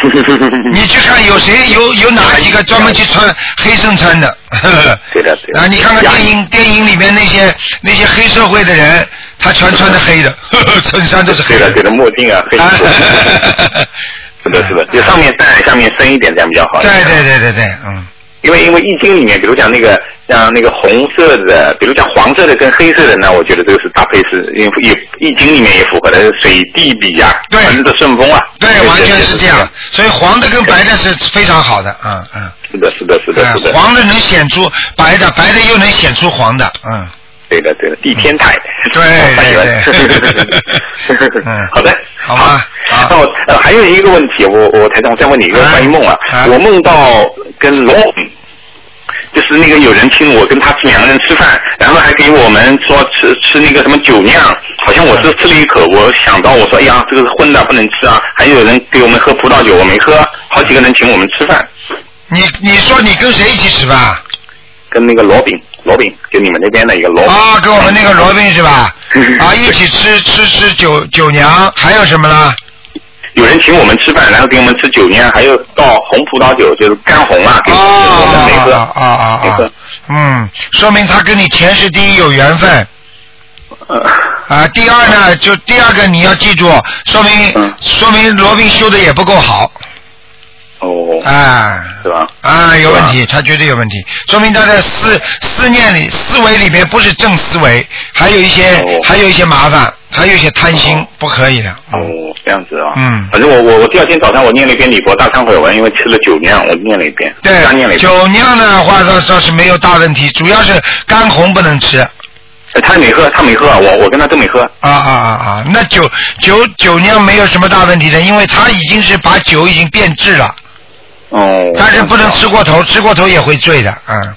S1: 你去看有谁有有哪几个专门去穿黑衬衫的？
S7: 对的对的
S1: 啊，你看看
S7: 呀
S1: 电影电影里面那些那些黑社会的人，他全穿的黑的， 衬衫都是黑
S7: 对的对
S1: 的。哎
S7: 的，墨镜啊，黑色。 是的，是的，就上面淡，下面深一点，这样比较好。
S1: 对对对对对，嗯，
S7: 因为因为易经里面，比如讲那个像那个红色的，比如讲黄色的跟黑色的呢，我觉得这个是搭配是，因为易易经里面也符合的水地比啊，
S1: 对
S7: 盆的顺风啊，
S1: 对，完全是这样。所以黄的跟
S7: 对
S1: 白的是非常好的，嗯嗯。
S7: 是的，是的，是的，
S1: 哎
S7: 是的，
S1: 黄的能显出白的，白的又能显出黄的，嗯，
S7: 对的，对的，地天台。
S1: 对对对 嗯
S7: 好的，
S1: 好吧好
S7: 那我呃还有一个问题，我我台长，我再问你一个
S1: 啊
S7: 关于梦啊
S1: 啊，
S7: 我梦到跟龙。就是那个有人请我跟他两个人吃饭，然后还给我们说吃吃那个什么酒酿，好像我是吃了一口，我想到我说哎呀这个是荤的不能吃啊，还有人给我们喝葡萄酒，我没喝，好几个人请我们吃饭，
S1: 你你说你跟谁一起吃饭？
S7: 跟那个罗饼罗饼就你们那边的一个罗饼
S1: 啊，跟我们那个罗宾是 吧？啊，
S7: 对
S1: 一起吃吃吃酒酒娘，还有什么呢？
S7: 有人请我们吃饭，然后给我们吃酒酿，还有倒红葡萄酒，就是干红啊，给
S1: 啊
S7: 我们每个。
S1: 啊啊啊
S7: 没
S1: 啊
S7: 喝！
S1: 嗯，说明他跟你前世第一有缘分
S7: 呃
S1: 啊。第二呢，就第二个你要记住，说明
S7: 嗯
S1: 说明罗宾修的也不够好，
S7: 哦，
S1: 哎。
S7: 是吧？
S1: 啊，有问题，他绝对有问题，说明他的思思念里、思维里边不是正思维，还有一些、
S7: 哦
S1: 还有一些麻烦，还有一些贪心，不可以的。嗯
S7: 哦，这样子啊。
S1: 嗯
S7: 反正我我我第二天早上我念了一遍礼佛大忏悔文，因为吃了酒酿，我念了一遍，刚念了
S1: 对，
S7: 一遍，
S1: 酒酿的话倒倒是没有大问题，主要是干红不能吃。
S7: 呃他没喝，他没喝，我我跟他都没喝。
S1: 啊啊啊啊！那酒酒酒酿没有什么大问题的，因为他已经是把酒已经变质了，
S7: 哦。
S1: 但是不能
S7: 这
S1: 吃
S7: 样子啊。
S1: 过头，吃过头也会醉的。嗯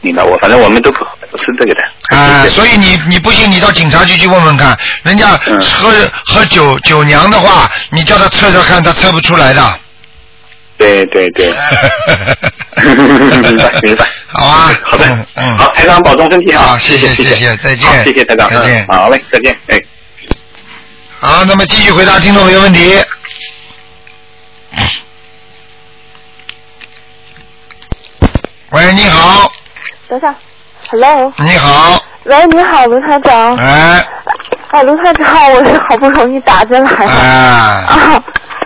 S7: 明白我，反正我们都不不吃这个的。
S1: 啊，所以你你不信，你到警察局去问问看，人家
S7: 嗯
S1: 喝、喝酒酒娘的话，你叫他测测看，他测不出来的。
S7: 对对对。 明白明白。
S1: 好啊，
S7: 好的
S1: 嗯，嗯，
S7: 好，台长保重身体啊！
S1: 好谢谢
S7: 谢
S1: 谢谢再见
S7: 好谢谢台长，
S1: 再见
S7: 嗯好嘞，再见，哎。
S1: 好，那么继续回答听众朋友问题。喂，你好，
S8: 等一下，Hello，
S1: 你好，
S8: 喂，你好，卢台长。
S1: 哎，
S8: 哎，卢台长，我是好不容易打进来了、
S1: 哎，
S8: 啊，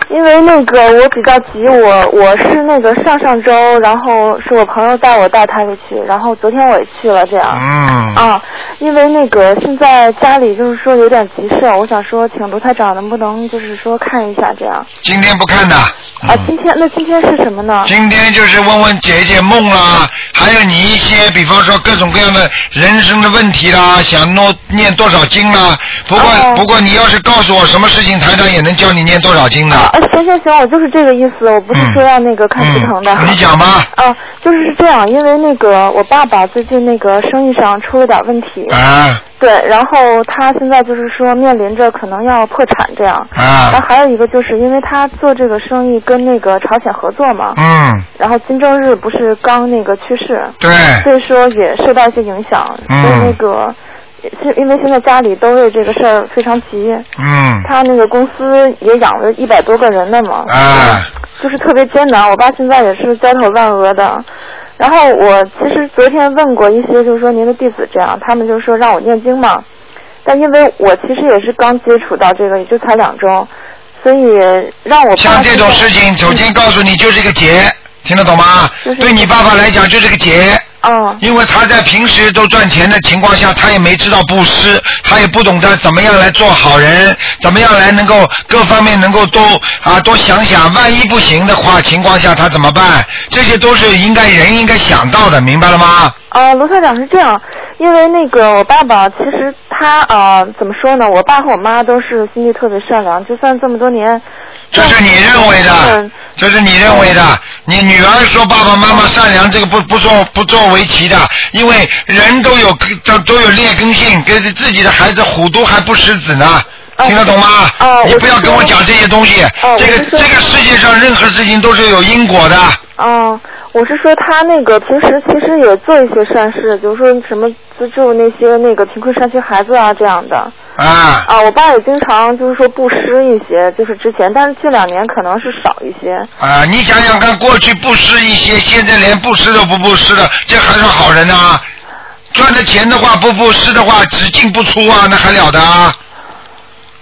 S8: 因为那个我比较急，我我是那个上上周，然后是我朋友带我到他就去，然后昨天我也去了，这样。
S1: 嗯，
S8: 啊，因为那个现在家里就是说有点急事儿，我想说请卢台长能不能就是说看一下这样
S1: 今天不看的，
S8: 啊？
S1: 嗯
S8: 今天那今天是什么呢？
S1: 今天就是问问解解梦啦，还有你一些，比方说各种各样的人生的问题啦，想诺念多少经啦。不过、
S8: 哦
S1: 不过你要是告诉我什么事情，台长也能教你念多少经的。
S8: 啊，行行行，我就是这个意思，我不是说要那个看图腾的。
S1: 嗯你讲吧。
S8: 啊，就是是这样，因为那个我爸爸最近那个生意上出了点问题，
S1: 啊
S8: 对，然后他现在就是说面临着可能要破产这样。然
S1: 啊
S8: 后，还有一个就是因为他做这个生意跟那个朝鲜合作嘛，
S1: 嗯，
S8: 然后金正日不是刚那个去世，
S1: 对，
S8: 所以说也受到一些影响，
S1: 嗯
S8: 所以那个。是因为现在家里都为这个事儿非常急，
S1: 嗯
S8: 他那个公司也养了一百多个人呢嘛，
S1: 啊
S8: 就是特别艰难。我爸现在也是焦头烂额的，然后我其实昨天问过一些，就是说您的弟子这样，他们就说让我念经嘛。但因为我其实也是刚接触到这个，也就才两周，所以让我爸
S1: 像这种
S8: 现在
S1: 事情，首先告诉你就是一个劫，听得懂吗？
S8: 就是
S1: 对你爸爸来讲就是个劫。
S5: 哦
S8: 嗯
S1: 因为他在平时都赚钱的情况下，他也没知道布施，他也不懂得怎么样来做好人，怎么样来能够各方面能够都啊多想想，万一不行的话情况下他怎么办？这些都是应该人应该想到的，明白了吗？
S8: 呃，卢校长是这样，因为那个我爸爸其实他呃怎么说呢？我爸和我妈都是心地特别善良，就算这么多年，
S1: 这是你认为的
S8: 嗯，
S1: 这是你认为的。你女儿说爸爸妈妈善良，这个不不做不做为奇的，因为人都有都都有劣根性，给自己的孩子虎毒还不食子呢。
S8: 哦
S1: 听得懂吗？
S8: 哦
S1: 你
S8: 我
S1: 不要
S8: 知
S1: 跟
S8: 道
S1: 我讲这些东西。
S8: 哦
S1: 这个
S8: 我知道
S1: 这个世界上任何事情都是有因果的。
S8: 嗯、我是说他那个平时其实也做一些善事，比如说什么资助那些那个贫困山区孩子啊这样的。
S1: 啊，
S8: 啊，我爸也经常就是说布施一些，就是之前，但是近两年可能是少一些。
S1: 啊，你想想看，过去布施一些，现在连布施都不布施了，这还算好人呐、啊赚的钱的话，不布施的话，只进不出啊，那还了得啊？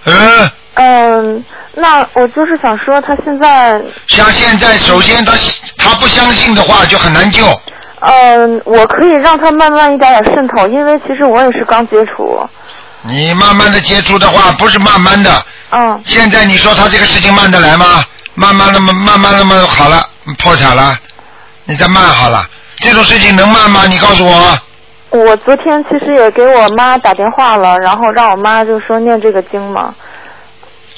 S1: 嗯，
S8: 嗯，那我就是想说他现在
S1: 像现在，首先他他不相信的话，就很难救。
S8: 嗯，我可以让他慢慢一点点渗透，因为其实我也是刚接触。
S1: 你慢慢的接触的话，不是慢慢的。
S8: 嗯，
S1: 现在你说他这个事情慢得来吗？慢慢的嘛，慢慢的嘛，好了，破产了，你再慢好了。这种事情能慢吗？你告诉我。
S8: 我昨天其实也给我妈打电话了，然后让我妈就说念这个经嘛。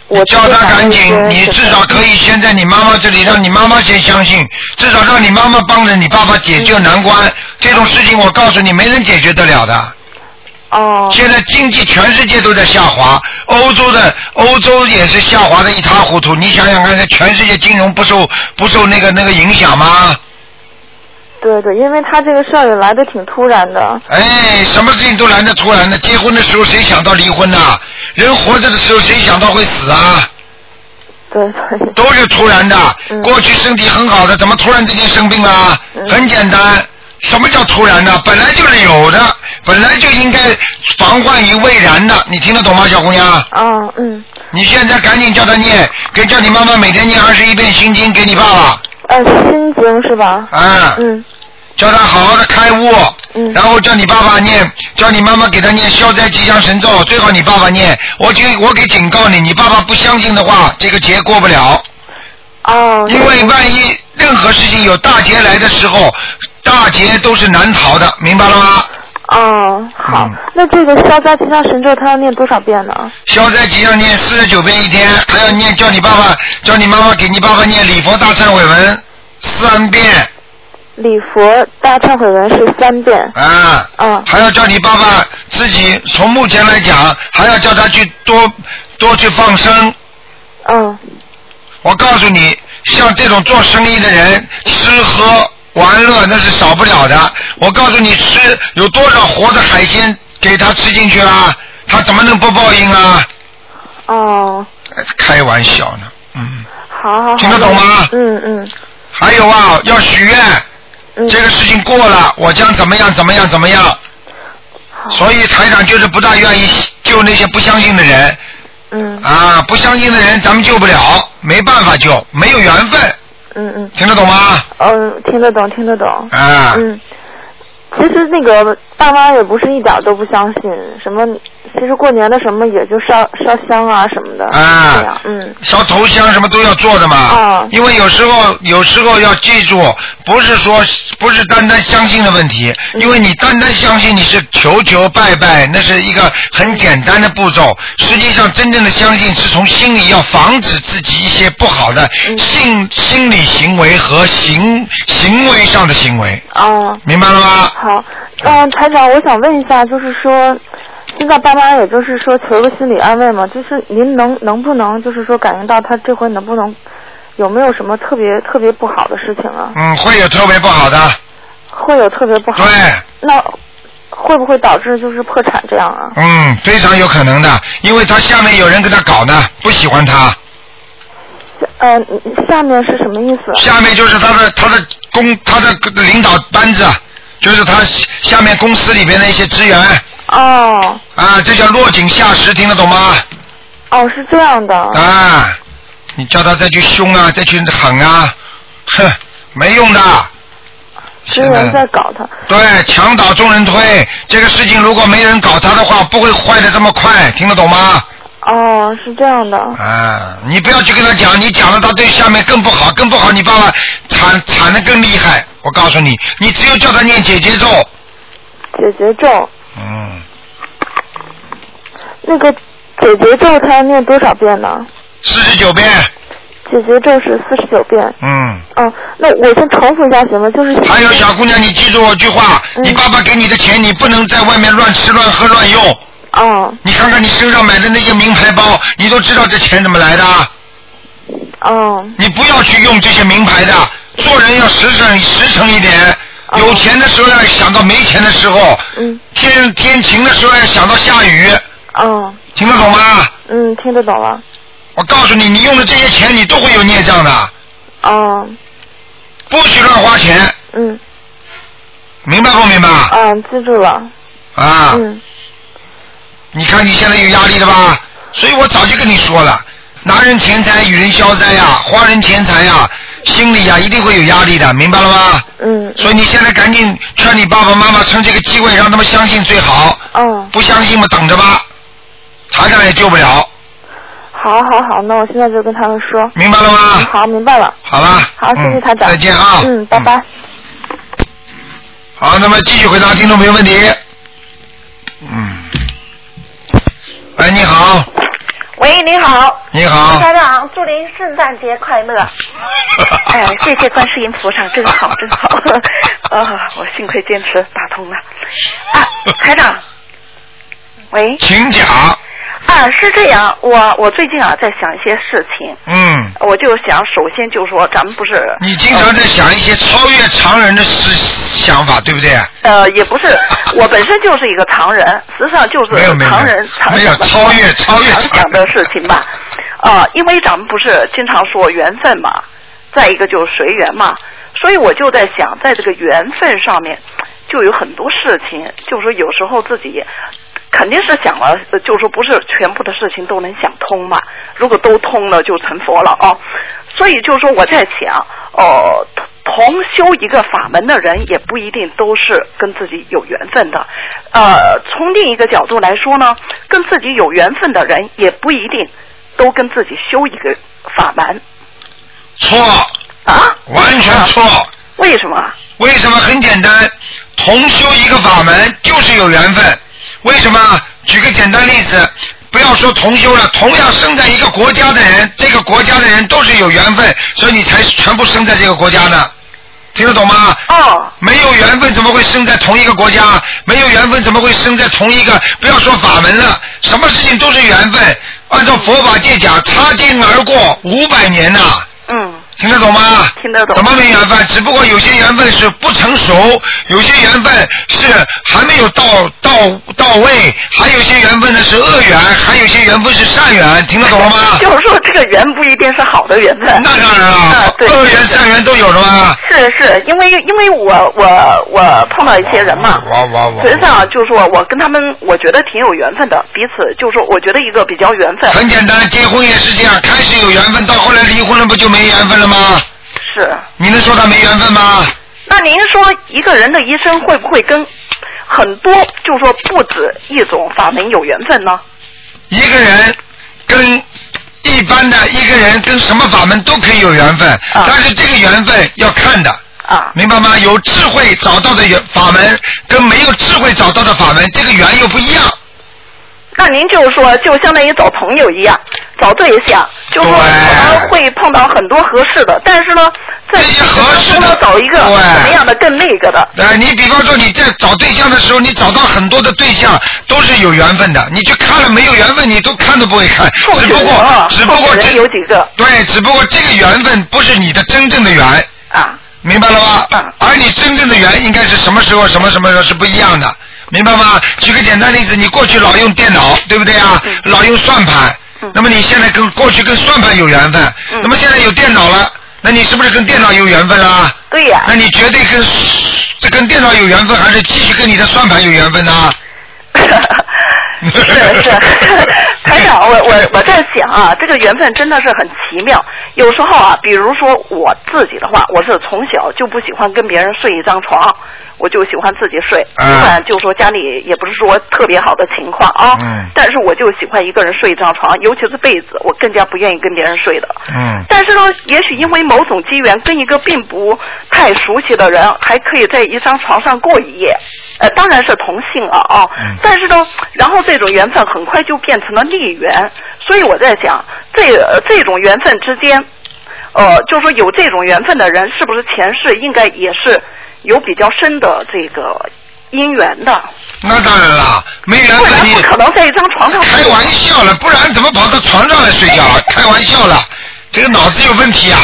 S8: 我
S1: 叫
S8: 就是
S1: 他
S8: 想
S1: 赶
S8: 一
S1: 紧，
S8: 些
S1: 你
S8: 什
S1: 至
S8: 么
S1: 少可以先在你妈妈这里，让你妈妈先相信，至少让你妈妈帮着你爸爸解救难关。这种事情我告诉你，没人解决得了的。
S8: 哦
S1: 现在经济全世界都在下滑，欧洲的欧洲也是下滑的一塌糊涂。你想想看，这全世界金融不受不受那个那个影响吗？
S8: 对对，因为他这个事儿也来的挺突然的。
S1: 哎，什么事情都来得突然的。结婚的时候谁想到离婚呐、人活着的时候谁想到会死啊？
S8: 对对。
S1: 都是突然的。
S8: 嗯
S1: 过去身体很好的，怎么突然之间生病了、
S8: 嗯
S1: 很简单，什么叫突然的？本来就是有的，本来就应该防患于未然的。你听得懂吗，小姑娘？
S8: 嗯嗯，
S1: 你现在赶紧叫她念，给叫你妈妈每天念二十一遍心经给你爸爸，
S8: 呃，心经是吧？
S1: 啊、
S8: 嗯
S1: 叫他好好的开悟。
S8: 嗯
S1: 然后叫你爸爸念，叫你妈妈给他念消灾吉祥神咒，最好你爸爸念。我就我给警告你，你爸爸不相信的话，这个节过不了。
S8: 哦。
S1: 因为万一任何事情有大劫来的时候，大劫都是难逃的，明白了吗？
S8: 哦，好
S1: 嗯，
S8: 那这个消灾吉祥神咒他要念多少遍呢？
S1: 消灾吉祥念四十九遍一天，还要念叫你爸爸叫你妈妈给你爸爸念礼佛大忏悔文三遍
S8: 礼佛大忏悔文是三遍。
S1: 啊，
S8: 嗯
S1: 还要叫你爸爸自己从目前来讲，还要叫他去多多去放生。
S8: 嗯
S1: 我告诉你，像这种做生意的人，吃喝玩乐那是少不了的。我告诉你，吃有多少活的海鲜给他吃进去啦，他怎么能不报应啊？
S8: 哦，
S1: 哎开玩笑呢，嗯。
S8: 好好好。
S1: 听得懂吗
S8: 嗯嗯
S1: 还有啊，要许愿，
S8: 嗯。
S1: 这个事情过了，我将怎么样怎么样怎么样。
S8: 好
S1: 所以台长就是不大愿意救那些不相信的人
S8: 嗯
S1: 啊，不相信的人咱们救不了，没办法救，没有缘分，
S8: 嗯嗯
S1: 听得懂吗？
S8: 嗯，听得懂，听得懂。
S1: 啊，
S8: 嗯，其实那个爸妈也不是一点儿都不相信，什么其实过年的什么也就烧烧香啊什么的，
S1: 啊
S8: 这样，嗯
S1: 烧头香什么都要做的嘛。
S8: 嗯
S1: 因为有时候有时候要记住，不是说不是单单相信的问题，因为你单单相信你是求求拜拜，那是一个很简单的步骤。实际上，真正的相信是从心里要防止自己一些不好的性心理行为和行行为上的行为，
S8: 啊，
S1: 明白了吗？
S8: 好，嗯，台长，我想问一下，就是说。现在爸妈也就是说求个心理安慰嘛，就是您能能不能就是说感应到他这回能不能有没有什么特别特别不好的事情啊？
S1: 嗯，会有特别不好的，
S8: 会有特别不好
S1: 对。，
S8: 那会不会导致就是破产这样啊？
S1: 嗯，非常有可能的，因为他下面有人跟他搞呢，不喜欢他。
S8: 呃，你下面是什么意思？
S1: 下面就是他的他的公他的领导班子，啊就是他下面公司里边的一些职员
S8: 哦
S1: 啊，这叫落井下石，听得懂吗？
S8: 哦，是这样的。
S1: 啊，你叫他再去凶啊，再去狠啊，哼，没用的。
S8: 只有
S1: 嗯
S8: 人啊在搞他。
S1: 对，墙倒众人推，这个事情如果没人搞他的话，不会坏的这么快，听得懂吗？
S8: 哦，是这样的。
S1: 啊，你不要去跟他讲，你讲了他对下面更不好，更不好，你爸爸惨惨的更厉害。我告诉你，你只有叫他念姐姐咒，
S8: 解决咒，
S1: 嗯，
S8: 那个解决咒他要念多少遍呢？
S1: 四十九遍，
S8: 解决咒是四十九遍。
S1: 嗯。
S8: 嗯，那我先重复一下行吗？就是
S1: 还有小姑娘，你记住我句话，
S8: 嗯
S1: 你爸爸给你的钱，你不能在外面乱吃乱喝乱用。
S8: 哦
S1: 你看看你身上买的那些名牌包，你都知道这钱怎么来的。啊
S8: 哦
S1: 你不要去用这些名牌的，做人要实诚实诚一点。有钱的时候要想到没钱的时候，
S8: 哦嗯
S1: 天天晴的时候要想到下雨，
S8: 哦
S1: 听得懂吗？
S8: 嗯，听得懂了。
S1: 我告诉你，你用的这些钱，你都会有孽障的，
S8: 哦
S1: 不许乱花啊钱，
S8: 嗯
S1: 明白不明白？
S8: 嗯，记住了。
S1: 啊，
S8: 嗯
S1: 你看你现在有压力了吧？所以我早就跟你说了，拿人钱财与人消灾呀、花人钱财呀、心里呀、一定会有压力的，明白了吗？
S8: 嗯
S1: 所以你现在赶紧劝你爸爸妈妈趁这个机会让他们相信最好，
S8: 嗯，
S1: 不相信嘛等着吧，台长也救不了，
S8: 好好好，那我现在就跟他们说。
S1: 明白了
S8: 嗯
S1: 吗？
S8: 好，明白了。
S1: 好了，
S8: 好，谢谢
S1: 嗯
S8: 台长。
S1: 再见啊，嗯
S8: 嗯，拜拜。
S1: 好，那么继续回答听众朋友问题。嗯，喂，你好，
S9: 喂，你好，
S1: 你好，
S9: 台长，祝您圣诞节快 乐。哎，谢谢观世音菩萨，真好，真好。 啊，我幸亏坚持打通了。啊，台长，喂，
S1: 请讲。
S9: 啊，是这样，我我最近啊在想一些事情，
S1: 嗯，
S9: 我就想首先就说咱们不是
S1: 你经常在想一些超越常人的思想法，对不对？
S9: 呃也不是，我本身就是一个常人，实际上就是
S1: 没有没有
S9: 常人常
S1: 没有
S9: 想的
S1: 超越超越常
S9: 常想的事情吧。啊，因为咱们不是经常说缘分嘛，再一个就是随缘嘛，所以我就在想，在这个缘分上面，就有很多事情，就是说有时候自己肯定是想了，呃就是说不是全部的事情都能想通嘛。如果都通了，就成佛了啊。所以就是说我在想，哦、同修一个法门的人，也不一定都是跟自己有缘分的。呃，从另一个角度来说呢，跟自己有缘分的人，也不一定都跟自己修一个法门
S1: 错，
S9: 啊？
S1: 完全错。
S9: 为什么？
S1: 为什么？很简单，同修一个法门就是有缘分。为什么？举个简单例子，不要说同修了，同样生在一个国家的人，这个国家的人都是有缘分，所以你才全部生在这个国家呢。听得懂吗？
S9: 哦，
S1: 没有缘分怎么会生在同一个国家？没有缘分怎么会生在同一个？不要说法门了，什么事情都是缘分。按照佛法界讲，擦肩而过五百年呐、
S9: 嗯，
S1: 听得懂吗？
S9: 听得懂
S1: 怎么没缘分？只不过有些缘分是不成熟，有些缘分是还没有到到到位，还有些缘分呢是恶缘，还有些缘分是善缘，听得懂了吗？
S9: 就是说这个缘不一定是好的缘分。
S1: 那当然
S9: 啊
S1: 了，
S9: 对
S1: 恶缘善缘都有了吗？
S9: 是是，因为因为我我我碰到一些人嘛，
S1: 哇哇哇！
S9: 实际上就是说我跟他们，我觉得挺有缘分的，彼此就是说我觉得一个比较缘分
S1: 很简单，结婚也是这样，开始有缘分，到后来离婚了，不就没缘分了吗？
S9: 是。
S1: 你能说他没缘分吗？
S9: 那您说一个人的一生会不会跟很多就是说不止一种法门有缘分呢？
S1: 一个人跟一般的一个人跟什么法门都可以有缘分，
S9: 啊
S1: 但是这个缘分要看的，
S9: 啊，
S1: 明白吗？有智慧找到的缘法门跟没有智慧找到的法门，这个缘又不一样。
S9: 那您就是说就相当于找朋友一样，找对象，就是说
S1: 对
S9: 可能会碰到很多合适的，但是呢，在
S1: 这些合适的
S9: 中呢找一个
S1: 对
S9: 什么样的更那个的。
S1: 呃，你比方说你在找对象的时候，你找到很多的对象都是有缘分的，你去看了没有缘分，你都看都不会看，
S9: 处
S1: 只
S9: 女
S1: 不
S9: 人
S1: 过
S9: 啊，
S1: 只不过
S9: 处女
S1: 这
S9: 人有几个
S1: 对，只不过这个缘分不是你的真正的缘，
S9: 啊？
S1: 明白了吧？
S9: 嗯
S1: 而你真正的缘应该是什么时候、什么什么时候是不一样的，明白吗？举个简单例子，你过去老用电脑，对不对啊？
S9: 嗯嗯
S1: 老用算盘，那么你现在跟过去跟算盘有缘分，那么现在有电脑了。那你是不是跟电脑有缘分啦？
S9: 对呀、
S1: 那你绝对跟这跟电脑有缘分，还是继续跟你的算盘有缘分呢、
S9: 是是，台长，我我我在想啊，这个缘分真的是很奇妙。有时候啊，比如说我自己的话，我是从小就不喜欢跟别人睡一张床，我就喜欢自己睡。
S10: 嗯
S9: 虽然就说家里也不是说特别好的情况啊，
S10: 嗯
S9: 但是我就喜欢一个人睡一张床，尤其是被子，我更加不愿意跟别人睡的。
S1: 嗯
S9: 但是呢，也许因为某种机缘，跟一个并不太熟悉的人，还可以在一张床上过一夜。呃，当然是同性了啊。但是呢，然后这种缘分很快就变成了孽缘，所以我在想，这、呃这种缘分之间，呃，就说有这种缘分的人，是不是前世应该也是有比较深的这个姻缘的？
S1: 那当然啦，没缘分你
S9: 可能在一张床上
S1: 开玩笑了，不然怎么跑到床上来睡觉 啊？开玩笑了，这个脑子有问题啊！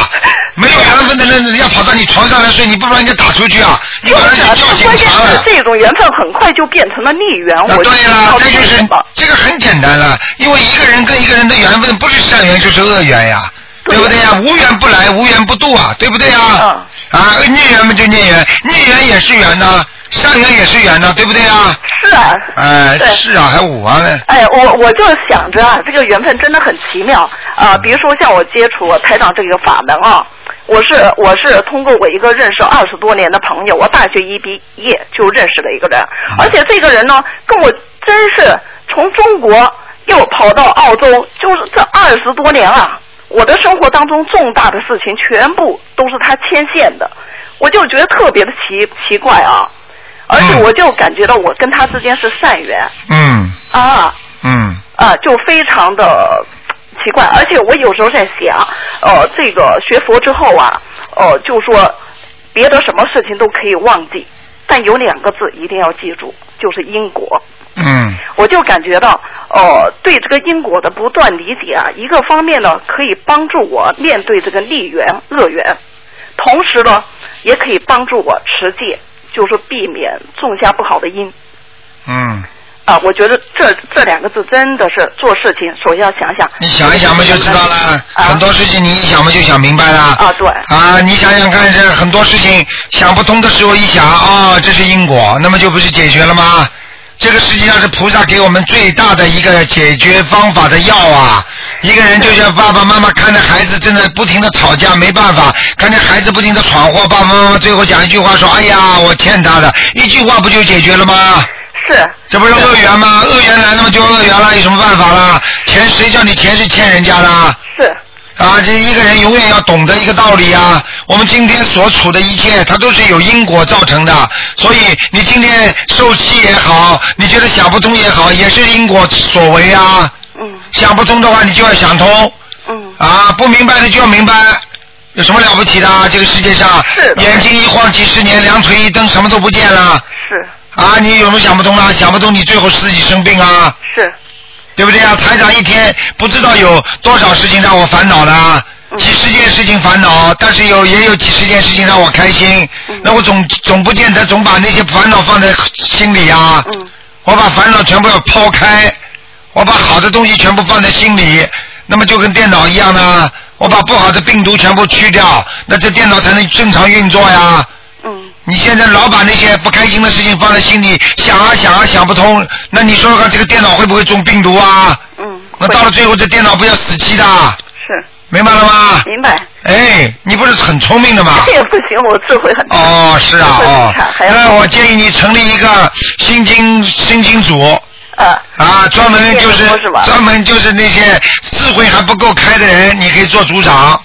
S1: 没有缘分的人要跑到你床上来睡，你不把人家打出去啊？你
S9: 就
S1: 把人
S9: 是
S1: 家
S9: 啊，
S1: 叫警
S9: 关键
S1: 察
S9: 是
S1: 了。
S9: 这种缘分很快就变成了孽缘。
S1: 那
S9: 我
S1: 对
S9: 了
S1: 啦，，这就是这个很简单了，因为一个人跟一个人的缘分不是善缘就是恶缘呀，对不对呀？无缘不来，无缘不渡啊，对不对呀？啊，孽缘嘛就孽缘，孽缘也是缘呐、善缘也是缘呐、对不对呀？
S9: 是啊，
S1: 哎、
S9: 对
S1: 是啊，还五啊呢。
S9: 哎，我我就想着啊，这个缘分真的很奇妙啊、比如说像我接触台长这个法门啊，我是我是通过我一个认识二十多年的朋友，我大学一毕业就认识了一个人，而且这个人呢，跟我真是从中国又跑到澳洲，就是这二十多年啊，我的生活当中重大的事情全部都是他牵线的，我就觉得特别的奇奇怪啊。而且我就感觉到我跟他之间是善缘，
S1: 嗯
S9: 啊
S1: 嗯
S9: 啊，就非常的奇怪。而且我有时候在想，呃，这个学佛之后啊，呃，就说别的什么事情都可以忘记，但有两个字一定要记住，就是因果。
S1: 嗯
S9: 我就感觉到，呃，对这个因果的不断理解啊，一个方面呢可以帮助我面对这个逆缘恶缘，同时呢也可以帮助我持戒，就是说避免种下不好的因。
S1: 嗯，
S9: 啊，我觉得这这两个字真的是做事情，首先要想想。
S1: 你想一想嘛就知道了，很多事情你一想嘛就想明白了。
S9: 啊，对。
S1: 啊，你想想看，这很多事情想不通的时候一想啊、这是因果，那么就不是解决了吗？这个实际上是菩萨给我们最大的一个解决方法的药啊！一个人就像爸爸妈妈看着孩子正在不停的吵架，没办法，看着孩子不停的闯祸，爸爸妈妈最后讲一句话说：“哎呀，我欠他的。”一句话不就解决了吗？
S9: 是。
S1: 这不是恶缘吗？恶缘来了嘛，就恶缘了，有什么办法啦？钱谁叫你钱是欠人家的？
S9: 是。
S1: 啊，这一个人永远要懂得一个道理啊！我们今天所处的一切，它都是有因果造成的。所以你今天受气也好，你觉得想不通也好，也是因果所为啊。
S9: 嗯。
S1: 想不通的话，你就要想通。嗯。啊，不明白的就要明白，有什么了不起的啊？这个世界上，眼睛一晃几十年，两腿一蹬，什么都不见了。
S9: 是。
S1: 啊，你有什么想不通啦？想不通，你最后自己生病啊。
S9: 是。
S1: 对不对啊？台长一天不知道有多少事情让我烦恼啦，几十件事情烦恼，但是有也有几十件事情让我开心。那我总总不见得总把那些烦恼放在心里啊。我把烦恼全部要抛开，我把好的东西全部放在心里，那么就跟电脑一样呢，我把不好的病毒全部去掉，那这电脑才能正常运作呀。你现在老把那些不开心的事情放在心里，想啊想啊想不通，那你说说看这个电脑会不会中病毒啊？
S9: 嗯。
S1: 那到了最后，这电脑不要死机的，
S9: 是。
S1: 明白了吗？
S9: 明白。
S1: 哎，你不是很聪明的吗？
S9: 这也不行，我智慧很差。
S1: 哦，是啊，
S9: 智慧
S1: 哦
S9: 很差，还要
S1: 那我建议你成立一个新经新经组。
S9: 啊。
S1: 啊，专门就是
S9: 念佛是吧
S1: 专门就是那些智慧还不够开的人，你可以做组 长。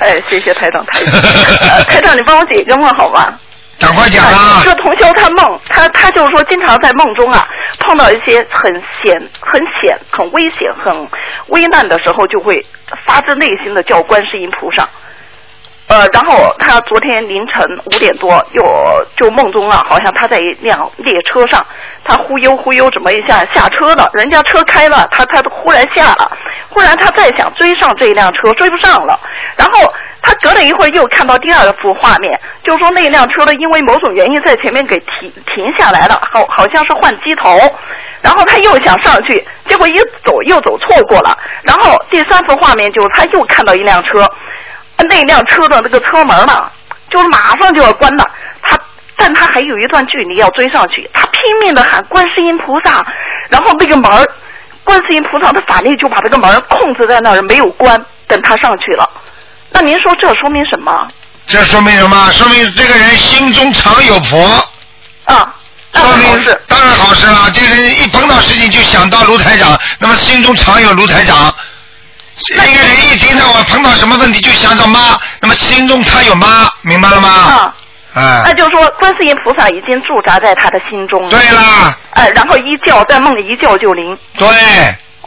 S9: 哎，谢谢台长，台长，呃台长，你帮我解一个梦好吗？
S1: 赶快讲啊！
S9: 这同修他梦，他他就说经常在梦中啊，碰到一些很险、很险、很危险、很危难的时候，就会发自内心的叫观世音菩萨。呃，然后他昨天凌晨五点多又就梦中啊，好像他在一辆列车上，他忽悠忽悠怎么一下下车了，人家车开了，他他忽然下了，忽然他再想追上这一辆车，追不上了，然后他隔了一会儿又看到第二幅画面，就说那一辆车呢，因为某种原因在前面给停停下来了，好好像是换机头，然后他又想上去，结果一走又走错过了，然后第三幅画面就是他又看到一辆车，那辆车的那个车门呢，就是马上就要关了，他但他还有一段距离要追上去，他拼命的喊观世音菩萨，然后那个门儿观世音菩萨的法力就把这个门儿控制在那儿没有关，等他上去了。那您说这说明什么？
S1: 这说明什么？说明这个人心中常有佛。
S9: 啊。
S1: 说明当然好事啦，这个人一碰到事情就想到卢台长，那么心中常有卢台长。一个人一听到我碰到什么问题就想找妈，那么心中他有妈，明白了吗？
S9: 啊。
S1: 哎。
S9: 那就是说，观世音菩萨已经驻扎在他的心中了。对
S1: 啦。
S9: 哎，然后一叫，在梦里一叫就灵。
S1: 对。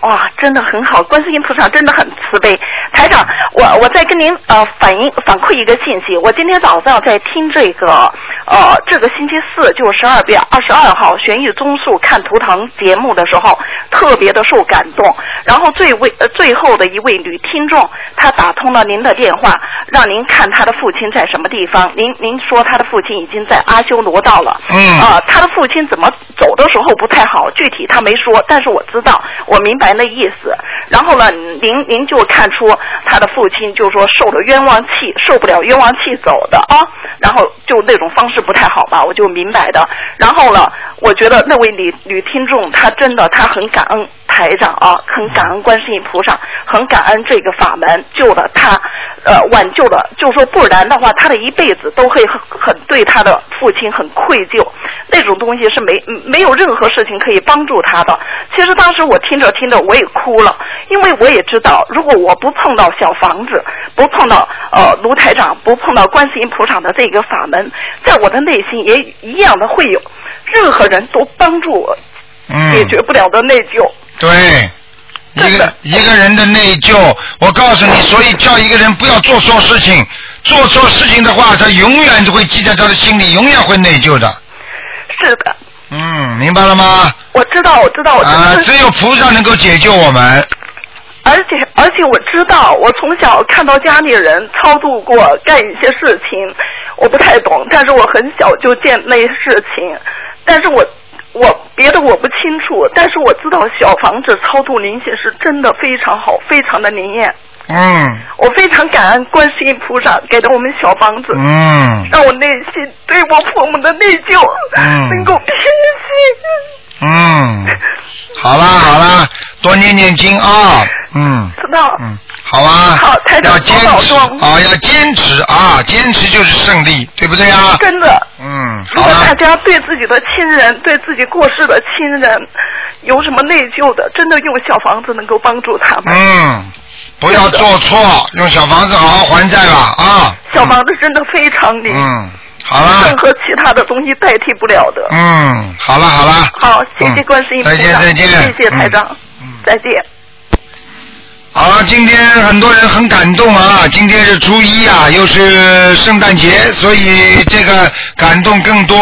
S9: 哇，真的很好，观世音菩萨真的很慈悲。台长，我我再跟您呃反映反馈一个信息，我今天早上在听这个呃这个星期四就是十二月二十二号悬疑综述看图腾节目的时候，特别的受感动。然后最为呃最后的一位女听众，她打通了您的电话，让您看她的父亲在什么地方。您您说她的父亲已经在阿修罗道了。
S1: 嗯
S9: 啊、他的父亲怎么走的时候不太好，具体他没说，但是我知道，我明白那意思。然后呢，您您就看出他的父亲就说受了冤枉气，受不了冤枉气走的啊，然后就那种方式不太好吧，我就明白的。然后呢，我觉得那位女女听众她真的她很感恩台长啊，很感恩观世音菩萨，很感恩这个法门救了她，呃，挽救了，就说不然的话，她的一辈子都会很很对她的父亲很愧疚，那种东西是没嗯没有任何事情可以帮助她的。其实当时我听着听着我也哭了，因为我也知道，如果我不碰到小房子，不碰到呃卢台长，不碰到观世音菩萨的这个法门，在我的内心也一样的会有，任何人都帮助我解
S1: 嗯。
S9: 决不了的内疚。
S1: 对，一个一个人的内疚，我告诉你，所以叫一个人不要做错事情，做错事情的话，他永远就会记在他的心里，永远会内疚的。
S9: 是的。
S1: 嗯，明白了吗？
S9: 我知道，我知道，我知道。
S1: 啊，只有菩萨能够解救我们。
S9: 而且而且我知道，我从小看到家里人超度过干一些事情，我不太懂，但是我很小就见那些事情，但是我我别的我不清楚，但是我知道小房子超度灵性是真的非常好，非常的灵验，
S1: 嗯
S9: 我非常感恩观世音菩萨给的我们小房子，
S1: 嗯
S9: 让我内心对我父母的内疚能
S1: 嗯
S9: 够平息，
S1: 嗯，好啦好啦，多念念经啊、嗯。
S9: 知道？
S1: 嗯，好啊，
S9: 好台长
S1: 要坚
S9: 多保
S1: 持
S9: 重
S1: 啊，要坚持啊，坚持就是胜利，对不对啊？
S9: 真的。
S1: 嗯，
S9: 如
S1: 好
S9: 果
S1: 了。
S9: 大家对自己的亲人、对自己过世的亲人有什么内疚的，真的用小房子能够帮助他们。
S1: 嗯，不要做错，用小房子好好还债吧啊！
S9: 小房子真的非常灵，
S1: 嗯，好了
S9: 任，何其他的东西代替不了的。
S1: 嗯，好了好了，
S9: 好，谢谢
S1: 嗯
S9: 观世音菩萨，
S1: 再见再见嗯
S9: 谢谢台长，再见。
S1: 好了，今天很多人很感动啊，今天是初一啊，又是圣诞节，所以这个感动更多，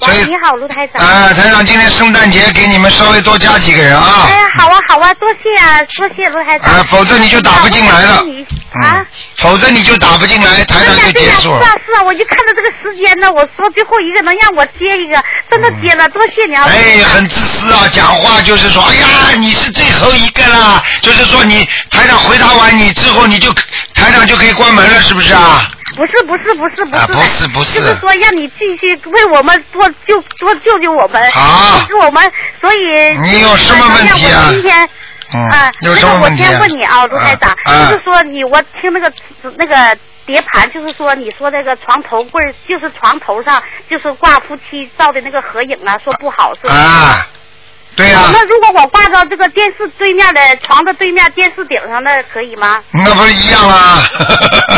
S1: 所以
S10: 你好，卢台长。
S1: 啊、台长今天圣诞节给你们稍微多加几个人啊
S10: 哎，，好啊，好啊，多谢啊，多谢卢台长。
S1: 啊否则你就打不进来了
S10: 啊我想问你
S1: 嗯，否则你就打不进来，台长就
S10: 对
S1: 结
S10: 呀、
S1: 束
S10: 对呀、
S1: 了
S10: 是。啊是啊，我就看到这个时间呢，我说最后一个能让我接一个，真的接了，多谢你啊！
S1: 哎，很自私啊，讲话就是说，哎呀，你是最后一个啦，就是说你台长回答完你之后，你就台长就可以关门了，是不是啊？
S10: 不是不是不是不是、
S1: 啊不是不是
S10: 就是说让你继续为我们多救多救救我们，
S1: 好
S10: 就是我们，所以
S1: 你有什么问题啊
S10: 让我今天。
S1: 嗯，
S10: 啊，
S1: 有
S10: 那
S1: 什
S10: 个
S1: 么
S10: 我
S1: 问题、
S10: 先问你啊，卢台长，
S1: 啊
S10: 就是说你我听那个那个碟盘，就是说你说那个床头柜儿，就是床头上就是挂夫妻照的那个合影啊，说不好是吧？
S1: 啊，对呀、
S10: 那如果我挂到这个电视对面的床的对面电视顶上，那可以吗？
S1: 那不是一样啊啦？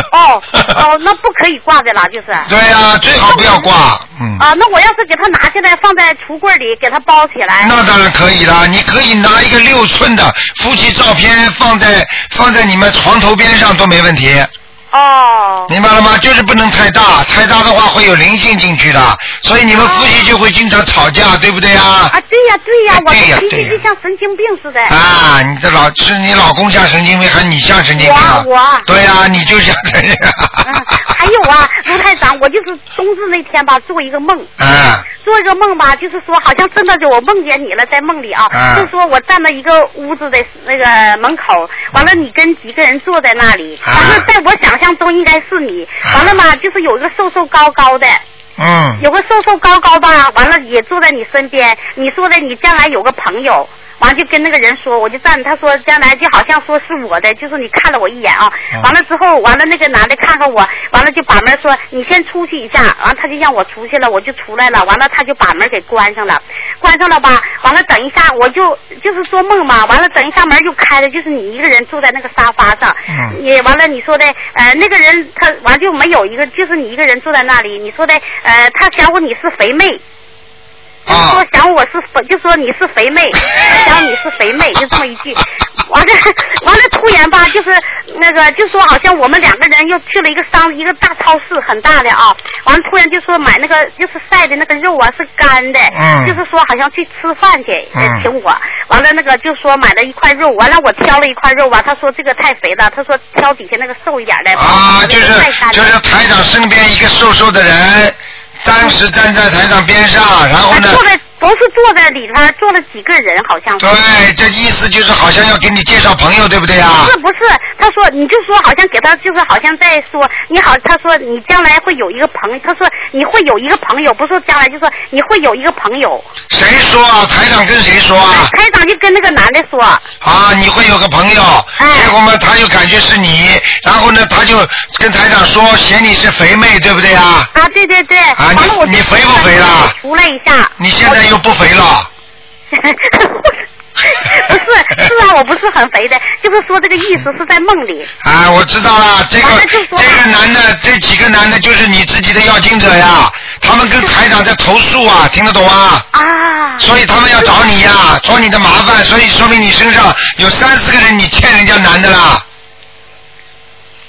S10: 哦哦，那不可以挂的啦，就是。
S1: 对呀、最好不要挂，嗯，
S10: 啊，那我要是给它拿下来放在橱柜里，给它包起来。啊
S1: 那当然可以啦，你可以拿一个六寸的夫妻照片放在放在你们床头边上都没问题。
S10: 哦。
S1: 明白了吗？就是不能太大，太大的话会有灵性进去的，所以你们夫妻就会经常吵架，对不对啊？
S10: 啊，对呀、对呀、
S1: 哎
S10: 我
S1: 对呀
S10: 的脾
S1: 对呀
S10: 气就像神经病似的。
S1: 啊，你这老是你老公像神经病，还是你像神经病啊？
S10: 我我
S1: 对呀、你就像神经病。
S10: 还有嗯啊，卢台长，我就是冬至那天吧，做一 个梦，
S1: 啊
S10: 做一个梦吧，就是说好像真的就我梦见你了，在梦里啊，
S1: 啊
S10: 就说我站在一个屋子的那个门口，完了你跟几个人坐在那里，
S1: 啊
S10: 完了在我想象像都应该是你。完了嘛，就是有一个瘦瘦高高的，
S1: 嗯，
S10: 有个瘦瘦高高吧，完了也坐在你身边。你说的你将来有个朋友，完就跟那个人说，我就站，他说将来就好像说是我的，就是你看了我一眼啊。完了之后，完了那个男的看看我，完了就把门说你先出去一下，完了他就让我出去了，我就出来了，完了他就把门给关上了，关上了吧，完了等一下我就就是做梦嘛，完了等一下门就开了，就是你一个人坐在那个沙发上，
S1: 嗯
S10: 也完了，你说的呃，那个人他完就没有一个，就是你一个人坐在那里。你说的呃，他想我你是肥妹，就说想我是肥，就说你是肥妹，他想你是肥妹，就这么一句。完了， 完了，突然吧，就是那个，就说好像我们两个人又去了一个商一个大超市，很大的啊。完了，突然就说买那个就是晒的那个肉啊，是干的，
S11: 嗯
S10: 就是说好像去吃饭去，呃
S11: 嗯
S10: 请我。完了，那个就说买了一块肉，完了我挑了一块肉吧，他说这个太肥了，他说挑底下那个瘦一点的。
S1: 啊，就是就是台长身边一个瘦瘦的人，当时站在台长边上，然后呢，
S10: 哦啊坐在不是坐在里边，坐了几个人好像是。
S1: 对，这意思就是好像要给你介绍朋友，对不对啊
S10: 不？是不是，他说你就说好像给他就是好像在说你好，他说你将来会有一个朋友，他说你会有一个朋友，不是说将来就说你会有一个朋友。哎
S1: 谁说啊？台长跟谁说啊？
S10: 台长就跟那个男的说。哎
S1: 啊，你会有个朋友，结果嘛，他就感觉是你，然后呢，他就跟台长说嫌你是肥妹，对不对啊？
S10: 啊，对对对。
S1: 啊，
S10: 完了我
S1: 你你肥不肥啦？
S10: 出来一下。
S1: 你现在又不肥了，
S10: 不是，是啊，我不是很肥的，就是说这个意思是在梦里。
S1: 啊，我知道了，这个这个男的，这几个男的就是你自己的要经者呀，他们跟台长在投诉啊，听得懂吗？
S10: 啊。
S1: 所以他们要找你呀、找你的麻烦，所以说明你身上有三四个人你欠人家男的啦。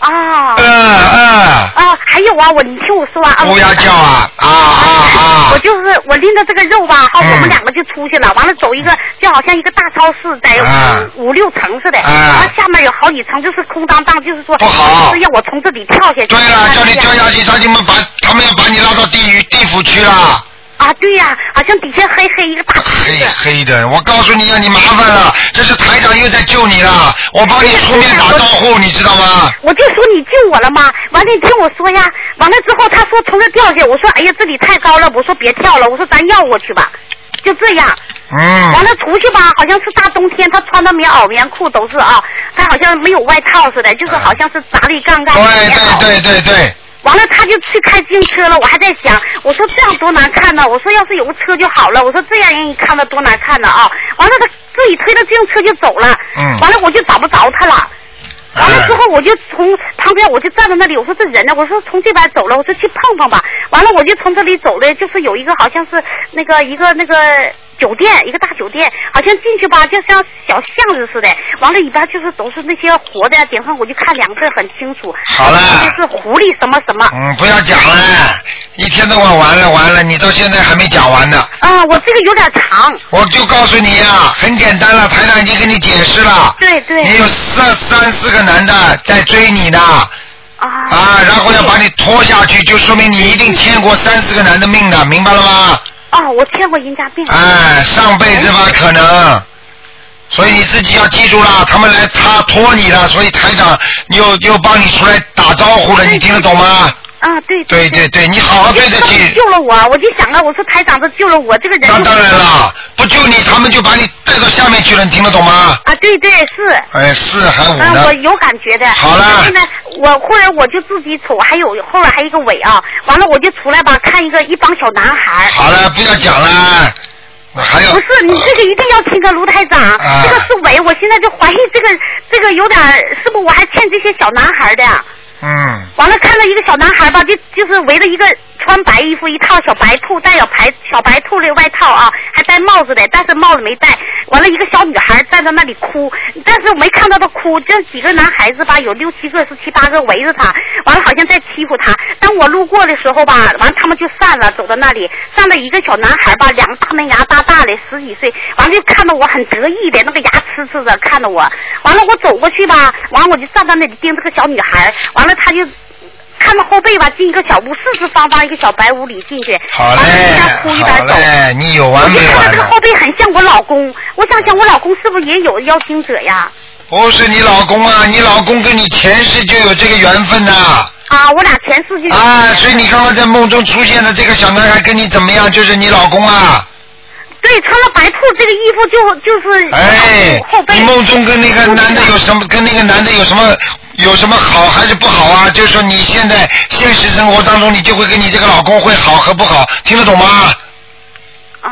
S10: 啊。
S1: 嗯嗯。
S10: 啊，还有啊，我你听我说啊。哎
S1: 不要叫啊啊啊嗯啊！
S10: 我就是我拎着这个肉吧，好，我们两个就出去了，完了走一个就好像一个大超市，在
S1: 嗯啊
S10: 五五六层似的，完了下面有好几层，就是空荡荡，就是说，不
S1: 好啊
S10: 就是让我从这里跳下去。对了，
S1: 叫你掉下去，他就们把他们要把你拉到地狱地府去了。
S10: 啊，对呀、好像底下黑黑一个 大。
S1: 黑黑的，我告诉你要你麻烦了，这是台长又在救你了，我帮你出面打招呼，你知道吗？
S10: 我就说你救我了吗？完了，你听我说呀。完了之后，他说从这掉下，我说哎呀，这里太高了，我说别跳了，我说咱绕过去吧，就这样。
S1: 嗯
S10: 完了出去吧，好像是大冬天，他穿的棉袄、棉裤都是啊，他好像没有外套似的，就是好像是砸里杠杠的棉袄。
S1: 对对对，
S10: 完了，他就去开自行车了。我还在想，我说这样多难看呢。我说要是有个车就好了。我说这样让你看了多难看呢啊！完了，他自己推着自行车就走了。
S1: 嗯
S10: 完了，我就找不着他了。
S1: 哎
S10: 完了之后，我就从旁边，我就站在那里，我说这人呢，我说从这边走了，我说去碰碰吧。完了，我就从这里走的，就是有一个好像是那个一个那个酒店，一个大酒店，好像进去吧，就像小巷子似的。完了里边就是都是那些活的，顶上我就看两个字很清楚，
S1: 好了
S10: 就是狐狸什么什么。
S1: 嗯，不要讲了，一天到晚完了完了，你到现在还没讲完呢。
S10: 啊，我这个有点长。
S1: 我就告诉你呀、很简单了，台长已经跟你解释了。
S10: 对对。
S1: 你有三三四个男的在追你呢。啊。啊，然后要把你拖下去，就说明你一定欠过三四个男的命的，明白了吗？
S10: 啊，我欠过人家病。
S1: 哎，上辈子吧，可能。所以你自己要记住了，他们来他拖你了，所以台长又又帮你出来打招呼了，你听得懂吗？
S10: 啊，对
S1: 对对对，你好好对得
S10: 他们
S1: 起。
S10: 救了我，我就想啊，我说台长这救了我这个人。
S1: 那当然了，不救你，他们就把你带到下面去了，你听得懂吗？
S10: 啊，对对是。
S1: 哎，四还五
S10: 嗯，
S1: 呢
S10: 我。有感觉的。
S1: 好了
S10: 但是呢，我后来我就自己瞅，还有后来还有一个尾啊，完了我就出来吧，看一个一帮小男孩。
S1: 好了，不要讲了。还有啊
S10: 不是你这个一定要听个卢台长，这个是尾，我现在就怀疑这个这个有点儿，是不是我还欠这些小男孩的？
S1: 嗯，
S10: 完了，看到一个小男孩吧，就就是围着一个穿白衣服、一套小白兔，戴小白小白兔的外套啊，还戴帽子的，但是帽子没戴。完了，一个小女孩站在那里哭，但是我没看到她哭。这几个男孩子吧，有六七个是七八个围着她，完了好像在欺负她。当我路过的时候吧，完了他们就散了，走到那里，上了一个小男孩吧，两个大门牙大大的，十几岁，完了就看到我很得意的那个牙呲呲的看着我，完了我走过去吧，完了我就站在那里盯这个小女孩，完了她就看到后背吧，进一个小屋，四四方方一个小白屋里进去，
S1: 好嘞，好嘞，你有完没啊
S10: 看到
S1: 完
S10: 这个
S1: 呢？
S10: 后背很像我老公，我想想我老公是不是也有妖精者呀？
S1: 不是你老公啊，你老公跟你前世就有这个缘分呐、
S10: 啊，我俩前世就
S1: 啊，所以你刚刚在梦中出现的这个小男孩跟你怎么样？就是你老公啊。
S10: 对，穿了白兔这个衣服就就是
S1: 哎，你梦中跟那个男的有什么？跟那个男的有什么？有什么好还是不好啊？就是说你现在现实生活当中，你就会跟你这个老公会好和不好，听得懂吗？啊。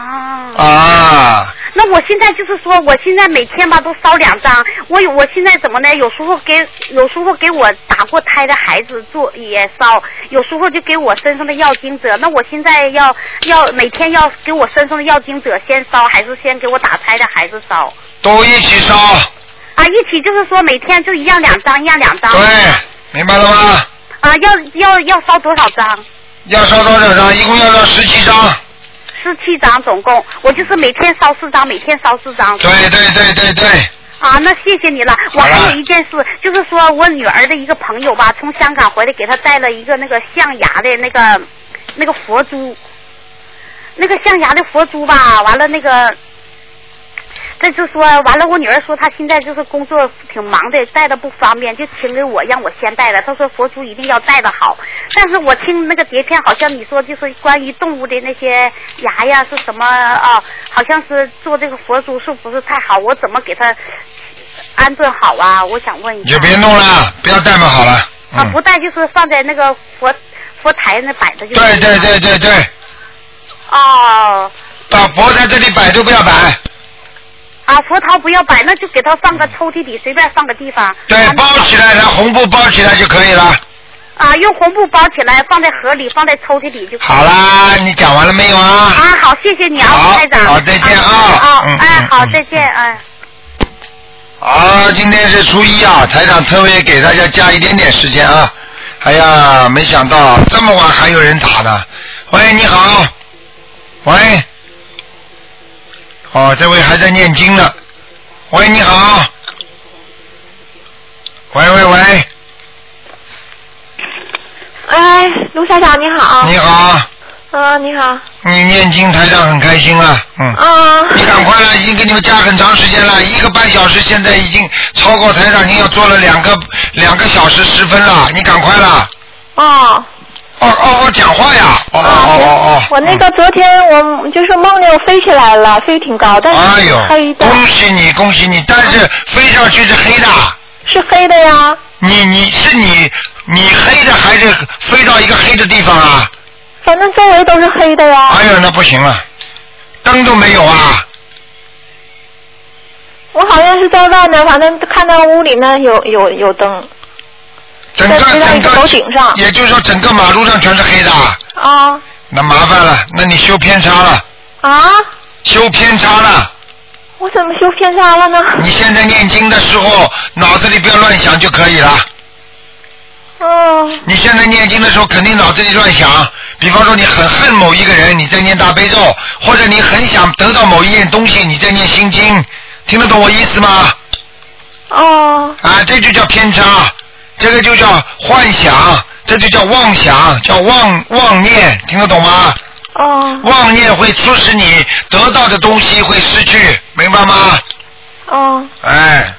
S1: 啊。
S10: 那我现在就是说，我现在每天吧都烧两张。我有我现在怎么呢？有时候给有时候给我打过胎的孩子做也烧，有时候就给我身上的要经者。那我现在要要每天要给我身上的要经者先烧，还是先给我打胎的孩子烧？
S1: 都一起烧，
S10: 啊，一起就是说每天就一样两张，一样两张。对。
S1: 明白了吗？
S10: 啊，要要要烧多少张？
S1: 要烧多少张？一共要烧十七张。
S10: 十七张总共，我就是每天烧四张，每天烧四张。对
S1: 对对对对。
S10: 啊，那谢谢你了。我还有一件事，就是说我女儿的一个朋友吧，从香港回来，给她带了一个那个象牙的那个那个佛珠，那个象牙的佛珠吧，完了那个。这就说完了，我女儿说她现在就是工作挺忙的，带的不方便，就请给我让我先带的。她说佛珠一定要带的好，但是我听那个碟片好像你说就是关于动物的那些牙呀是什么啊，好像是做这个佛珠是不是太好？我怎么给她安顿好啊？我想问一
S1: 你
S10: 下。
S1: 就别弄了，嗯不要带嘛好了。
S10: 啊，不带就是放在那个佛佛台那摆着就。
S1: 对对对对对。
S10: 哦。
S1: 把佛在这里摆都不要摆。
S10: 啊，佛头不要摆，那就给它放个抽屉里，随便放个地方。
S1: 对，包起来，然后红布包起来就可以了。
S10: 啊，用红布包起来，放在盒里，放在抽屉里就可以。
S1: 好啦，你讲完了没有啊？
S10: 啊，好，谢谢你啊，吴台长。
S1: 好再见啊
S10: 啊，
S1: 嗯
S10: 哎，好，再见，哎。
S1: 好，啊今天是初一啊，台长特别给大家加一点点时间啊。哎呀，没想到这么晚还有人打呢。喂，你好。喂。哦，这位还在念经呢。喂，你好。喂喂喂，
S11: 哎，卢台长你好。
S1: 你。好，
S11: 啊，你好。
S1: 你嗯念经，台长很开心啊。嗯。
S11: 啊。
S1: 你赶快了，已经给你们加很长时间了，一个半小时，现在已经超过台长，已经要做了两个两个小时十分了，你赶快了。
S11: 哦。
S1: 哦哦哦，讲话呀！哦嗯
S11: 哦哦。我那个昨天我就是梦见我飞起来了，飞挺高，但
S1: 哎
S11: 是
S1: 呦
S11: 黑，的，
S1: 恭喜你，恭喜你！但是飞上去是黑的。
S11: 是黑的呀。
S1: 你你是你你黑的还是飞到一个黑的地方啊？
S11: 反正周围都是黑的呀。
S1: 哎呦，那不行了，灯都没有啊！
S11: 我好像是在外面，反正看到屋里面有有有灯。
S1: 整个
S11: 在飞到一
S1: 整
S11: 个
S1: 个
S11: 楼顶上。
S1: 也就是说整个马路上全是黑的啊，
S11: 啊
S1: 那麻烦了，那你修偏差了，
S11: 啊！
S1: 修偏差了。
S11: 我怎么修偏差了呢？
S1: 你现在念经的时候，脑子里不要乱想就可以了。
S11: 哦。
S1: 你现在念经的时候，肯定脑子里乱想。比方说，你很恨某一个人，你在念大悲咒；或者你很想得到某一件东西，你在念心经。听得懂我意思吗？
S11: 哦。
S1: 啊，这就叫偏差，这个就叫幻想，这就叫妄想，叫妄妄念，听得懂吗？
S11: 哦。
S1: 妄念会促使你得到的东西会失去，明白吗？
S11: 哦
S1: 哎，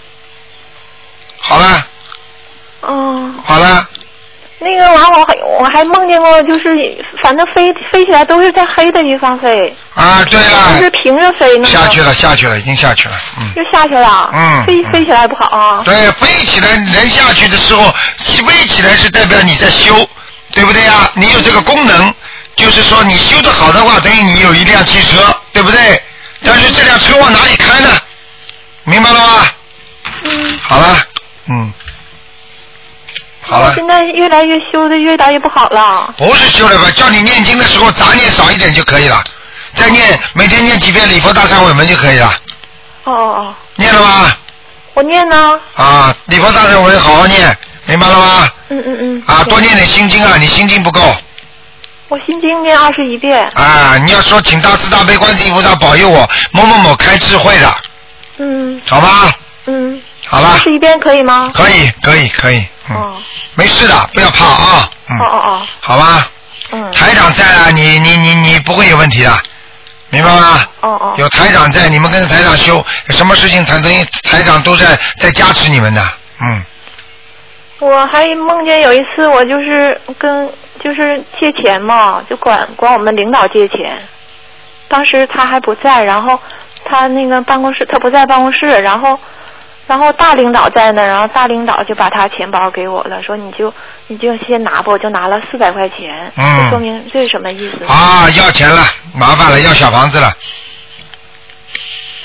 S1: 好了。
S11: 哦。
S1: 好了，
S11: 那个完，我还我还梦见过，就是反正飞飞起来都是在黑的地方飞，
S1: 啊，对
S11: 不是
S1: 了，
S11: 平着飞那
S1: 下
S11: 个，
S1: 去了，下去了，已经下去了，嗯，
S11: 就下去了。
S1: 嗯
S11: 飞飞起来不好啊。
S1: 对，飞起来，人下去的时候，飞起来是代表你在修，对不对呀？你有这个功能，就是说你修的好的话，等于你有一辆汽车，对不对？但是这辆车往哪里开呢？明白了吗？嗯。好了，嗯，好
S11: 我
S1: 了，
S11: 现在越来越修的越来越不好了。
S1: 不是修了吧？叫你念经的时候杂念少一点就可以了，再念每天念几遍礼佛大忏悔文就可以了，
S11: 哦哦哦，
S1: 念了吗？
S11: 我念呢。
S1: 啊，礼佛大忏悔好好念，明白了吗？
S11: 嗯嗯嗯。
S1: 啊，多念点心经啊，你心经不够
S11: 我心经念二十一遍。
S1: 啊，你要说请大慈大悲观世音菩萨保佑我某某某开智慧了，
S11: 嗯
S1: 好吗？
S11: 嗯。
S1: 好了
S11: 二十一遍可以吗？
S1: 可以，可以，可以，嗯
S11: 哦
S1: 没事的，不要怕啊，嗯，
S11: 哦哦哦。
S1: 好吧？
S11: 嗯。
S1: 台长在啊，你你你你不会有问题的，明白吗？
S8: 哦哦。
S1: 有台长在，你们跟着台长修，什么事情台长台长都在在加持你们的，嗯。
S8: 我还梦见有一次，我就是跟就是借钱嘛，就管管我们领导借钱。当时他还不在，然后他那个办公室他不在办公室，然后然后大领导在那儿，然后大领导就把他钱包给我了，说你就你就先拿吧，我就拿了四百块钱。
S1: 嗯
S8: 这说明这是什么意思？
S1: 啊，要钱了，麻烦了，要小房子了。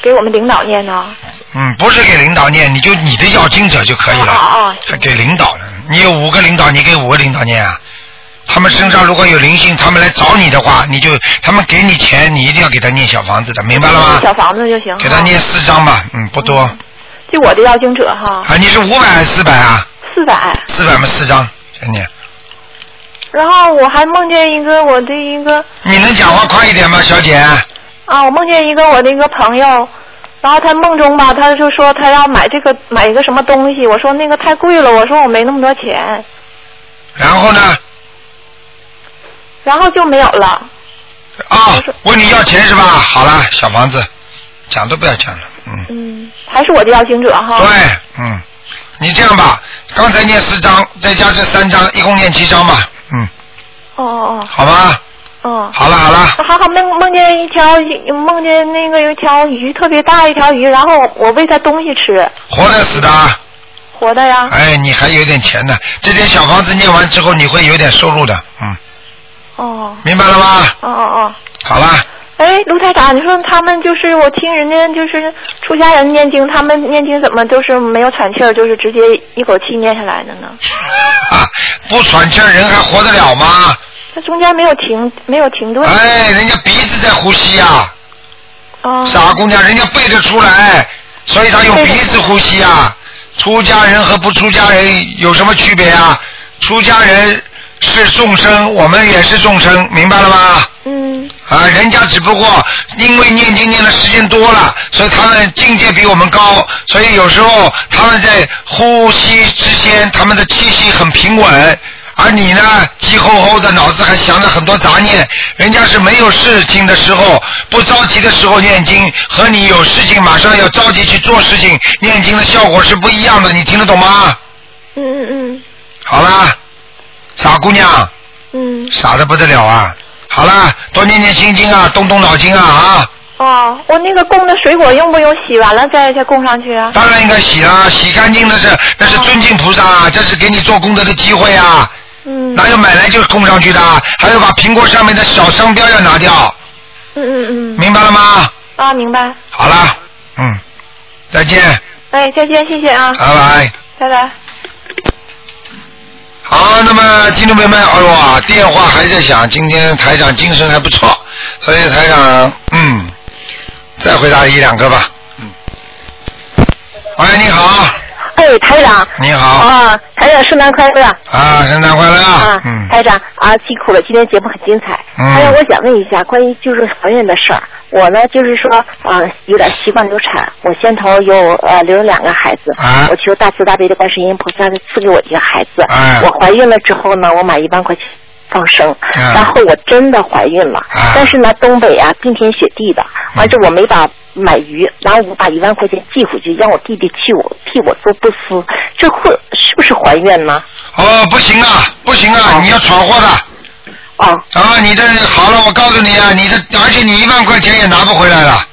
S8: 给我们领导念呢？
S1: 嗯，哦不是给领导念，你就你的要经者就可以了，还给领导了。你有五个领导，你给五个领导念啊。他们身上如果有灵性，他们来找你的话，你就他们给你钱，你一定要给他念小房子的，明白了吗？
S8: 小房子就行。
S1: 给他
S8: 哈
S1: 念四张吧，嗯，不多啊。
S8: 就我的要经者哈，
S1: 你是五百还是四百啊？
S8: 四百。
S1: 四百嘛，四张，先念。
S8: 然后我还梦见一个我的一个
S1: 你能讲话快一点吗，小姐？
S8: 啊，我梦见一个我的一个朋友，然后他梦中吧，他就说他要买这个买一个什么东西，我说那个太贵了，我说我没那么多钱，
S1: 然后呢？
S8: 然后就没有了。
S1: 啊，问你要钱是吧？好了，小房子，讲都不要讲了。
S8: 嗯，还是我的邀请者哈。
S1: 对，嗯，你这样吧，刚才念四张，再加这三张，一共念七张吧，
S8: 哦哦
S1: 好吧？
S8: 哦，哦。
S1: 好了好了，
S8: 还好梦梦见一条鱼梦见那个有一条鱼特别大一条鱼，然后我喂它东西吃，
S1: 活的死的啊，
S8: 活的 呀。
S1: 哎，你还有点钱呢，这点小房子念完之后，你会有点收入的，嗯，
S8: 哦。
S1: 明白了吗？
S8: 哦哦哦。
S1: 好了，
S8: 哎，卢台长，你说他们就是我听人家就是出家人念经，他们念经怎么就是没有喘气儿，就是直接一口气念下来的呢？
S1: 不喘气儿人还活得了吗？
S8: 他中间没有停，没有停顿。
S1: 哎，人家鼻子在呼吸呀、啊
S8: 哦。
S1: 傻姑娘，人家背得出来，所以她用鼻子呼吸啊。出家人和不出家人有什么区别啊？出家人是众生，我们也是众生，明白了吗？
S8: 嗯。
S1: 啊，人家只不过因为念经念的时间多了，所以他们境界比我们高，所以有时候他们在呼吸之间，他们的气息很平稳，而你呢，急吼吼的，脑子还想着很多杂念。人家是没有事情的时候，不着急的时候念经，和你有事情马上要着急去做事情，念经的效果是不一样的，你听得懂吗？
S8: 嗯嗯
S1: 好啦，傻姑娘，
S8: 嗯嗯。
S1: 傻的不得了啊！好啦，多念念心经啊，动动脑筋啊啊！
S8: 哦，我那个供的水果用不用哎洗完了再再供上去啊？哦
S1: 当然应该洗啦，洗干净的是那是尊敬菩萨啊，这是给你做功德的机会啊，
S8: 嗯
S1: 哪有买来就供上去的？啊还有把苹果上面的小商标要拿掉，
S8: 嗯嗯嗯。
S1: 明白了吗？
S8: 啊，明白。
S1: 好啦，嗯，再见，
S8: 哎，再见，谢谢啊，
S1: 拜拜。
S8: 拜拜。
S1: 好，那么听众朋友们，哎呦啊，电话还在响，今天台长精神还不错，所以台长，嗯，再回答一两个吧，嗯。喂，你好，
S12: 哎，台长。
S1: 你好，
S12: 啊，台长，圣诞快乐！
S1: 啊，圣诞快乐啊，
S12: 啊，台长啊，辛苦了，今天节目很精彩。
S1: 嗯
S12: 还有，我想问一下，关于就是怀孕的事儿，我呢就是说啊，有点习惯流产，我先头有呃留了两个孩子，
S1: 啊
S12: 我求大慈大悲的观世音菩萨赐给我一个孩子。
S1: 啊
S5: 哎
S12: 我怀孕了之后呢，我买一万块钱。放生，
S1: 啊
S12: 然后我真的怀孕了，但是呢，东北啊冰天雪地的，
S1: 嗯
S12: 完事我没把买鱼，然后我把一万块钱寄回去，让我弟弟替我替我做布施，这会是不是怀孕呢？
S1: 哦，不行啊，不行啊，你要闯祸的。
S12: 哦。
S1: 啊，你这好了，我告诉你啊，你这而且你一万块钱也拿不回来了。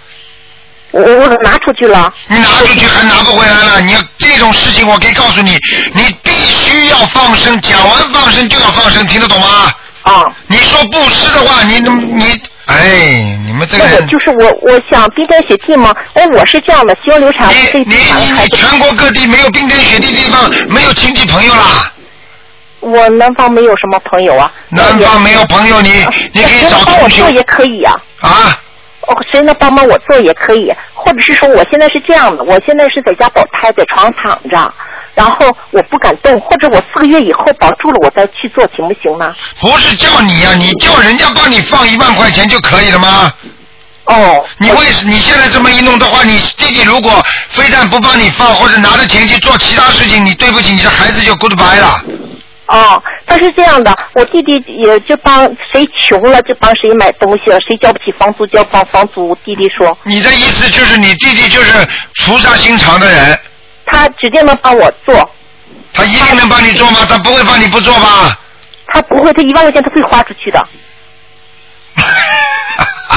S12: 我我拿出去了。
S1: 你拿出去还拿不回来了？你要这种事情，我可以告诉你，你必须要放生，讲完放生就要放生，听得懂吗？
S12: 啊。
S1: 你说布施的话，你能你哎，你们这个
S12: 那我
S1: 人。
S12: 就是我，我想冰天雪地嘛，哎，我是这样的，希望流产，我这
S1: 你你全国各地没有冰天雪地地方，没有亲戚朋友啦。
S12: 我南方没有什么朋友啊。
S1: 南方没有朋友，你你可以
S12: 谁能
S1: 找
S12: 帮我
S1: 同学
S12: 做也可以啊。
S1: 啊。
S12: 哦，谁能帮帮我做也可以，或者是说我现在是这样的，我现在是在家保胎，在床上躺着，然后我不敢动，或者我四个月以后保住了，我再去做行不行呢？
S1: 不是叫你呀、你叫人家帮你放一万块钱就可以了吗？
S12: 哦，
S1: 你为你现在这么一弄的话，你弟弟如果非但不帮你放，或者拿着钱去做其他事情，你对不起你的孩子就 goodbye 了。
S12: 哦，但是这样的，我弟弟也就帮谁穷了就帮谁买东西了，谁交不起房租交房房租。弟弟说，
S1: 你的意思就是你弟弟就是菩萨心肠的人，
S12: 他指定能帮我做。
S1: 他一定能帮你做吗？他不会帮你不做吧？
S12: 他不会，他一万块钱他会花出去的。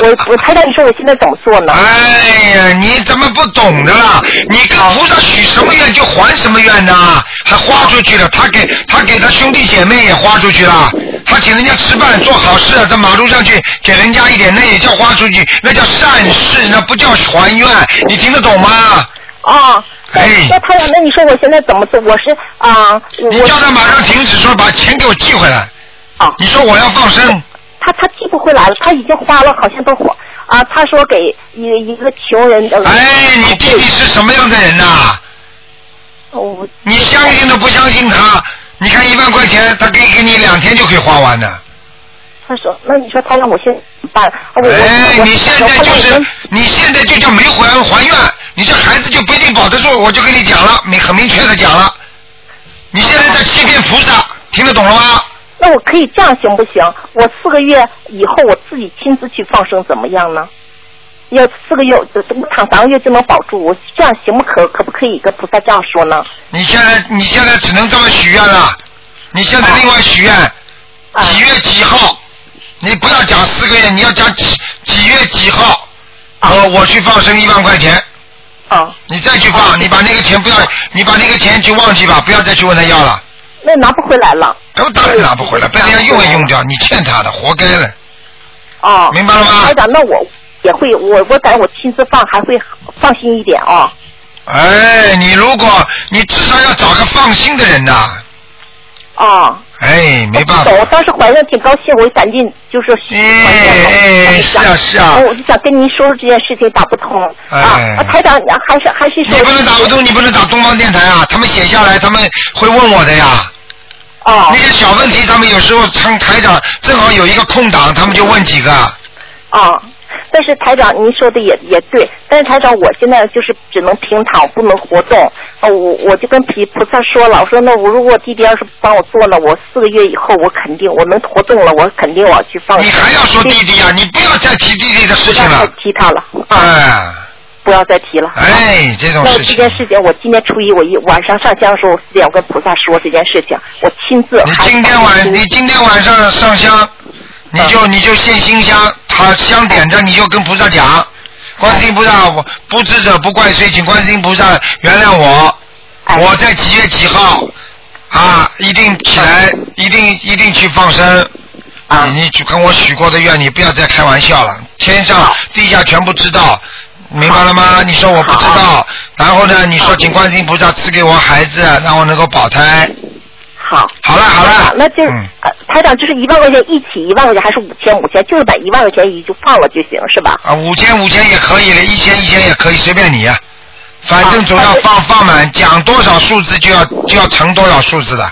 S12: 我我猜到你说我现在怎么做呢？
S1: 哎呀，你怎么不懂的啦？你跟菩萨许什么愿就还什么愿呐，还花出去了，他给他给他兄弟姐妹也花出去了，他请人家吃饭做好事，在马路上去给人家一点，那也叫花出去，那叫善事，那不叫还愿，你听得懂吗？哎
S12: 啊，那他俩，那你说我现在怎么做？我是啊，我
S1: 你叫他马上停止说把钱给我寄回来。你说我要放生。
S12: 啊他他寄不回来了，他已经花了，好像都花啊。他说给一一个穷人。呃、
S1: 哎，你弟弟是什么样的人呐、
S12: 我
S1: 你相信都不相信他？你看一万块钱，他可以给你两天就可以花完的。
S12: 他说，那你说他让我现在怎么办？啊我我
S1: 哎，
S12: 我
S1: 你现在就是你现在就叫没还还愿，你这孩子就不一定保得住。我就跟你讲了，明很明确的讲了，你现在在欺骗菩萨，听得懂了吗？
S12: 那我可以这样行不行？我四个月以后我自己亲自去放生怎么样呢？要四个月，躺三个月就能保住，我这样行不可可不可以跟菩萨这样说呢？
S1: 你现在你现在只能这么许愿了，你现在另外许愿，
S12: 啊
S1: 几月几号？你不要讲四个月，你要讲几几月几号？我我去放生一万块钱。
S12: 啊。
S1: 你再去放，你把那个钱不要，你把那个钱就忘记吧，不要再去问他要了。
S12: 那拿不回来了。
S1: 都当然拿不回来，被人家用也用掉，你欠他的，活该了。
S12: 哦，
S1: 明白了吗
S12: 台长，那我也会，我我感觉我亲自放还会放心一点啊、
S1: 哎，你如果你至少要找个放心的人呐。
S12: 哦，
S1: 哎，没办法
S12: 懂，。我当时怀孕挺高兴，我赶紧就是怀孕了。是啊
S1: 哎是啊
S12: 我就想跟您说说这件事情，打不通。
S1: 哎
S12: 啊，台长还是还是说。
S1: 你不能打不通，你不能打东方电台啊！他们写下来，他们会问我的呀。
S12: 哦。
S1: 那些小问题，他们有时候唱台长正好有一个空档，他们就问几个。
S12: 啊，但是台长您说的也也对，但是台长我现在就是只能平躺，不能活动。啊，我我就跟皮菩萨说了，我说那我如果弟弟要是不帮我做了，我四个月以后我肯定我能活动了，我肯定我要去放。你还
S1: 要说弟弟呀、你不要再提弟弟的事情
S12: 再
S1: 了。
S12: 提他了，啊
S1: 哎，
S12: 不要再提了。
S1: 哎，这种
S12: 那
S1: 事
S12: 这
S1: 情，
S12: 件事情，我今天初一我一晚上上香的时候，我四点我跟菩萨说这件事情，我亲自还。嗯
S1: 今天晚你今天晚上上香，你就你就献新香，他香点着，你就跟菩萨讲，观世音菩萨，我不知者不怪罪，请观世音菩萨原谅我，
S12: 哎
S1: 我在几月几号啊，一定起来，一定一定去放生。啊！
S12: 嗯
S1: 你就跟我许过的愿，你不要再开玩笑了。天上地下全部知道，明白了吗？你说我不知道，然后呢？你说请观世音菩萨赐给我孩子，让我能够保胎。
S12: 好。
S1: 好了好嗯了。
S12: 那就是、呃台长就是一万块钱一起，一万块钱还是五千五千，就是把一万块钱一就放了就行，是吧？
S1: 啊，五千五千也可以了，一千一千也可以，随便你呀、反正总
S12: 啊
S1: 要放放满，讲多少数字就要就要乘多少数字的。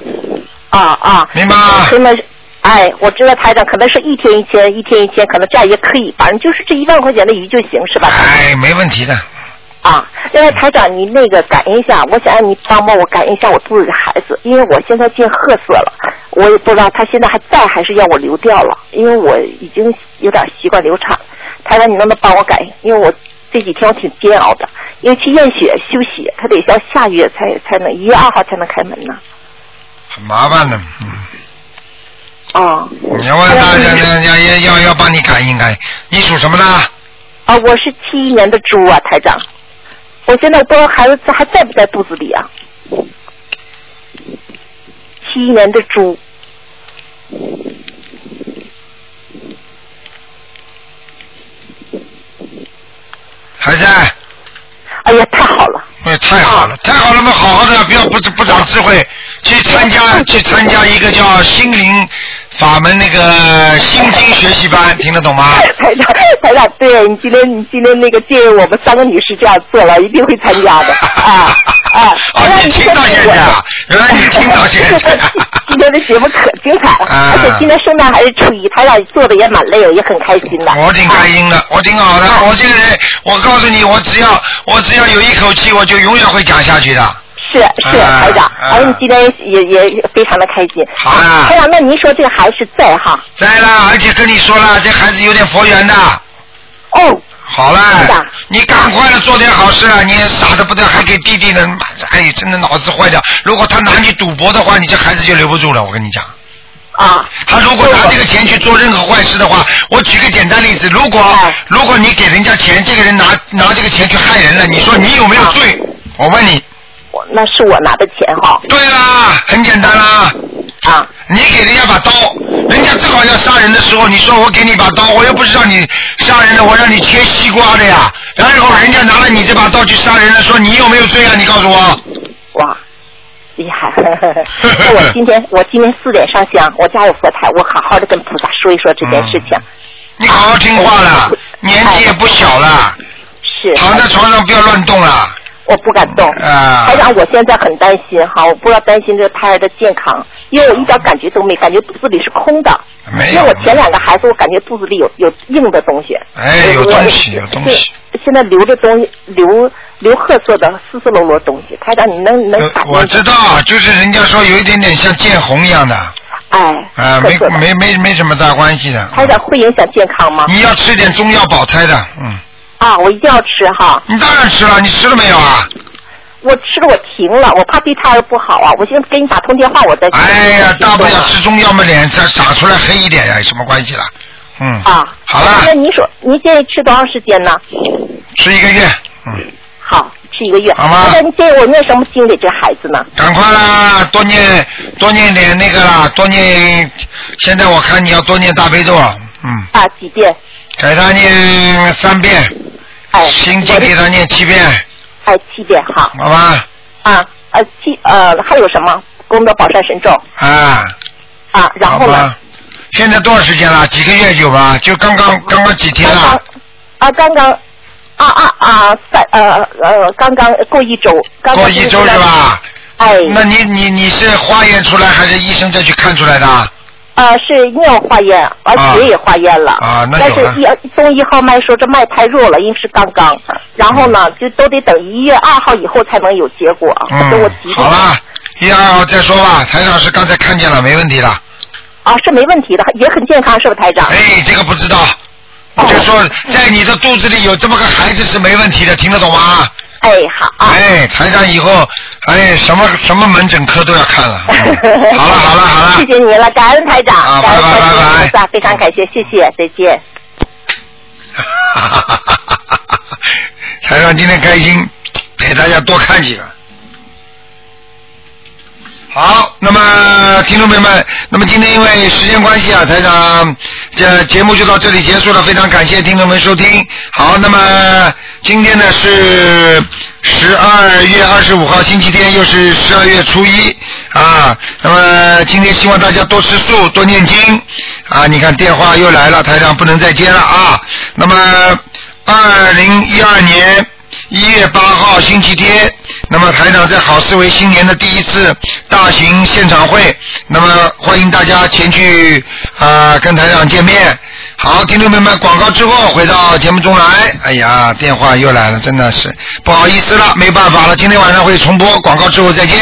S12: 啊啊，
S1: 明白
S12: 真的是，哎，我知道台长可能是一天一千，一天一千，可能这样也可以，反正就是这一万块钱的鱼就行，是吧？
S1: 哎，没问题的。
S12: 啊，另外台长，你那个感应一下，我想让你帮帮我感应一下我肚子的孩子，因为我现在进褐色了，我也不知道他现在还在还是要我流掉了，因为我已经有点习惯流产了。台长，你能不能帮我感应？因为我这几天我挺煎熬的，因为去验血休息，他得到下月才才能一月二号才能开门呢。
S1: 很麻烦的，
S12: 啊
S1: 你要问大家
S12: 哎
S1: 要要要要要帮你感应感应，你属什么的？
S12: 啊，我是七一年的猪啊，台长，我现在不知道孩子还在不在肚子里啊。七一年的猪。
S1: 还在。
S12: 哎呀，太好了！啊
S1: 哎，太好了，太好了嘛！好好的，不要不不长智慧，去参
S12: 啊
S1: 加去参加一个叫心灵法门那个心经学习班，听得懂吗？
S12: 台长，台长，对你今天你今天那个建议我们三个女士这样做了，一定会参加 的啊
S1: 哦
S12: 啊！原来你听到现在啊，
S1: 原来你听到现啊
S12: 在。 今天的节目可精彩了，而且今天圣诞还是初一，台长做的也蛮累，也很开心的。啊
S1: 我挺开心的，我挺好的。我这个人，我告诉你，我只要我只要有一口气，我就永远会讲下去的。
S12: 是是，台长，哎，你今天也也非常的开心。
S1: 啊好啊
S12: 台长，那您说这个孩子在哈？
S1: 在啦，而且跟你说了，这孩子有点佛缘的。
S12: 哦。
S1: 好啦，你赶快的做点好事啊！你也傻的不得，还给弟弟呢，哎，真的脑子坏掉。如果他拿去赌博的话，你这孩子就留不住了，我跟你讲。
S12: 啊。
S1: 他如果拿这个钱去做任何坏事的话，我举个简单例子，如果
S12: 啊
S1: 如果你给人家钱，这个人拿拿这个钱去害人了，你说你有没有罪？我问你。
S12: 那是啊我拿的钱哈。
S1: 对啦，很简单啦。
S12: 啊。
S1: 你给人家把刀，人家正好要杀人的时候，你说我给你把刀，我又不是让你杀人的，我让你切西瓜的呀。然后人家拿了你这把刀去杀人了，说你有没有罪啊？你告诉我。
S12: 哇，厉害！ 那我今天我今天四点上香，我家有佛台，我好好的跟菩萨说一说这件事情。
S1: 嗯你好好听话了，年纪也不小了。
S12: 是。
S1: 躺在床上不要乱动了。
S12: 我不敢动。
S1: 啊
S12: 台长，我现在很担心哈，我不知道担心这个胎儿的健康，因为我一点感觉都没，感觉肚子里是空的。
S1: 没
S12: 因为我前两个孩子，我感觉肚子里有有硬的东西。
S1: 哎，有东西，有东
S12: 对
S1: 西。，
S12: 现在流着东西，流流褐色的丝丝落落东西。台长，你能能反应？
S1: 呃我知道，就是人家说有一点点像见红一样的，
S12: 哎，
S1: 啊，
S12: 褐
S1: 没
S12: 色的啊
S1: 没没没什么大关系的。
S12: 台长会影响健康吗？
S1: 你要吃点中药保胎的，嗯。
S12: 啊，我一定要吃哈。
S1: 你当然吃了，你吃了没有啊？
S12: 我吃了，我停了，我怕对胎儿不好啊。我先给你打通电话，我再。
S1: 哎呀，大不了吃中药嘛，脸再长出来黑一点呀，有什么关系啦？嗯，
S12: 啊，
S1: 好了。
S12: 那您说，您建议吃多长时间呢？
S1: 吃一个月，
S12: 好，吃一个月。
S1: 好吗
S12: 那您建议我念什么经给这孩子呢？
S1: 赶快啦，多念多念点那个啦，多念。现在我看你要多念大悲咒啊，嗯，
S12: 啊，几遍？
S1: 给他念三遍，
S12: 哎，
S1: 心经给他念七遍，
S12: 哎，七遍好。
S1: 好吧？
S12: 啊，呃，七呃，还有什么？功德宝山神咒
S1: 啊，
S12: 啊，然
S1: 好
S12: 后呢？
S1: 吧。现在多少时间了？几个月有吧？就刚刚刚刚几天了。
S12: 啊，刚刚啊啊啊，三呃呃，刚刚过一周，刚刚
S1: 过一周是吧？
S12: 哎，
S1: 那你你你是化验出来还是医生再去看出来的啊？
S12: 呃，是尿化验，而
S1: 啊
S12: 血也化验了。
S1: 啊那
S12: 但
S1: 有了
S12: 是一中医号脉说这脉太弱了，因为是刚刚。然后呢，就都得等一月二号以后才能有结果。
S1: 嗯
S12: 给我
S1: 好啦，一二号再说吧。台长是刚才看见了，没问题了。
S12: 啊，是没问题的，也很健康，是吧，台长？
S1: 哎，这个不知道，我就说在你的肚子里有这么个孩子是没问题的，听得懂吗？
S12: 哎，好。
S1: 哎，台长以后，哎，什么什么门诊科都要看了。 好了好了好了，
S12: 谢谢您了，感恩台长，
S1: 啊
S12: 感恩
S1: 拜拜
S12: 观世音菩萨，非常感谢，谢谢，再见。
S1: 台长今天开心，给大家多看几个。好，那么听众朋友们，那么今天因为时间关系啊，台长这节目就到这里结束了，非常感谢听众们收听。好，那么今天呢是十二月二十五号星期天，又是十二月初一啊。那么今天希望大家多吃素，多念经啊。你看电话又来了，台长不能再接了啊。那么二零一二年一月八号星期天，那么台长在好思维新年的第一次大型现场会，那么欢迎大家前去啊、呃跟台长见面。好，听众朋友们，广告之后回到节目中来。哎呀，电话又来了，真的是不好意思了，没办法了，今天晚上会重播，广告之后再见。